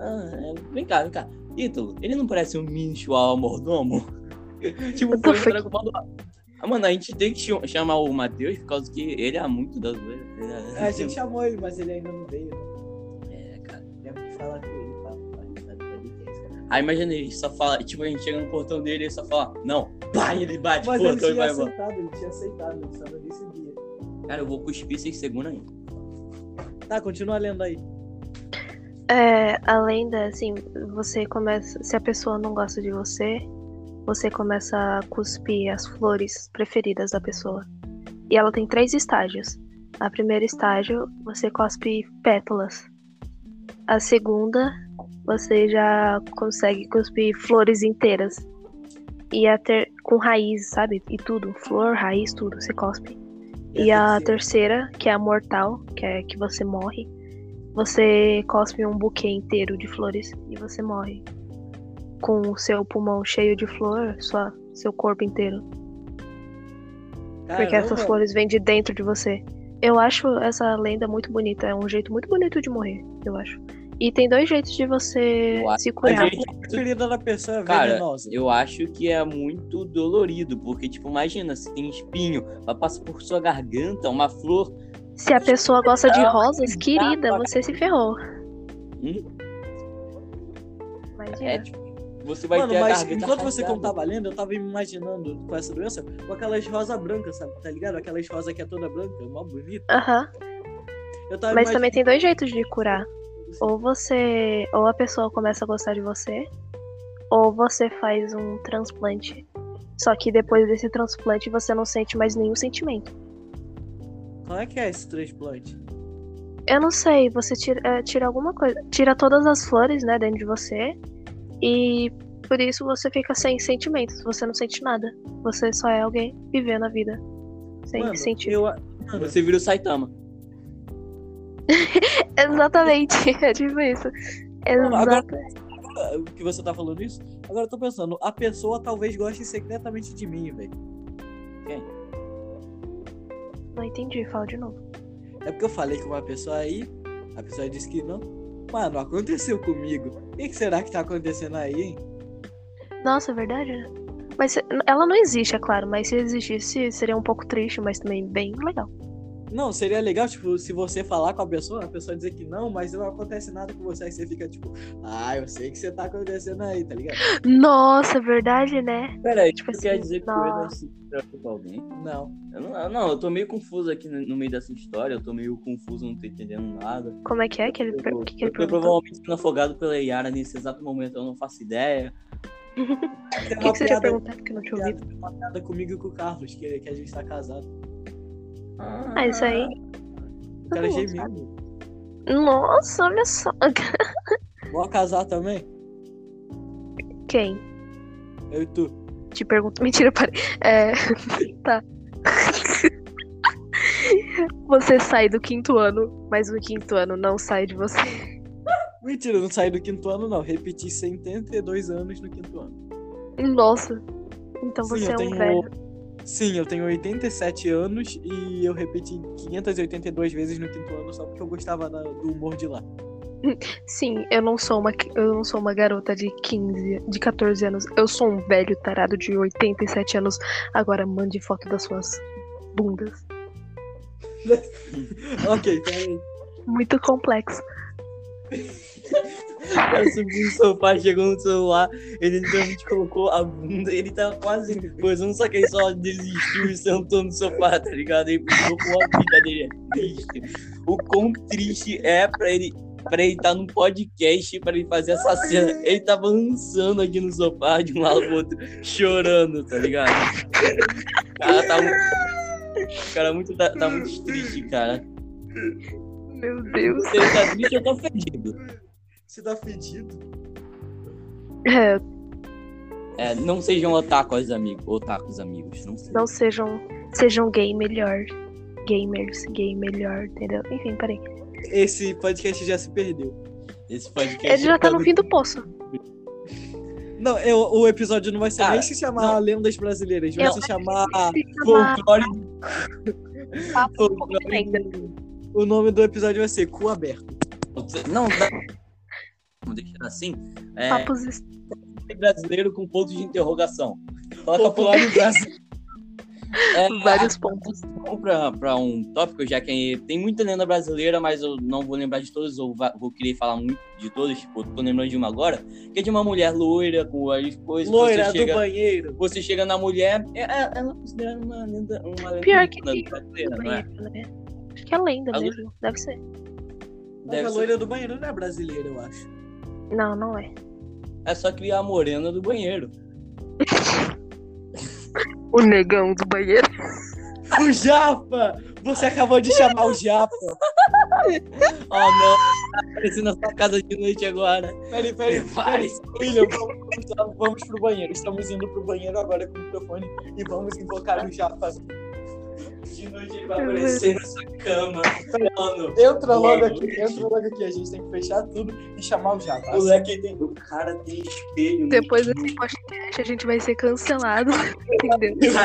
[SPEAKER 4] ah, é, Vem cá, vem cá. Ítalo, ele não parece um mini chihuahua mordomo? <laughs> tipo,
[SPEAKER 1] Eu tô
[SPEAKER 4] foi entrar com o pau do lado. Ah, mano, a gente tem que chi- chamar o Matheus por causa que ele é muito das vezes.
[SPEAKER 3] É, A gente chamou ele, mas ele ainda não veio. né?
[SPEAKER 4] Uhum. É, cara.
[SPEAKER 3] Lembra de falar com ele, pá, pá, pá, pá, pá, pá.
[SPEAKER 4] Aí imagina ele só fala, tipo, a gente chega no portão dele e ele só fala, não, pai, então ele bate o
[SPEAKER 3] Mas ele
[SPEAKER 4] portão e
[SPEAKER 3] tinha
[SPEAKER 4] vai embora.
[SPEAKER 3] aceitado, ele tinha aceitado, ele estava nesse dia.
[SPEAKER 4] Cara, eu vou cuspir seis segundos ainda.
[SPEAKER 3] Tá, continua lendo aí.
[SPEAKER 1] É, além da, assim, você começa. Se a pessoa não gosta de você, você começa a cuspir as flores preferidas da pessoa. E ela tem três estágios. A primeiro estágio, você cospe pétalas. A segunda, você já consegue cuspir flores inteiras. E a ter com raiz, sabe? E tudo, flor, raiz, tudo, você cospe. E a terceira, que é a mortal, que é que você morre. Você cospe um buquê inteiro de flores e você morre. Com o seu pulmão cheio de flor, sua, seu corpo inteiro.
[SPEAKER 4] Ah, é
[SPEAKER 1] porque essas
[SPEAKER 3] Caramba,
[SPEAKER 1] flores vêm de dentro de você. Eu acho essa lenda muito bonita. É um jeito muito bonito de morrer, eu acho. E tem dois jeitos de você
[SPEAKER 4] Uau.
[SPEAKER 1] se
[SPEAKER 4] A
[SPEAKER 1] curar.
[SPEAKER 4] gente-
[SPEAKER 3] A preferida da pessoa é
[SPEAKER 4] Cara,
[SPEAKER 3] venenosa.
[SPEAKER 4] Eu acho que é muito dolorido, porque, tipo, imagina, se tem espinho, vai passar por sua garganta, uma flor.
[SPEAKER 1] Se a pessoa gosta de
[SPEAKER 4] Não, tá
[SPEAKER 1] rosas,
[SPEAKER 4] não,
[SPEAKER 1] querida,
[SPEAKER 4] não.
[SPEAKER 1] você se ferrou.
[SPEAKER 4] Hum?
[SPEAKER 1] Imagina.
[SPEAKER 4] É, tipo, você vai
[SPEAKER 3] Mano,
[SPEAKER 4] ter a
[SPEAKER 3] mas
[SPEAKER 4] garganta
[SPEAKER 3] enquanto você
[SPEAKER 4] rasgada.
[SPEAKER 3] contava a lenda, eu tava me imaginando com essa doença com aquelas rosas brancas, sabe? Tá ligado? Aquelas rosas que é toda branca, mó bonita.
[SPEAKER 1] Aham.
[SPEAKER 3] Eu tava
[SPEAKER 1] Mas também
[SPEAKER 3] imaginando-
[SPEAKER 1] tem dois jeitos de curar. Ou você. Ou a pessoa começa a gostar de você, ou você faz um transplante. Só que depois desse transplante você não sente mais nenhum sentimento.
[SPEAKER 3] Como é que é esse transplante?
[SPEAKER 1] Eu não sei, você tira, é, tira alguma coisa. Tira todas as flores, né, dentro de você. E por isso você fica sem sentimentos. Você não sente nada. Você só é alguém vivendo a vida. Sem
[SPEAKER 3] Mano,
[SPEAKER 1] sentir.
[SPEAKER 3] eu... a- Mano,
[SPEAKER 4] Você vira o Saitama.
[SPEAKER 1] Exatamente. <laughs> É tipo isso.
[SPEAKER 3] Mano, agora-
[SPEAKER 1] Exato.
[SPEAKER 3] o que você tá falando isso? Agora eu tô pensando, a pessoa talvez goste secretamente de mim, velho.
[SPEAKER 1] Não entendi, fala de novo.
[SPEAKER 3] É porque eu falei com uma pessoa aí, a pessoa disse que não. Mano, aconteceu comigo. O que que será que tá acontecendo aí, hein?
[SPEAKER 1] Nossa, é verdade, né? Mas se- ela não existe, é claro, mas se existisse, seria um pouco triste, mas também bem legal.
[SPEAKER 3] Não, seria legal, tipo, se você falar com a pessoa, a pessoa dizer que não, mas não acontece nada com você, aí você fica tipo, ah, eu sei que você tá acontecendo aí, tá ligado?
[SPEAKER 1] Nossa, é verdade, né?
[SPEAKER 4] Peraí,
[SPEAKER 1] Tipo
[SPEAKER 4] tipo,
[SPEAKER 1] assim,
[SPEAKER 4] quer dizer que o
[SPEAKER 1] nossa.
[SPEAKER 4] Enos se trocou com alguém?
[SPEAKER 3] Não.
[SPEAKER 4] Eu não, eu não, eu tô meio confuso aqui no no meio dessa história, eu tô meio confuso, não tô entendendo nada.
[SPEAKER 1] Como é que é que ele,
[SPEAKER 4] Eu,
[SPEAKER 1] que que ele
[SPEAKER 4] eu tô
[SPEAKER 1] perguntou?
[SPEAKER 4] provavelmente sendo afogado pela Yara nesse exato momento, eu não faço ideia.
[SPEAKER 3] Tem
[SPEAKER 1] O que,
[SPEAKER 3] uma
[SPEAKER 1] que você tinha
[SPEAKER 3] piada-
[SPEAKER 1] perguntado que eu não tinha ouvido?
[SPEAKER 3] uma piada comigo e com o Carlos, que, que a gente tá casado.
[SPEAKER 1] Ah, isso aí.
[SPEAKER 3] O cara é
[SPEAKER 1] bom,
[SPEAKER 3] gemido.
[SPEAKER 1] Nossa, olha só.
[SPEAKER 3] Bora casar também?
[SPEAKER 1] Quem?
[SPEAKER 3] Eu e tu.
[SPEAKER 1] Te pergunto. Mentira, parei. É. <laughs> Tá. Você sai do quinto ano, mas o quinto ano não sai de você.
[SPEAKER 3] Mentira, eu não saí do quinto ano, não. Repeti 72 anos no quinto ano.
[SPEAKER 1] Nossa. Então
[SPEAKER 3] Sim,
[SPEAKER 1] você
[SPEAKER 3] eu
[SPEAKER 1] é um
[SPEAKER 3] tenho-
[SPEAKER 1] velho.
[SPEAKER 3] Sim, eu tenho 87 anos e eu repeti 582 vezes no quinto ano só porque eu gostava da- do humor de lá.
[SPEAKER 1] Sim, eu não sou uma eu não sou uma garota de 15, de 14 anos. Eu sou um velho tarado de 87 anos. Agora mande foto das suas bundas.
[SPEAKER 3] <laughs> ok, então, peraí.
[SPEAKER 1] Muito complexo.
[SPEAKER 4] Eu subi no sofá, chegou no celular, ele literalmente colocou a bunda, ele tava quase coisando, só que ele só desistiu e sentou no sofá, tá ligado? Ele pensou com a vida dele é triste. O quão triste é pra ele pra ele estar tá num podcast pra ele fazer essa cena. Ele tava lançando aqui no sofá de um lado pro outro, chorando, tá ligado? O cara tá muito. Cara, muito, tá, tá muito triste, cara.
[SPEAKER 1] Meu Deus.
[SPEAKER 4] Se ele tá triste, eu tô fedido.
[SPEAKER 3] Você tá fedido?
[SPEAKER 1] É,
[SPEAKER 4] É, não sejam otakus, amigos. Otakus, amigos. Não sejam.
[SPEAKER 1] não sejam. Sejam gay melhor. Gamers, gay melhor, entendeu? Enfim, peraí.
[SPEAKER 3] Esse podcast já se perdeu.
[SPEAKER 4] Esse podcast. é
[SPEAKER 1] Ele já tá no fim do poço.
[SPEAKER 3] Não, eu- o episódio não vai ser
[SPEAKER 4] Cara,
[SPEAKER 3] nem se chamar Lendas Brasileiras, vai
[SPEAKER 1] Eu-
[SPEAKER 3] se chamar
[SPEAKER 1] Se chama
[SPEAKER 4] Folclore.
[SPEAKER 1] tá Papo
[SPEAKER 4] Folclore.
[SPEAKER 1] Pouco de Lenda.
[SPEAKER 3] O nome do episódio vai ser Cu Aberto.
[SPEAKER 4] Não, dá. Vamos deixar assim. É,
[SPEAKER 1] Papos est-
[SPEAKER 4] brasileiro com ponto de interrogação. Coloca por lá
[SPEAKER 3] Popular no Brasil.
[SPEAKER 1] <laughs>
[SPEAKER 4] é,
[SPEAKER 1] vários pontos.
[SPEAKER 4] Vamos pra, pra um tópico, já que tem muita lenda brasileira, mas eu não vou lembrar de todas, ou va- vou querer falar muito de todas, tipo, tô lembrando de uma agora, que é de uma mulher loira, com olhos coisas.
[SPEAKER 3] Loira
[SPEAKER 4] você
[SPEAKER 3] do
[SPEAKER 4] chega,
[SPEAKER 3] banheiro.
[SPEAKER 4] Você chega na mulher, é- é- ela é considerada uma lenda. Uma lenda
[SPEAKER 1] Pior que
[SPEAKER 4] lenda brasileira, não é?
[SPEAKER 1] né? Acho que é lenda
[SPEAKER 4] Alô?
[SPEAKER 1] mesmo. Deve ser.
[SPEAKER 4] Deve
[SPEAKER 3] Mas a
[SPEAKER 4] ser.
[SPEAKER 3] loira do banheiro não é brasileira, eu acho.
[SPEAKER 1] Não, não é.
[SPEAKER 4] É só criar a morena do banheiro.
[SPEAKER 1] O negão do banheiro. <laughs>
[SPEAKER 3] O Japa! Você acabou de chamar o Japa.
[SPEAKER 4] Oh, não! Tá aparecendo na sua casa de noite agora.
[SPEAKER 3] Peraí, peraí, peraí. William, vamos, vamos- vamos pro banheiro. Estamos indo pro banheiro agora com o microfone e vamos invocar o Japa.
[SPEAKER 4] De noite ele vai aparecer na sua cama. Mano,
[SPEAKER 3] Entra logo
[SPEAKER 4] Boa
[SPEAKER 3] aqui, entra logo aqui. A gente tem que fechar tudo e chamar o Japa.
[SPEAKER 4] o moleque tem. O cara tem <laughs> espelho. no
[SPEAKER 1] Depois desse podcast a gente vai ser cancelado. <laughs> Entendeu?
[SPEAKER 4] tá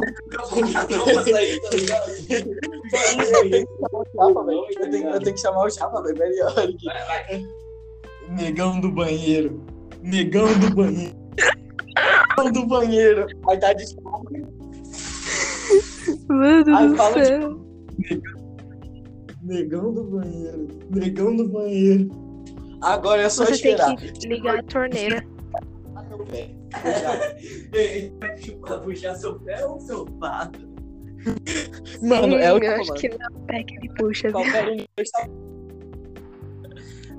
[SPEAKER 3] Eu tenho, eu tenho que chamar o Japa, velho. Melhor aqui. Negão do banheiro. Negão do banheiro. Negão do banheiro. Aí tá de
[SPEAKER 1] Mano
[SPEAKER 3] Ai,
[SPEAKER 1] do
[SPEAKER 3] fala de-
[SPEAKER 1] céu.
[SPEAKER 3] Negão do banheiro. Negão do banheiro. Agora é só
[SPEAKER 1] Você
[SPEAKER 3] esperar.
[SPEAKER 1] tem que ligar a torneira.
[SPEAKER 3] Ah, meu velho. O Japa.
[SPEAKER 4] Pra puxar seu pé ou seu pato?
[SPEAKER 3] Mano, é o
[SPEAKER 1] Hum,
[SPEAKER 3] que
[SPEAKER 1] eu
[SPEAKER 3] eu
[SPEAKER 1] acho que na pé que ele puxa. viu?
[SPEAKER 3] Qualquer um dos dois tá-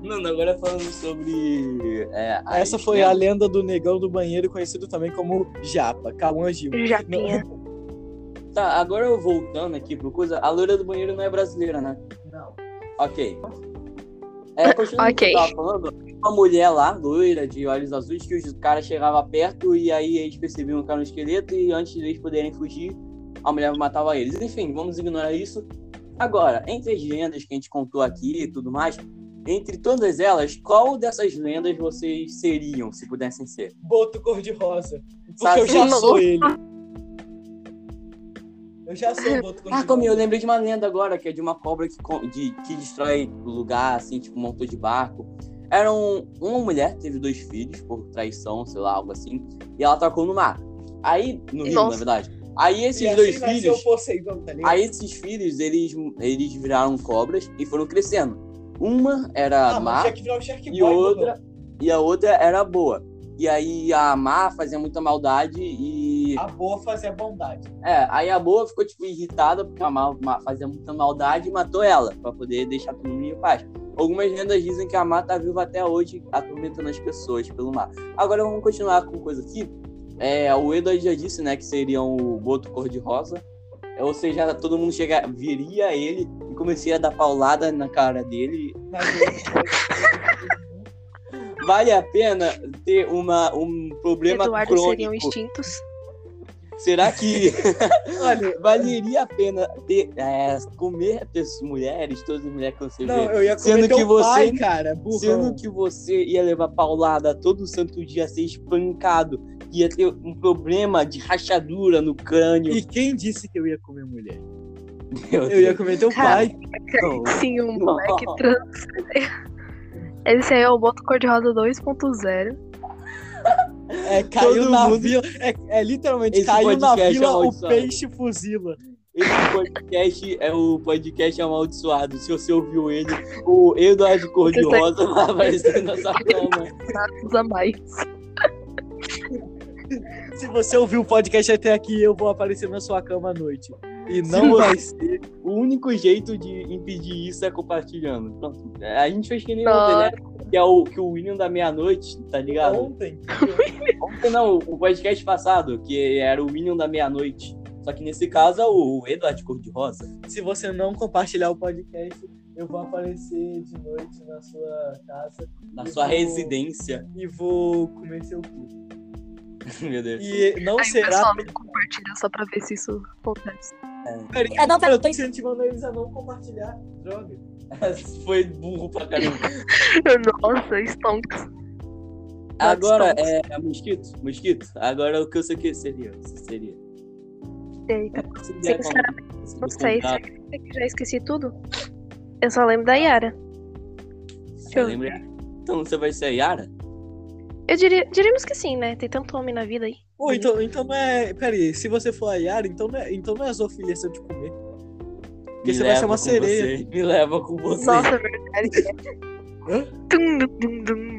[SPEAKER 4] Mano, agora falando sobre. é,
[SPEAKER 3] Ah, Essa foi a lenda do negão do banheiro, conhecido também como Japa, Cauã Gil.
[SPEAKER 1] Japinha.
[SPEAKER 4] Tá, agora eu voltando aqui pro coisa. A loira do banheiro não é brasileira, né?
[SPEAKER 3] Não.
[SPEAKER 4] Ok. É,
[SPEAKER 1] Ok.
[SPEAKER 4] continuando o que eu tava falando, uma mulher lá, loira, de olhos azuis, que os caras chegavam perto e aí eles percebiam que era um esqueleto e antes deles poderem fugir, a mulher matava eles. Enfim, vamos ignorar isso. Agora, entre as lendas que a gente contou aqui e tudo mais, entre todas elas, qual dessas lendas vocês seriam, se pudessem ser?
[SPEAKER 3] <laughs> Boto cor-de-rosa. Porque
[SPEAKER 4] Sabe?
[SPEAKER 3] eu já
[SPEAKER 1] Nossa.
[SPEAKER 3] sou ele. Eu já sou o Boto
[SPEAKER 4] Ah, como eu lembrei de uma lenda agora, que é de uma cobra que, co- de- que destrói lugar, assim, tipo, montou de barco. Era um- uma mulher que teve dois filhos por traição, sei lá, algo assim, e ela tacou no mar. Aí, no rio,
[SPEAKER 1] Nossa.
[SPEAKER 4] na verdade. Aí esses
[SPEAKER 3] E assim
[SPEAKER 4] dois
[SPEAKER 3] nasceu
[SPEAKER 4] filhos.
[SPEAKER 3] o Poseidon, tá ligado?
[SPEAKER 4] Aí esses filhos, eles, eles viraram cobras e foram crescendo. Uma era
[SPEAKER 3] Ah, mas
[SPEAKER 4] má
[SPEAKER 3] tinha que então. virar o Shark
[SPEAKER 4] e
[SPEAKER 3] Boy,
[SPEAKER 4] outra
[SPEAKER 3] mano.
[SPEAKER 4] e a outra era boa. E aí a má fazia muita maldade e
[SPEAKER 3] A boa fazia bondade.
[SPEAKER 4] é, aí a boa ficou, tipo, irritada porque a má, má fazia muita maldade e matou ela, pra poder deixar todo mundo em paz. Algumas lendas dizem que a má tá viva até hoje, atormentando as pessoas pelo mar. Agora vamos continuar com coisa aqui. É, o Edward já disse, né, que seriam o boto cor-de-rosa. É, Ou seja, todo mundo chega, viria ele e comecei a dar paulada na cara dele.
[SPEAKER 3] Mas eu-
[SPEAKER 4] Vale a pena ter uma, um problema
[SPEAKER 1] Eduardo
[SPEAKER 4] crônico.
[SPEAKER 1] seriam extintos.
[SPEAKER 4] Será que
[SPEAKER 3] Olha,
[SPEAKER 4] valeria a pena ter, é, comer pessoas, mulheres, todas as mulheres que você
[SPEAKER 3] não,
[SPEAKER 4] vê?
[SPEAKER 3] eu ia comer
[SPEAKER 4] Sendo
[SPEAKER 3] teu
[SPEAKER 4] que você-
[SPEAKER 3] pai, cara, burrão.
[SPEAKER 4] Sendo que você ia levar paulada todo santo dia a ser espancado, ia ter um problema de rachadura no crânio.
[SPEAKER 3] E quem disse que eu ia comer mulher?
[SPEAKER 4] Meu
[SPEAKER 3] Eu ia comer teu
[SPEAKER 1] Cara,
[SPEAKER 3] pai.
[SPEAKER 4] Deus. <laughs>
[SPEAKER 1] Sim, um
[SPEAKER 4] Não.
[SPEAKER 1] moleque trans. Esse aí é o Boto Cor-de-Rosa 2.0.
[SPEAKER 3] É, caiu
[SPEAKER 4] Todo
[SPEAKER 3] na
[SPEAKER 4] mundo-
[SPEAKER 3] vila. É, é literalmente,
[SPEAKER 4] Esse
[SPEAKER 3] caiu na
[SPEAKER 4] podcast é um
[SPEAKER 3] vila, o
[SPEAKER 4] amaldiçoado.
[SPEAKER 3] peixe fuzila.
[SPEAKER 4] Esse podcast é o podcast amaldiçoado. Se você ouviu ele, o Eduardo Cor-de-Rosa <laughs> vai aparecer na sua cama.
[SPEAKER 1] Nada mais.
[SPEAKER 3] Se você ouviu o podcast até aqui, eu vou aparecer na sua cama à noite. E não vai ser.
[SPEAKER 4] O único jeito de impedir isso é compartilhando. Pronto. A gente fez que nem
[SPEAKER 1] Nossa.
[SPEAKER 4] ontem, né? Que é o, que o William da meia-noite, tá ligado?
[SPEAKER 3] Ontem. <laughs>
[SPEAKER 4] Ontem não, o podcast passado, que era o William da meia-noite. Só que nesse caso é o Eduardo Cor-de-Rosa.
[SPEAKER 3] Se você não compartilhar o podcast, eu vou aparecer de noite na sua casa
[SPEAKER 4] Na sua
[SPEAKER 1] Uhum.
[SPEAKER 4] residência. <laughs>
[SPEAKER 3] e vou comer seu cu.
[SPEAKER 4] Meu Deus.
[SPEAKER 3] E não
[SPEAKER 1] Aí o
[SPEAKER 3] será.
[SPEAKER 1] pessoal não compartilha só pra ver se isso acontece. <laughs>
[SPEAKER 3] Peraí,
[SPEAKER 5] É, não, pera-
[SPEAKER 3] eu tô incentivando eles a não compartilhar. Droga.
[SPEAKER 4] Foi burro pra
[SPEAKER 1] <laughs>
[SPEAKER 4] caramba.
[SPEAKER 1] Nossa, stonks. Tá
[SPEAKER 4] Agora, é, é mosquito, mosquito. Agora o que você que seria? Você seria? é-
[SPEAKER 1] Eita,
[SPEAKER 4] Se der
[SPEAKER 1] Sinceramente,
[SPEAKER 4] contato, se
[SPEAKER 1] não
[SPEAKER 4] der
[SPEAKER 1] sei. Será
[SPEAKER 4] contato,
[SPEAKER 1] que- será que eu já esqueci tudo? Eu só lembro da Yara.
[SPEAKER 4] você lembra? Então você vai ser a Yara?
[SPEAKER 1] Eu diria, diríamos que sim, né? Tem tanto homem na vida aí.
[SPEAKER 3] Pô, então, então não é. Peraí, se você for a Yara, então não é, então não é zoofilia se eu te comer. Porque
[SPEAKER 4] Me
[SPEAKER 3] você vai ser
[SPEAKER 4] leva
[SPEAKER 3] uma
[SPEAKER 4] com
[SPEAKER 3] sereia.
[SPEAKER 4] você, me leva com você.
[SPEAKER 1] Nossa, é
[SPEAKER 4] <laughs>
[SPEAKER 1] verdade. Tum, dum, dum, dum.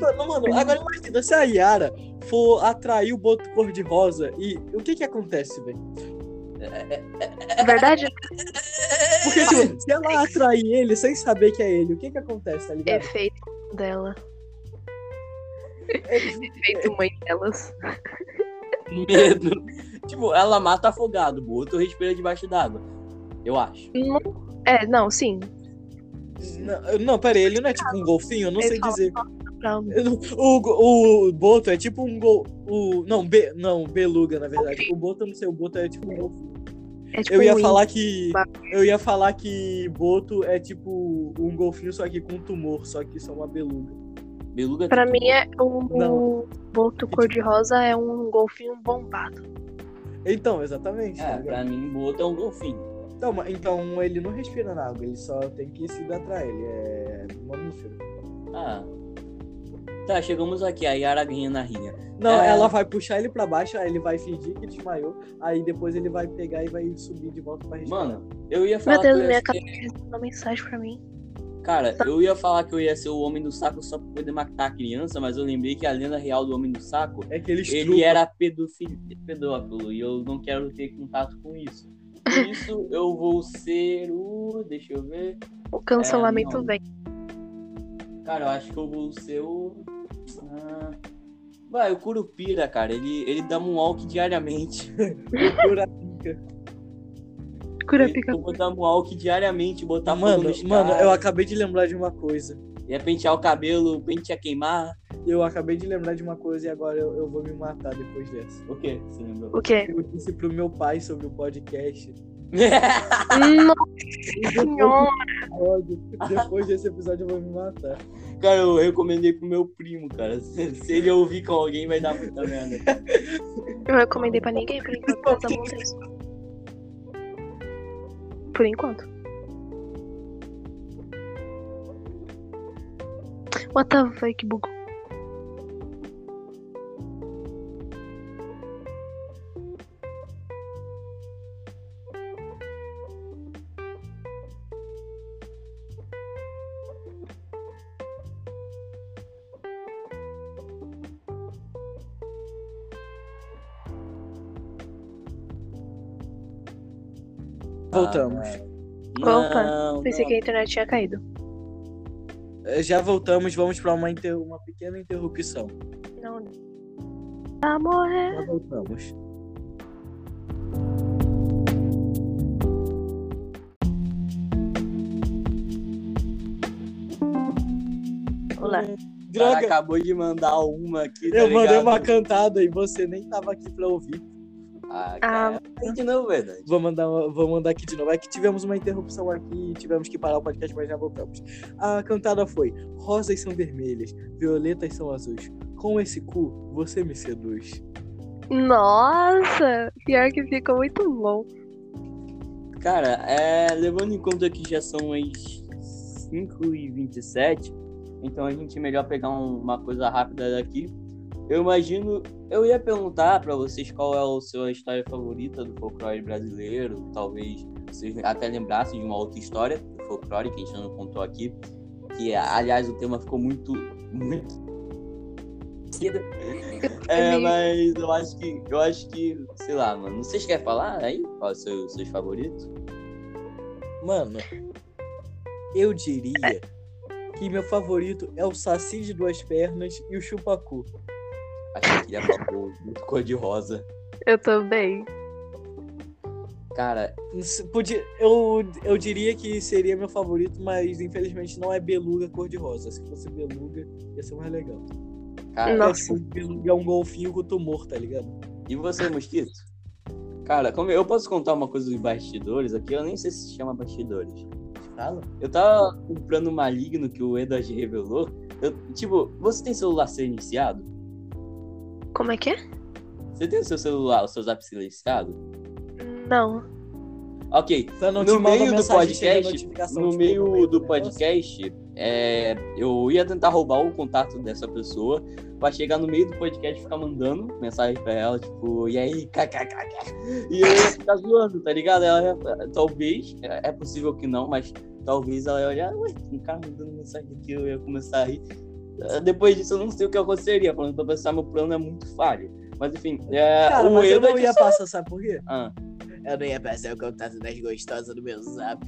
[SPEAKER 3] Mano, mano, agora imagina se a Yara for atrair o boto cor-de-rosa e o que que acontece, velho?
[SPEAKER 1] Verdade?
[SPEAKER 3] Porque,
[SPEAKER 1] <laughs>
[SPEAKER 3] tipo, se ela atrair ele sem saber que é ele, o que que acontece, tá ligado?
[SPEAKER 1] Efeito É dela. <laughs>
[SPEAKER 3] É
[SPEAKER 1] Efeito mãe delas.
[SPEAKER 4] <laughs> Medo. tipo, ela mata afogado, o outro respira debaixo d'água. Eu acho.
[SPEAKER 1] Não- É, não, sim.
[SPEAKER 3] Não, não, peraí, ele não é tipo um golfinho, eu não
[SPEAKER 1] Ele
[SPEAKER 3] sei
[SPEAKER 1] fala,
[SPEAKER 3] dizer.
[SPEAKER 1] Pra
[SPEAKER 3] Eu não- O, o, boto é tipo um gol. O, não, be, não, beluga, na verdade. O boto, eu não sei, o boto é tipo um golfinho.
[SPEAKER 1] É tipo
[SPEAKER 3] Eu ia
[SPEAKER 1] um
[SPEAKER 3] falar que.
[SPEAKER 1] Bah.
[SPEAKER 3] Eu ia falar que Boto é tipo um golfinho, só que com tumor, só que só uma beluga.
[SPEAKER 4] Beluga
[SPEAKER 1] Pra
[SPEAKER 4] tem-
[SPEAKER 1] mim, é
[SPEAKER 3] Não.
[SPEAKER 1] o boto cor-de-rosa é um golfinho bombado.
[SPEAKER 3] Então, exatamente. tá
[SPEAKER 4] É,
[SPEAKER 3] ligado?
[SPEAKER 4] pra mim, o outro é um golfinho.
[SPEAKER 3] Então, ma- então ele não respira na água, ele só tem que se hidratar, ele é mamífero.
[SPEAKER 4] Ah. Tá, chegamos aqui, a Yara ganha na rinha.
[SPEAKER 3] Não,
[SPEAKER 4] É.
[SPEAKER 3] ela vai puxar ele pra baixo, aí ele vai fingir que desmaiou, aí depois ele vai pegar e vai subir de volta pra respirar.
[SPEAKER 4] Mano, eu ia falar
[SPEAKER 1] Meu Deus,
[SPEAKER 4] que eu ia
[SPEAKER 1] minha
[SPEAKER 4] ser-
[SPEAKER 1] cabeça tá- recebeu uma mensagem pra mim.
[SPEAKER 4] Cara, eu ia falar que eu ia ser o homem do saco só pra poder matar a criança, mas eu lembrei que a lenda real do homem do saco,
[SPEAKER 3] é que ele
[SPEAKER 4] ele
[SPEAKER 3] estrupa.
[SPEAKER 4] era pedofil... pedófilo, e eu não quero ter contato com isso. Por isso, eu vou ser o... deixa eu ver...
[SPEAKER 3] É,
[SPEAKER 1] O cancelamento
[SPEAKER 4] não.
[SPEAKER 1] vem.
[SPEAKER 4] Cara, eu acho que eu vou ser o... Ah... Vai, o Curupira, cara, ele, ele dá um walk diariamente.
[SPEAKER 1] Cura
[SPEAKER 4] Eu-
[SPEAKER 1] pica.
[SPEAKER 4] Eu vou dar um walk diariamente, botar fogo
[SPEAKER 3] mano,
[SPEAKER 4] nos
[SPEAKER 3] mano,
[SPEAKER 4] caras,
[SPEAKER 3] eu acabei tá de lembrar de uma coisa.
[SPEAKER 4] ia pentear o cabelo, pente ia queimar.
[SPEAKER 3] Eu acabei de lembrar de uma coisa e agora eu- eu vou me matar depois dessa.
[SPEAKER 4] O quê? Você lembrou? <laughs>
[SPEAKER 1] O
[SPEAKER 3] <laughs>
[SPEAKER 1] quê?
[SPEAKER 3] Eu disse pro meu pai sobre o podcast.
[SPEAKER 1] Nossa senhora!
[SPEAKER 3] Óbvio, Depois desse episódio eu vou me matar.
[SPEAKER 4] cara, eu recomendei pro meu primo, cara. Se se ele ouvir com alguém, vai dar muita merda.
[SPEAKER 1] Eu não recomendei pra ninguém, por enquanto, pelo amor de Deus. Por enquanto. What the fuck, bugou.
[SPEAKER 3] Voltamos.
[SPEAKER 1] Opa,
[SPEAKER 4] não,
[SPEAKER 1] Pensei que a internet tinha caído.
[SPEAKER 3] Eh, Já voltamos, vamos pra uma, inter- uma pequena interrupção.
[SPEAKER 1] Não. Tá morrendo.
[SPEAKER 3] Já voltamos.
[SPEAKER 1] Olá.
[SPEAKER 4] Cara,
[SPEAKER 3] Droga,
[SPEAKER 4] acabou de mandar uma aqui. tá
[SPEAKER 3] eu mandei
[SPEAKER 4] ligado?
[SPEAKER 3] uma cantada e você nem tava aqui pra ouvir.
[SPEAKER 4] Ah, cara. Tem de novo, é verdade.
[SPEAKER 3] Vou mandar, uma- vou mandar aqui de novo. É que tivemos uma interrupção aqui e tivemos que parar o podcast, mas já voltamos. A cantada foi: Rosas são vermelhas, violetas são azuis. Com esse cu, você me seduz.
[SPEAKER 1] Nossa, pior que ficou muito bom.
[SPEAKER 4] Cara, é, levando em conta que já são as 5h27, Então a gente é melhor pegar um- uma coisa rápida daqui. Eu imagino, eu ia perguntar pra vocês qual é a sua história favorita do folclore brasileiro, talvez vocês até lembrassem de uma outra história do folclore que a gente não contou aqui, que aliás o tema ficou muito muito é,
[SPEAKER 6] meio-
[SPEAKER 4] mas eu acho que. Eu acho que. Sei lá, mano. Vocês querem falar aí? Qual é o seu- seus favoritos?
[SPEAKER 3] Mano, eu diria que meu favorito é o Saci de duas pernas e o Chupacu.
[SPEAKER 4] Achei que ele falou é muito cor-de-rosa.
[SPEAKER 6] Eu também.
[SPEAKER 4] Cara,
[SPEAKER 3] Isso Podia, eu, eu diria que seria meu favorito, mas infelizmente não é beluga cor-de-rosa. Se fosse beluga, ia ser mais legal.
[SPEAKER 4] cara.
[SPEAKER 3] É,
[SPEAKER 6] Nossa.
[SPEAKER 3] tipo, beluga é um golfinho com tumor, tá ligado?
[SPEAKER 4] E você, Mosquito? Cara, como eu posso contar uma coisa dos bastidores aqui? Eu nem sei se chama bastidores.
[SPEAKER 3] Fala.
[SPEAKER 4] Eu tava comprando o maligno que o Edward revelou. Eu- tipo, você tem celular silenciado?
[SPEAKER 1] Como é que é?
[SPEAKER 4] Você tem o seu celular, o seu zap silenciado?
[SPEAKER 1] não.
[SPEAKER 4] Ok,
[SPEAKER 3] Só Então, não
[SPEAKER 4] No
[SPEAKER 3] te manda
[SPEAKER 4] meio do
[SPEAKER 3] mensagem, chega
[SPEAKER 4] podcast,
[SPEAKER 3] notificação,
[SPEAKER 4] no
[SPEAKER 3] tipo,
[SPEAKER 4] meio
[SPEAKER 3] meio
[SPEAKER 4] do
[SPEAKER 3] negócio.
[SPEAKER 4] podcast, é, eu ia tentar roubar o contato dessa pessoa pra chegar no meio do podcast e ficar mandando mensagem pra ela, tipo, e aí, kkkk. E eu ia ficar zoando, tá ligado? Ela ia- talvez, é é possível que não, mas talvez ela ia olhar, ué, um cara mandando mensagem aqui, eu ia começar a rir. Ah, Depois disso, eu não sei o que aconteceria, falando pra pensar, meu plano é muito falho. Mas enfim, é,
[SPEAKER 3] Cara,
[SPEAKER 4] o
[SPEAKER 3] mas eu não
[SPEAKER 4] Edward.
[SPEAKER 3] ia passar, sabe por <laughs> quê?
[SPEAKER 4] Ah,
[SPEAKER 2] Eu não ia passar o contato das gostosas do meu zap.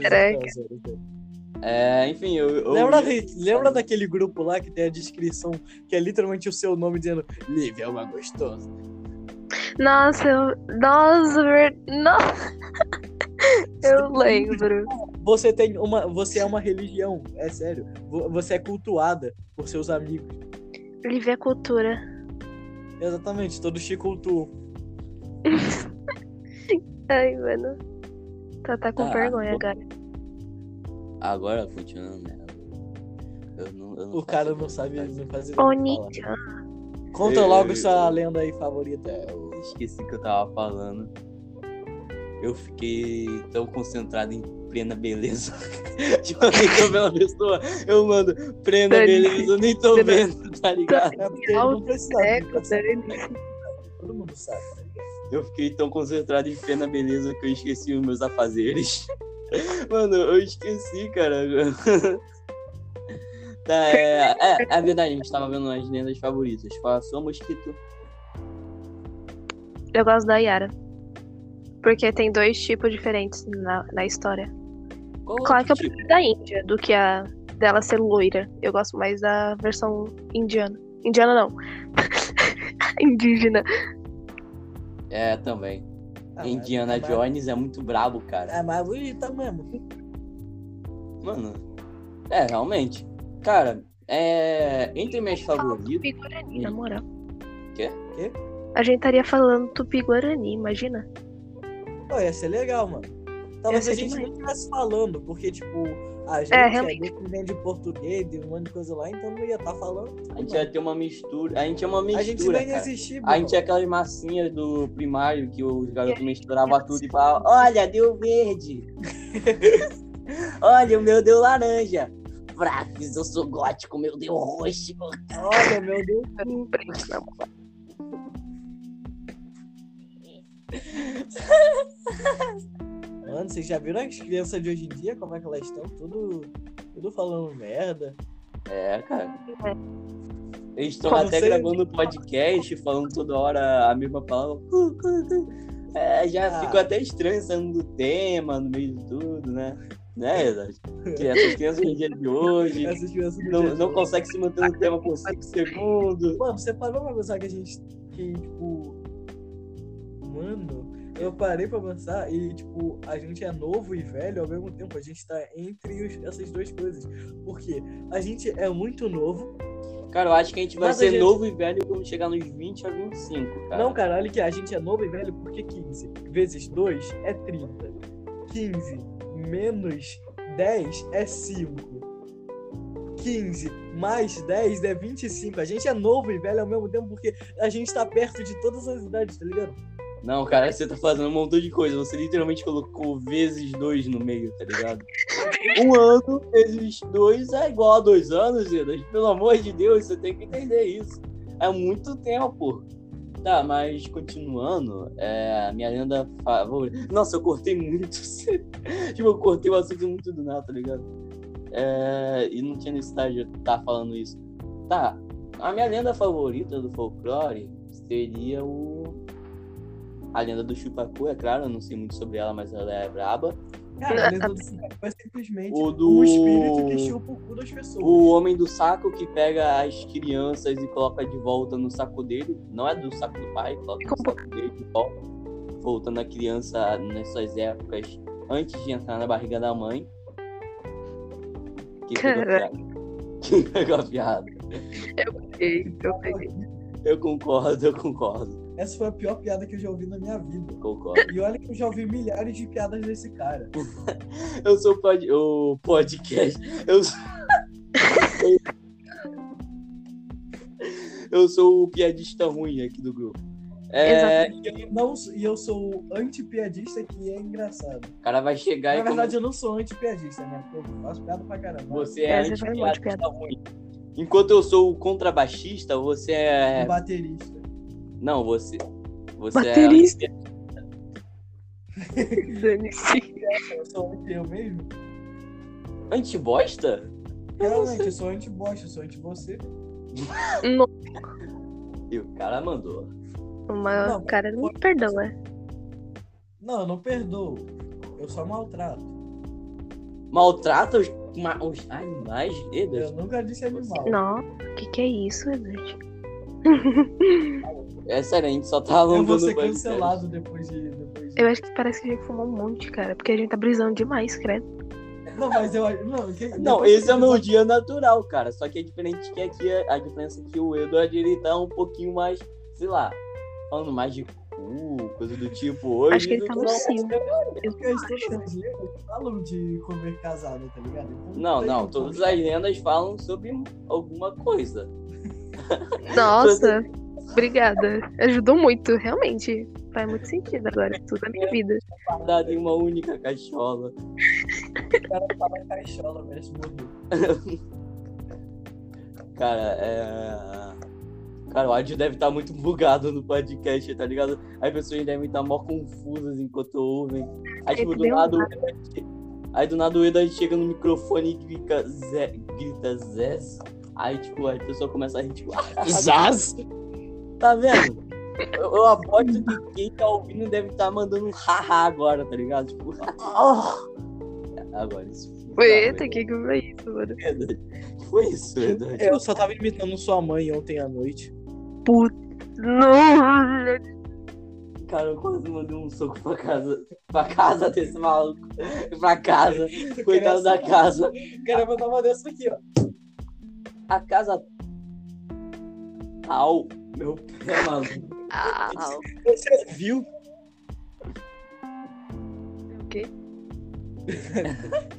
[SPEAKER 6] Caraca.
[SPEAKER 4] é, enfim, eu. eu
[SPEAKER 3] Lembra, de- lembra daquele grupo lá que tem a descrição, que é literalmente o seu nome dizendo Liv é uma gostosa.
[SPEAKER 1] Nossa, eu... Nossa, ver- Nossa. <laughs> Eu lembro.
[SPEAKER 3] Você tem uma. Você é uma religião, é sério. Vo- Você é cultuada por seus amigos.
[SPEAKER 1] Livre a cultura.
[SPEAKER 3] Exatamente, todos te cultuam.
[SPEAKER 1] Ai, mano. Tá, tá com
[SPEAKER 4] Ah,
[SPEAKER 1] vergonha
[SPEAKER 4] pô.
[SPEAKER 1] agora.
[SPEAKER 4] Agora, continuando, né? Eu não, eu não
[SPEAKER 3] O
[SPEAKER 4] faço
[SPEAKER 3] cara não
[SPEAKER 4] ideia,
[SPEAKER 3] sabe,
[SPEAKER 4] mas
[SPEAKER 3] não faz ideia do que falar.
[SPEAKER 1] Onichan.
[SPEAKER 3] Conta
[SPEAKER 4] Eu-
[SPEAKER 3] logo sua lenda aí favorita.
[SPEAKER 4] É, Eu esqueci o que eu tava falando. Eu fiquei tão concentrado em plena beleza. <laughs> De uma nem tô vendo a pessoa. Eu mando plena
[SPEAKER 6] Dani.
[SPEAKER 4] beleza, eu nem tô
[SPEAKER 6] Dani.
[SPEAKER 4] vendo, <laughs> tá ligado?
[SPEAKER 3] É porque ele não precisa.
[SPEAKER 1] né?
[SPEAKER 6] É,
[SPEAKER 3] não precisa.
[SPEAKER 6] Dani.
[SPEAKER 3] Todo mundo sabe. tá ligado?
[SPEAKER 4] Eu fiquei tão concentrado em plena beleza que eu esqueci os meus afazeres. <laughs> Mano, eu esqueci, cara. <laughs> Tá, é, é, é verdade, a gente tava vendo as lendas favoritas. Fala só, mosquito.
[SPEAKER 1] Eu gosto da Yara. Porque tem dois tipos diferentes na, na história.
[SPEAKER 4] Qual
[SPEAKER 1] Claro que eu
[SPEAKER 4] outro tipo?
[SPEAKER 1] prefiro da Índia do que a dela ser loira. Eu gosto mais da versão indiana. Indiana não. <laughs> Indígena.
[SPEAKER 4] É, também.
[SPEAKER 3] Ah,
[SPEAKER 4] Indiana
[SPEAKER 3] mas-
[SPEAKER 4] Jones é muito brabo, cara.
[SPEAKER 3] É mais bonita mesmo.
[SPEAKER 4] Mano, é, realmente. Cara, é... entre minhas favoritas...
[SPEAKER 1] Tupi-Guarani, na moral.
[SPEAKER 4] Quê?
[SPEAKER 3] Quê?
[SPEAKER 1] A gente estaria falando Tupi-Guarani, imagina.
[SPEAKER 3] Pô, ia ser legal, mano. Talvez
[SPEAKER 1] Ia
[SPEAKER 3] a
[SPEAKER 1] ser
[SPEAKER 3] gente
[SPEAKER 1] demais.
[SPEAKER 3] nem estivesse falando, porque, tipo, a gente
[SPEAKER 1] realmente.
[SPEAKER 3] é dependente de português, de um monte de coisa lá, então não ia estar falando.
[SPEAKER 4] A gente ia ter uma mistura... A gente é uma mistura,
[SPEAKER 3] A gente nem ia
[SPEAKER 4] cara.
[SPEAKER 3] existir,
[SPEAKER 4] A
[SPEAKER 3] mano.
[SPEAKER 4] gente é aquelas massinhas do primário que os garotos misturavam tudo e falavam, olha, deu verde. olha, o meu deu laranja. Frafis, eu sou gótico, meu deu roxo.
[SPEAKER 3] Olha, meu Deus. Mano, vocês já viram as crianças de hoje em dia? Como é que elas estão? Tudo, tudo falando merda.
[SPEAKER 4] É, cara. Eles estão
[SPEAKER 3] Como
[SPEAKER 4] tá até
[SPEAKER 3] sempre.
[SPEAKER 4] gravando um podcast, falando toda hora a mesma palavra. Cu, cu, cu. É, já
[SPEAKER 3] Ah.
[SPEAKER 4] ficou até estranho saindo do tema, no meio de tudo, né? Né, Exato? Que essas crianças no dia de hoje
[SPEAKER 3] Essas crianças do dia
[SPEAKER 4] não,
[SPEAKER 3] a
[SPEAKER 4] não
[SPEAKER 3] dia.
[SPEAKER 4] conseguem se manter no tema por 5 segundos.
[SPEAKER 3] Mano, você parou pra pensar que a gente que, tipo. Mano, eu parei pra pensar e, tipo, a gente é novo e velho ao mesmo tempo. A gente tá entre os- essas duas coisas. Porque a gente é muito novo.
[SPEAKER 4] Cara, eu acho que a gente vai
[SPEAKER 3] Mas a
[SPEAKER 4] ser
[SPEAKER 3] gente-
[SPEAKER 4] novo e velho quando chegar nos 20 a 25, cara.
[SPEAKER 3] Não, cara, olha que a gente é novo e velho porque 15 vezes 2 é 30. 15 menos 10 é 5. 15 mais 10 é 25. A gente é novo e velho ao mesmo tempo porque a gente tá perto de todas as idades, tá ligado?
[SPEAKER 4] Não, cara, você tá fazendo um montão de coisa. Você literalmente colocou vezes dois no meio, tá ligado? Um ano vezes dois é igual a dois anos, Edas. Pelo amor de Deus, você tem que entender isso. É muito tempo. Tá, mas continuando, é, a minha lenda favorita. Nossa, eu cortei muito. <laughs> tipo, eu cortei o assunto muito do nada, tá ligado? É, e não tinha necessidade de eu estar falando isso. Tá, a minha lenda favorita do folclore seria o. A lenda do Chupacu, é claro, eu não sei muito sobre ela, mas ela é braba.
[SPEAKER 6] Cara, a lenda do Saco é simplesmente
[SPEAKER 4] O
[SPEAKER 6] o,
[SPEAKER 4] do-
[SPEAKER 6] espírito que chupa o cu das pessoas.
[SPEAKER 4] O homem do saco que pega as crianças e coloca de volta no saco dele. Não é do saco do pai, coloca no
[SPEAKER 1] Como-
[SPEAKER 4] saco dele de volta. Voltando a criança nessas épocas, antes de entrar na barriga da mãe. Que pegou
[SPEAKER 6] Caraca.
[SPEAKER 4] piada. <laughs> Que pegou a piada.
[SPEAKER 6] Eu peguei.
[SPEAKER 4] Eu concordo, eu concordo,
[SPEAKER 6] Essa foi a pior piada que eu já ouvi na minha vida.
[SPEAKER 4] eu concordo.
[SPEAKER 6] E olha que eu já ouvi milhares de piadas desse cara.
[SPEAKER 4] Eu sou pod... o podcast. Eu sou... eu sou o piadista ruim aqui do grupo. É,
[SPEAKER 6] E eu, não, e eu sou o anti-piadista que é engraçado.
[SPEAKER 4] O cara vai chegar e
[SPEAKER 6] Na
[SPEAKER 4] começar-
[SPEAKER 6] verdade, eu não sou anti-piadista, né? Porque eu faço piada pra caramba.
[SPEAKER 4] Você é
[SPEAKER 1] Essa foi muito
[SPEAKER 4] antipiadista ruim. Enquanto eu sou o contrabaixista, você
[SPEAKER 6] Um
[SPEAKER 4] é.
[SPEAKER 6] baterista.
[SPEAKER 4] Não, você. Você
[SPEAKER 1] Baterista.
[SPEAKER 4] é.
[SPEAKER 1] Dane-se.
[SPEAKER 6] Eu sou anti eu mesmo.
[SPEAKER 4] Antibosta?
[SPEAKER 6] Realmente, eu sou anti-bosta, eu sou anti-você.
[SPEAKER 4] E o cara mandou.
[SPEAKER 1] Uma
[SPEAKER 6] Não,
[SPEAKER 1] cara não me perdoa.
[SPEAKER 6] Não, eu não perdoo. Eu só maltrato.
[SPEAKER 4] Maltrata os, ma- os animais,
[SPEAKER 6] Eu
[SPEAKER 4] Edas.
[SPEAKER 6] nunca disse animal.
[SPEAKER 1] Nossa, o que, que é isso, gente?
[SPEAKER 4] É sério, a gente só tá
[SPEAKER 6] Eu
[SPEAKER 4] alongando
[SPEAKER 6] vou ser
[SPEAKER 4] o podcast.
[SPEAKER 6] cancelado depois de. Depois de...
[SPEAKER 1] Eu acho que parece que a gente fumou um monte, cara, porque a gente tá brisando demais, credo.
[SPEAKER 6] Não, mas eu acho. Não, que-
[SPEAKER 4] Não,
[SPEAKER 6] depois
[SPEAKER 4] esse é o meu
[SPEAKER 6] que-
[SPEAKER 4] dia natural, cara. Só que é diferente que aqui é- a diferença é que o Eduardo ele tá um pouquinho mais, sei lá, falando mais de cu, coisa do tipo hoje.
[SPEAKER 1] Acho que ele
[SPEAKER 4] do
[SPEAKER 1] tá
[SPEAKER 4] que
[SPEAKER 1] no
[SPEAKER 4] não-
[SPEAKER 1] cima.
[SPEAKER 6] Porque as todas as lendas falam de comer casado, tá ligado? Então,
[SPEAKER 4] Não,
[SPEAKER 6] tem
[SPEAKER 4] não,
[SPEAKER 6] como.
[SPEAKER 4] todas as lendas falam sobre alguma coisa.
[SPEAKER 1] Nossa, obrigada. Ajudou muito, realmente. Faz muito sentido agora, tudo na minha vida.
[SPEAKER 4] Guardada em uma única caixola.
[SPEAKER 6] O cara fala caixola, merece morrer.
[SPEAKER 4] Cara, é. Cara, o áudio deve estar muito bugado no podcast, tá ligado? As pessoas devem estar mó confusas enquanto ouvem. Aí, tipo, do
[SPEAKER 1] Deu
[SPEAKER 4] nada. o Eda che- Aí, do nada, o Eda chega no microfone e grita Zé. Grita Zé. Aí, tipo, a pessoa começa a rir, tipo,
[SPEAKER 3] Zaz?
[SPEAKER 4] Tá vendo? Eu, eu aposto que quem tá ouvindo deve estar mandando um haha agora, tá ligado? Tipo, <laughs> É, agora isso.
[SPEAKER 1] Eita, que que foi isso, mano?
[SPEAKER 4] que foi isso, Eduardo?
[SPEAKER 3] Eu só tava imitando sua mãe ontem à noite.
[SPEAKER 1] Puta. Não.
[SPEAKER 4] Cara, eu quase mandei um soco pra casa, pra casa desse maluco. Pra casa, coitado da casa.
[SPEAKER 6] O cara vai dar uma dessa aqui, ó.
[SPEAKER 4] A casa. Au, meu pé, maluco.
[SPEAKER 1] Ah,
[SPEAKER 3] Você viu?
[SPEAKER 1] o quê?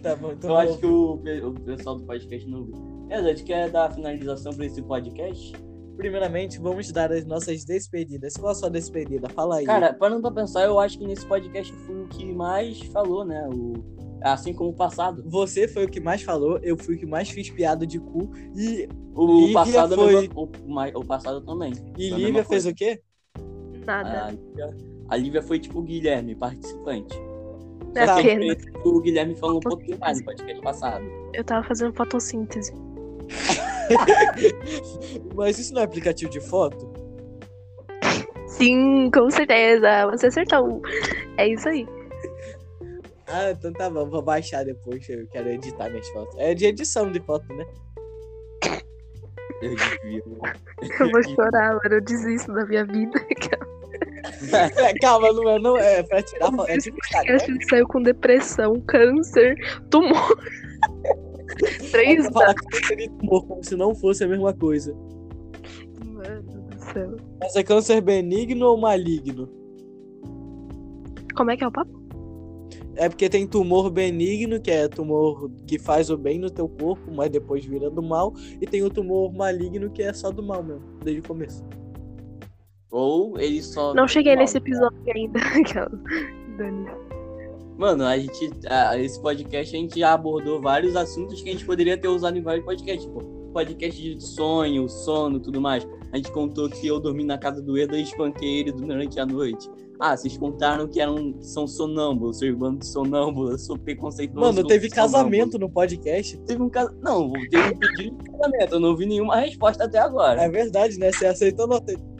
[SPEAKER 6] Tá bom, então.
[SPEAKER 4] Eu acho que o, pe- o pessoal do podcast não viu. Eduardo, quer dar a finalização pra esse podcast?
[SPEAKER 3] Primeiramente, vamos dar as nossas despedidas. Qual a sua despedida? Fala aí.
[SPEAKER 4] Cara, parando pra pensar, eu acho que nesse podcast foi o que mais falou, né? O... Assim como o passado.
[SPEAKER 3] você foi o que mais falou, eu fui o que mais fiz piada de cu.
[SPEAKER 4] é
[SPEAKER 3] E,
[SPEAKER 4] O
[SPEAKER 3] Lívia
[SPEAKER 4] passado é
[SPEAKER 3] foi-
[SPEAKER 4] mesmo- o, ma- o passado também.
[SPEAKER 3] e
[SPEAKER 4] Foi a
[SPEAKER 3] Lívia
[SPEAKER 4] mesma
[SPEAKER 3] fez o quê?
[SPEAKER 1] Nada.
[SPEAKER 4] A Ah, Lívia, a Lívia foi tipo o Guilherme, participante.
[SPEAKER 1] É
[SPEAKER 3] tá,
[SPEAKER 1] porque
[SPEAKER 4] O Guilherme falou um pouquinho mais no
[SPEAKER 3] <laughs>
[SPEAKER 4] podcast passado.
[SPEAKER 1] eu tava fazendo fotossíntese.
[SPEAKER 3] Mas isso não é aplicativo de foto?
[SPEAKER 1] Sim, com certeza. Você acertou. É isso aí.
[SPEAKER 3] Ah, então tá bom, vou baixar depois. Eu quero editar minhas fotos. É de edição de foto, né? <laughs>
[SPEAKER 4] Eu desvio.
[SPEAKER 1] Eu vou chorar, mano. Eu desisto da minha vida. <laughs>
[SPEAKER 3] É, Calma, não é, não é pra tirar foto. É tipo
[SPEAKER 1] Eu acho
[SPEAKER 3] Instagram.
[SPEAKER 1] que ele saiu com depressão, câncer, tumor. <laughs> Três
[SPEAKER 3] Pra falar que câncer e tumor, como se não fosse a mesma coisa.
[SPEAKER 1] dados, mano do céu.
[SPEAKER 3] Mas é câncer benigno ou maligno?
[SPEAKER 1] Como é que é o papo?
[SPEAKER 3] É porque tem tumor benigno, que é tumor que faz o bem no teu corpo, mas depois vira do mal. E tem o tumor maligno, que é só do mal mesmo, desde o começo.
[SPEAKER 4] Ou ele só.
[SPEAKER 1] Não cheguei <laughs>
[SPEAKER 4] Mal,
[SPEAKER 1] nesse episódio ainda. Aquela. Dani.
[SPEAKER 4] Mano, a gente. a- esse podcast a gente já abordou vários assuntos que a gente poderia ter usado em vários podcasts. Tipo, podcast de sonho, sono, tudo mais. A gente contou que eu dormi na casa do Eda e espanquei ele durante a noite. Ah, vocês contaram que eram, são sonâmbulos, seus bando de sonâmbulos, eu sou preconceituoso.
[SPEAKER 3] Mano,
[SPEAKER 4] com
[SPEAKER 3] teve
[SPEAKER 4] sonâmbulos.
[SPEAKER 3] casamento no podcast.
[SPEAKER 4] Teve um casamento. Não, teve um pedido de casamento. Eu não vi nenhuma resposta até agora.
[SPEAKER 3] É verdade, né? Você aceitou ou não aceitou?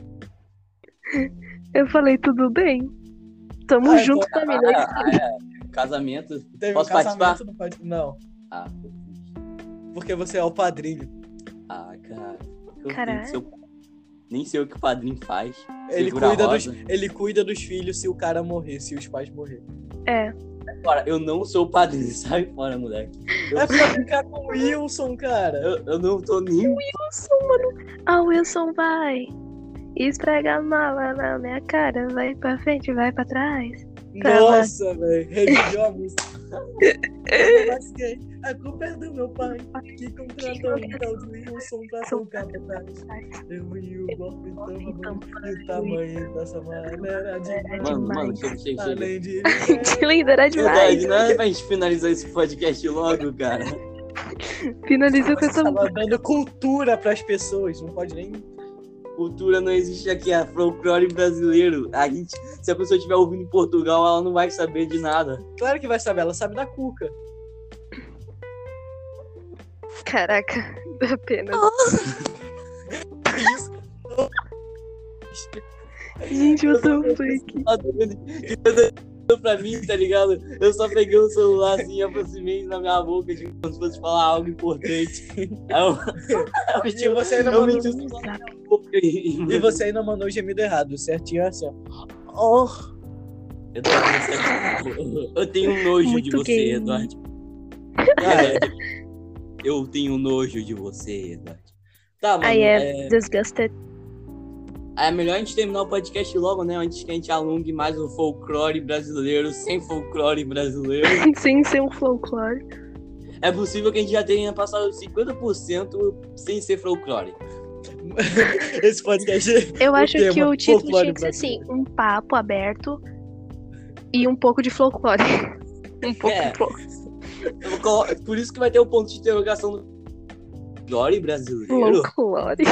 [SPEAKER 1] Eu falei, tudo bem. Tamo
[SPEAKER 3] Ah, eu
[SPEAKER 1] junto, família.
[SPEAKER 4] é, Casamento.
[SPEAKER 3] Teve
[SPEAKER 4] Posso
[SPEAKER 3] um casamento
[SPEAKER 4] participar?
[SPEAKER 3] no podcast. Não,
[SPEAKER 4] Ah,
[SPEAKER 3] porque você é o padrinho.
[SPEAKER 4] ah cara. Eu
[SPEAKER 1] Caralho.
[SPEAKER 4] Nem sei, o- nem sei o que o padrinho faz.
[SPEAKER 3] Ele
[SPEAKER 4] Segura a
[SPEAKER 3] cuida, dos,
[SPEAKER 4] rosa.
[SPEAKER 3] ele cuida dos filhos se o cara morrer, se os pais morrerem.
[SPEAKER 1] É.
[SPEAKER 4] Fora, eu não sou o padrinho, <laughs> sai fora, moleque. Eu,
[SPEAKER 3] É pra brincar com o Wilson, cara.
[SPEAKER 4] eu, eu não tô nem.
[SPEAKER 1] Wilson, mano. Ah, Wilson, vai. Esfrega a mala na minha cara. Vai pra frente, vai pra trás. Tá,
[SPEAKER 3] Nossa, velho. Revigiou a música. Eu lasquei. A culpa é do meu pai, que contratou o tal de Wilson pra soltar pedaços. um Eu um e o golpe tão do tamanho dessa maneira um de
[SPEAKER 4] Mano,
[SPEAKER 1] Demais.
[SPEAKER 4] mano, chega, chega, chega.
[SPEAKER 3] Além de.
[SPEAKER 1] Que lindo, era demais.
[SPEAKER 4] Verdade, não é pra gente finalizar esse podcast logo, cara.
[SPEAKER 1] Finaliza com essa
[SPEAKER 3] Tava dando cultura pras pessoas, não pode nem.
[SPEAKER 4] Cultura não existe aqui, é folclore brasileiro. A gente, se a pessoa estiver ouvindo em Portugal, ela não vai saber de nada.
[SPEAKER 3] Claro que vai saber, ela sabe da cuca.
[SPEAKER 1] Caraca, <laughs> dá pena. Gente, eu tô um aqui.
[SPEAKER 4] Ela tá vendo- ela tá olhando pra mim, tá ligado? Eu só peguei o celular assim, aproximei na minha boca, tipo, como se fosse falar algo importante. Aí eu- eu meti-
[SPEAKER 3] E você ainda
[SPEAKER 4] eu
[SPEAKER 3] mandou,
[SPEAKER 4] meti o celular na minha boca e
[SPEAKER 3] e você ainda mandou o gemido errado, certinho assim, ó. Oh,
[SPEAKER 4] Eu tô com você. Eu tenho um nojo de
[SPEAKER 1] Muito
[SPEAKER 4] você,
[SPEAKER 1] gay.
[SPEAKER 4] Eduardo.
[SPEAKER 3] cara,
[SPEAKER 4] Eu tenho um nojo de você, Eduardo. Tá, mano.
[SPEAKER 1] I
[SPEAKER 4] É...
[SPEAKER 1] am disgusted.
[SPEAKER 4] é melhor a gente terminar o podcast logo, né? Antes que a gente alongue mais o folclore brasileiro, sem folclore brasileiro.
[SPEAKER 1] <laughs> Sem ser um folclore.
[SPEAKER 4] É possível que a gente já tenha passado 50% sem ser folclore.
[SPEAKER 3] <laughs> esse podcast.
[SPEAKER 1] Eu acho que
[SPEAKER 3] tema,
[SPEAKER 1] o título
[SPEAKER 3] folclore
[SPEAKER 1] tinha que ser assim: um papo aberto e um pouco de folclore. <laughs> Um pouco
[SPEAKER 4] É.
[SPEAKER 1] de folclore.
[SPEAKER 4] Eu vou colo- Por isso que vai ter o ponto de interrogação do folclore brasileiro.
[SPEAKER 1] Folclore.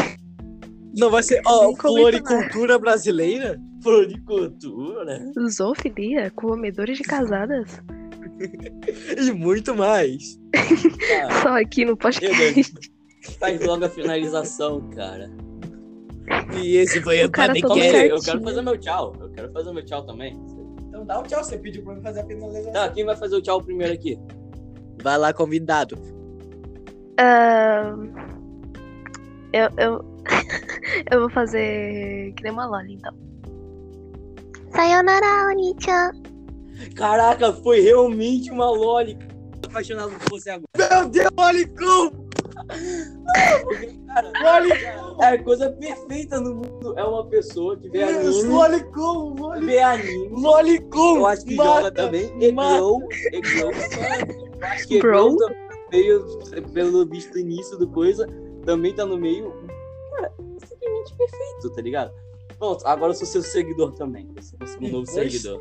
[SPEAKER 3] Não vai ser, ó,
[SPEAKER 1] Nem comenta mais.
[SPEAKER 3] floricultura brasileira?
[SPEAKER 4] Floricultura.
[SPEAKER 1] Zoofilia, comedores de casadas.
[SPEAKER 3] E muito mais.
[SPEAKER 4] Tá,
[SPEAKER 1] Só aqui no podcast.
[SPEAKER 4] Eduardo, faz Tá logo a finalização, cara.
[SPEAKER 3] E esse foi o
[SPEAKER 1] O cara todo
[SPEAKER 4] Como
[SPEAKER 3] podcast.
[SPEAKER 4] que é? Eu
[SPEAKER 1] certinho.
[SPEAKER 4] quero fazer meu tchau. Eu quero fazer meu tchau também.
[SPEAKER 6] Então dá um tchau, você pediu pra mim fazer a finalização.
[SPEAKER 4] Tá, quem vai fazer o tchau primeiro aqui?
[SPEAKER 3] Vai lá, convidado.
[SPEAKER 1] Ahn, eu, eu, <laughs> eu vou fazer que nem uma Loli, então. Sayonara, Oni-chan.
[SPEAKER 4] Caraca, foi realmente uma Loli. Tô apaixonado por você agora.
[SPEAKER 3] Meu Deus, olha como!
[SPEAKER 4] Cara, é a coisa perfeita no mundo. É uma pessoa que vê anime,
[SPEAKER 3] Lolicom, Lolicom,
[SPEAKER 4] vê anime.
[SPEAKER 3] Lolicom!
[SPEAKER 4] Eu acho que joga também.
[SPEAKER 3] mata.
[SPEAKER 4] Eglon. Eglon. Eu Acho que Eglon
[SPEAKER 1] Bro.
[SPEAKER 4] também tá no meio, pelo visto do início do coisa, também tá no meio. Cara, é simplesmente perfeito, tá ligado? Pronto, agora eu sou seu seguidor também. Eu consigo um novo
[SPEAKER 3] Pois.
[SPEAKER 4] seguidor.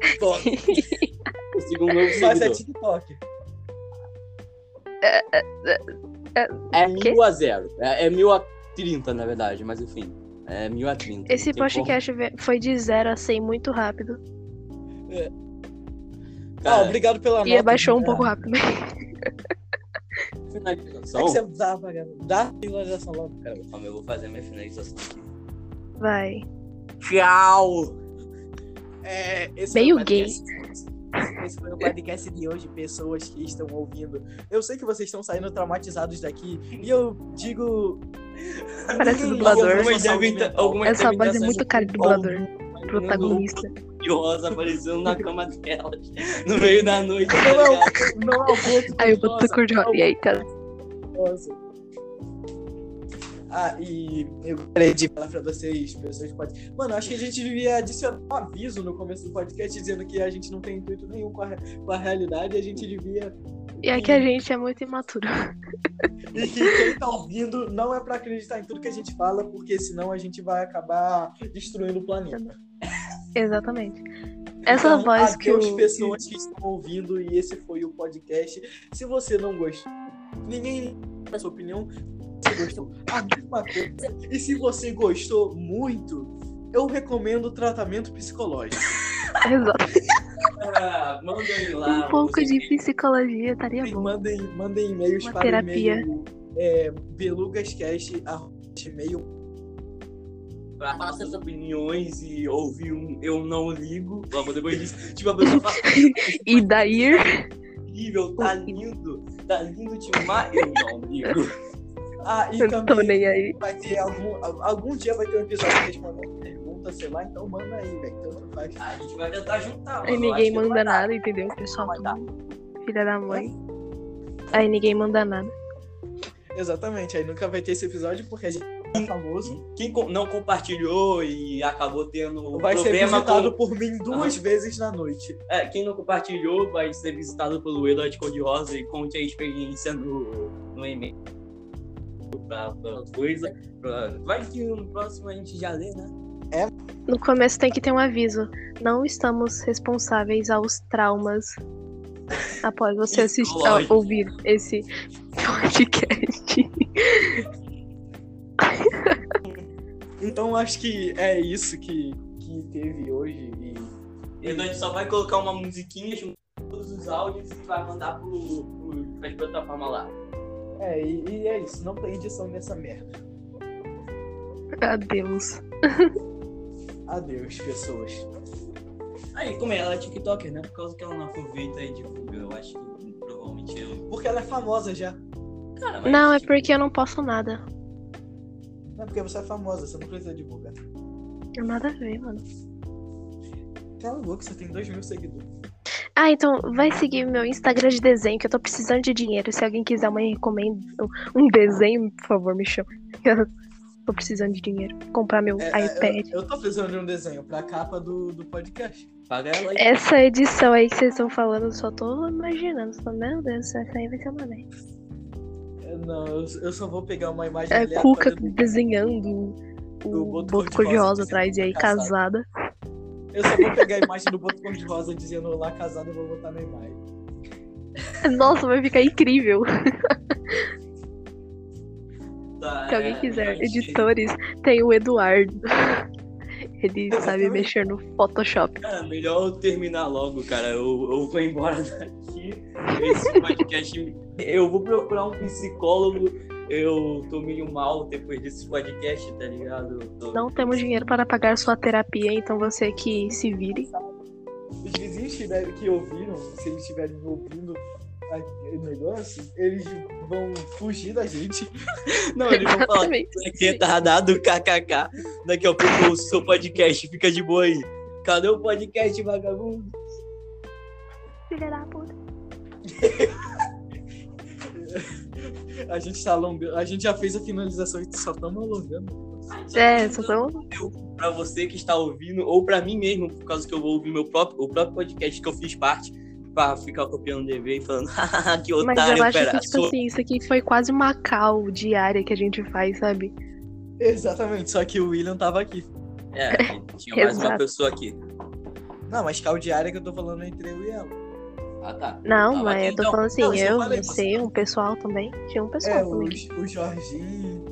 [SPEAKER 4] Consigo um novo
[SPEAKER 6] Mas é
[SPEAKER 4] seguidor.
[SPEAKER 6] TikTok.
[SPEAKER 4] É
[SPEAKER 1] Quê?
[SPEAKER 4] mil a zero. É, é mil a trinta, na verdade, mas enfim. É mil a trinta.
[SPEAKER 1] Esse
[SPEAKER 4] Não tem
[SPEAKER 1] podcast ve- foi de 0 a 100 muito rápido.
[SPEAKER 4] como.
[SPEAKER 3] Ah,
[SPEAKER 4] Cara,
[SPEAKER 3] obrigado pela nota.
[SPEAKER 1] E abaixou um
[SPEAKER 3] cara.
[SPEAKER 1] pouco rápido. <laughs>
[SPEAKER 6] É
[SPEAKER 4] finalização.
[SPEAKER 6] que você tá pagando.
[SPEAKER 3] Dá finalização logo, cara.
[SPEAKER 4] Calma, eu vou fazer minha finalização aqui.
[SPEAKER 1] Vai.
[SPEAKER 3] Tchau! É, esse
[SPEAKER 1] Meio
[SPEAKER 3] foi o podcast- Esse foi o podcast de hoje, pessoas que estão ouvindo. Eu sei que vocês estão saindo traumatizados daqui. E eu digo.
[SPEAKER 1] Parece
[SPEAKER 3] Ninguém então."
[SPEAKER 1] dublador.
[SPEAKER 3] liga pra
[SPEAKER 4] Algumas
[SPEAKER 3] sua saúde
[SPEAKER 4] devem tá-
[SPEAKER 3] mental.
[SPEAKER 4] algumas
[SPEAKER 1] Essa
[SPEAKER 4] devem tá
[SPEAKER 1] voz é muito
[SPEAKER 4] saindo
[SPEAKER 1] cara de dublador.
[SPEAKER 4] com-
[SPEAKER 1] Protagonista.
[SPEAKER 4] de rosa aparecendo na cama delas no meio da noite. tá
[SPEAKER 3] Não,
[SPEAKER 4] ligado?
[SPEAKER 3] não é o ponto
[SPEAKER 1] Aí eu
[SPEAKER 3] de
[SPEAKER 1] boto cor de rosa. E aí, tá. cara?
[SPEAKER 3] Nossa. Ah, e eu gostaria de falar pra vocês, pessoas que podem. Mano, eu acho que a gente devia adicionar um aviso no começo do podcast dizendo que a gente não tem intuito nenhum com a, re- com a realidade, a gente devia.
[SPEAKER 1] E é que
[SPEAKER 4] Uhum.
[SPEAKER 1] a gente é muito imaturo. <laughs>
[SPEAKER 3] E que quem tá ouvindo não é pra acreditar em tudo que a gente fala, porque senão a gente vai acabar destruindo o planeta.
[SPEAKER 1] Exatamente. Essa
[SPEAKER 3] Então,
[SPEAKER 1] voz que
[SPEAKER 3] adeus,
[SPEAKER 1] o-
[SPEAKER 3] pessoas que estão ouvindo, e esse foi o podcast. Se você não gostou, ninguém dá sua opinião. Se você gostou, a mesma coisa. E se você gostou muito, eu recomendo o tratamento psicológico.
[SPEAKER 1] <laughs> Exato.
[SPEAKER 4] Ah, mandem lá.
[SPEAKER 1] Um pouco
[SPEAKER 4] vocês
[SPEAKER 1] de
[SPEAKER 4] que-
[SPEAKER 1] psicologia estaria
[SPEAKER 3] Mandem,
[SPEAKER 1] Tá bom.
[SPEAKER 3] mandem, mandem e-mails
[SPEAKER 1] Uma
[SPEAKER 3] para
[SPEAKER 1] terapia.
[SPEAKER 3] o e-mail é, belugascast.gmail.
[SPEAKER 4] Pra falar suas opiniões e ouvir um Eu Não Ligo. Logo depois disso. Tipo, a pessoa fala,
[SPEAKER 1] E daí?
[SPEAKER 4] incrível, tá lindo. Tá lindo demais. Eu não ligo.
[SPEAKER 3] Ah, e
[SPEAKER 1] Eu não tô
[SPEAKER 3] também
[SPEAKER 1] nem aí.
[SPEAKER 3] vai ter algum. Algum dia vai ter um episódio respondendo pergunta, sei lá, então manda aí, velho. Tanto faz.
[SPEAKER 4] A gente vai tentar juntar. mano.
[SPEAKER 1] Aí
[SPEAKER 4] Eu
[SPEAKER 1] ninguém
[SPEAKER 4] acho que
[SPEAKER 1] manda
[SPEAKER 4] vai dar.
[SPEAKER 1] nada, entendeu? O pessoal
[SPEAKER 4] Vai dar.
[SPEAKER 1] tudo filha da mãe. Aí ninguém manda nada.
[SPEAKER 3] Exatamente, aí nunca vai ter esse episódio porque a gente é famoso.
[SPEAKER 4] Quem co- não compartilhou e acabou tendo um
[SPEAKER 3] Vai ser
[SPEAKER 4] problema
[SPEAKER 3] visitado
[SPEAKER 4] com...
[SPEAKER 3] por mim duas vezes na noite.
[SPEAKER 4] É, quem não compartilhou vai ser visitado pelo Eloy Cor-de-Rosa e conte a experiência no, no e-mail. Pra, pra coisa. pra- Vai que no próximo a gente já lê, né?
[SPEAKER 1] No começo tem que ter um aviso. Não estamos responsáveis aos
[SPEAKER 4] <laughs>
[SPEAKER 1] traumas após você assistir, ah,
[SPEAKER 4] Lógico.
[SPEAKER 1] ouvir esse <laughs> podcast.
[SPEAKER 3] Então acho que é isso que, que teve hoje. E
[SPEAKER 4] Então a gente só vai colocar uma musiquinha junto com todos os áudios e vai mandar pro, pro, pra plataforma lá.
[SPEAKER 3] é, e, e é isso, não tem edição nessa merda.
[SPEAKER 1] Adeus.
[SPEAKER 3] Adeus, pessoas.
[SPEAKER 4] Aí, como é? Ela é TikToker, né? Por causa que ela não aproveita e divulga, eu acho que provavelmente um- eu.
[SPEAKER 3] Porque ela é famosa já.
[SPEAKER 4] Cara, mas.
[SPEAKER 1] Não, é
[SPEAKER 4] tipo,
[SPEAKER 1] porque eu não posso nada.
[SPEAKER 3] Não é porque você é famosa, você não precisa divulgar.
[SPEAKER 1] Nada a ver, mano.
[SPEAKER 3] Cala a boca, você tem dois mil seguidores.
[SPEAKER 1] Ah, então vai seguir meu Instagram de desenho, que eu tô precisando de dinheiro. Se alguém quiser uma recomenda, um desenho, por favor, me chama. <laughs> Eu tô precisando de dinheiro. Comprar meu
[SPEAKER 3] É,
[SPEAKER 1] iPad.
[SPEAKER 3] Eu tô precisando de um desenho pra capa do, do podcast.
[SPEAKER 4] Paga ela aí.
[SPEAKER 1] Essa edição aí que vocês estão falando, eu só tô imaginando. Só, meu Deus, essa aí vai ser uma merda.
[SPEAKER 3] É, Não, eu, eu só vou pegar uma imagem
[SPEAKER 1] É, Cuca
[SPEAKER 3] aleatória do-
[SPEAKER 1] desenhando
[SPEAKER 3] do
[SPEAKER 1] o
[SPEAKER 3] boto
[SPEAKER 1] boto
[SPEAKER 3] cor-de-rosa
[SPEAKER 1] cor-de-rosa atrás e aí
[SPEAKER 3] casado.
[SPEAKER 1] casada.
[SPEAKER 3] Eu só vou pegar a imagem do Boto Cor-de-Rosa dizendo Olá casado e vou botar na imagem.
[SPEAKER 1] <laughs> Nossa, vai ficar incrível.
[SPEAKER 4] Tá,
[SPEAKER 1] Se alguém
[SPEAKER 4] é,
[SPEAKER 1] quiser,
[SPEAKER 4] gente,
[SPEAKER 1] editores, tem o Eduardo. <laughs> Ele sabe
[SPEAKER 3] Exatamente.
[SPEAKER 1] mexer no Photoshop.
[SPEAKER 4] Cara, Ah, melhor eu terminar logo, cara. Eu, eu vou embora <laughs> daqui. Esse podcast. eu vou procurar um psicólogo. Eu tô meio mal depois desse podcast, tá ligado? Eu tô-
[SPEAKER 1] Não temos dinheiro para pagar sua terapia, então você que se vire.
[SPEAKER 3] Os vizinhos tiver- que ouviram, se eles estiverem ouvindo aquele negócio, eles vão fugir da gente.
[SPEAKER 4] Não, eles vão falar.
[SPEAKER 1] Exatamente.
[SPEAKER 4] Aqui é retardado, kkk. Daqui a pouco o seu podcast fica de boa aí. Cadê o podcast, vagabundo?
[SPEAKER 1] Filha da puta.
[SPEAKER 3] A gente tá alongando. A gente já fez a finalização e só estamos alongando.
[SPEAKER 1] É, só tão...
[SPEAKER 4] Pra você que está ouvindo, ou pra mim mesmo, por causa que eu vou ouvir meu próprio, o próprio podcast que eu fiz parte, pra ficar copiando DV e falando, <laughs> "Hahaha, que
[SPEAKER 1] Mas eu
[SPEAKER 4] otário,
[SPEAKER 1] acho que,
[SPEAKER 4] pera.
[SPEAKER 1] tipo
[SPEAKER 4] sou-
[SPEAKER 1] assim, isso aqui foi quase uma cal diária que a gente faz, sabe?
[SPEAKER 3] Exatamente, só que o William tava aqui.
[SPEAKER 4] É,
[SPEAKER 1] <laughs>
[SPEAKER 4] tinha mais uma
[SPEAKER 1] assim, Exato.
[SPEAKER 4] pessoa aqui.
[SPEAKER 3] Não, mas caldeária que eu tô falando é entre eu e ela.
[SPEAKER 4] Ah, tá.
[SPEAKER 1] Não,
[SPEAKER 4] Tava
[SPEAKER 1] mas
[SPEAKER 4] aqui,
[SPEAKER 1] eu tô
[SPEAKER 4] então.
[SPEAKER 1] falando assim,
[SPEAKER 3] Não, isso eu
[SPEAKER 1] eu,
[SPEAKER 3] falei,
[SPEAKER 1] você, um pessoal também. Tinha um pessoal
[SPEAKER 3] É, o,
[SPEAKER 1] também.
[SPEAKER 3] o Jorginho,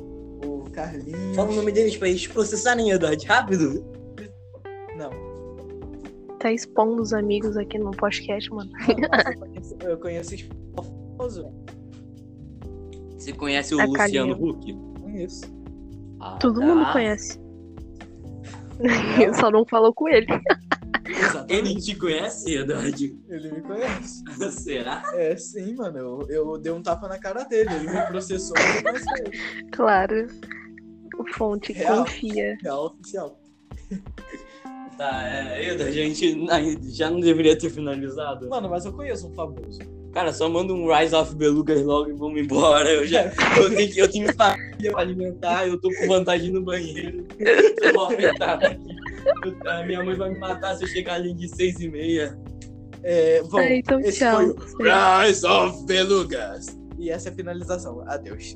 [SPEAKER 3] o Carlinhos.
[SPEAKER 4] Fala o nome deles pra eles processarem, Eduardo, rápido.
[SPEAKER 3] Não.
[SPEAKER 1] Tá expondo os amigos aqui no podcast, mano.
[SPEAKER 3] Nossa, eu conheço- Eu conheço esse famoso.
[SPEAKER 4] Você conhece o
[SPEAKER 1] A
[SPEAKER 4] Luciano
[SPEAKER 1] Kalil.
[SPEAKER 4] Huck?
[SPEAKER 3] Conheço.
[SPEAKER 4] Ah,
[SPEAKER 1] Todo
[SPEAKER 4] tá.
[SPEAKER 1] mundo conhece. <laughs> Eu só não falou com ele. <laughs>
[SPEAKER 4] Ele
[SPEAKER 3] Exatamente.
[SPEAKER 4] te conhece, Eduardo?
[SPEAKER 3] Ele me conhece.
[SPEAKER 4] <laughs> Será?
[SPEAKER 3] É, sim, mano. Eu, eu dei um tapa na cara dele. Ele me processou mas eu processei ele.
[SPEAKER 1] Claro. O Fonte
[SPEAKER 3] Real.
[SPEAKER 1] confia.
[SPEAKER 3] Real é oficial.
[SPEAKER 4] Tá, é, Eda, a gente ai, já não deveria ter finalizado.
[SPEAKER 3] Mano, mas eu conheço um famoso.
[SPEAKER 4] Cara, só manda um Rise of Belugas logo e vamos embora. Eu já eu tenho, que- eu tenho família pra alimentar, eu tô com vontade de ir no banheiro. Eu tô afetado aqui. Eu- a minha mãe vai me matar se eu chegar ali de seis e meia.
[SPEAKER 3] É, bom,
[SPEAKER 1] Ah, então
[SPEAKER 3] esse
[SPEAKER 1] tchau.
[SPEAKER 3] foi o-
[SPEAKER 4] Rise of Belugas!
[SPEAKER 3] E essa é a finalização. Adeus.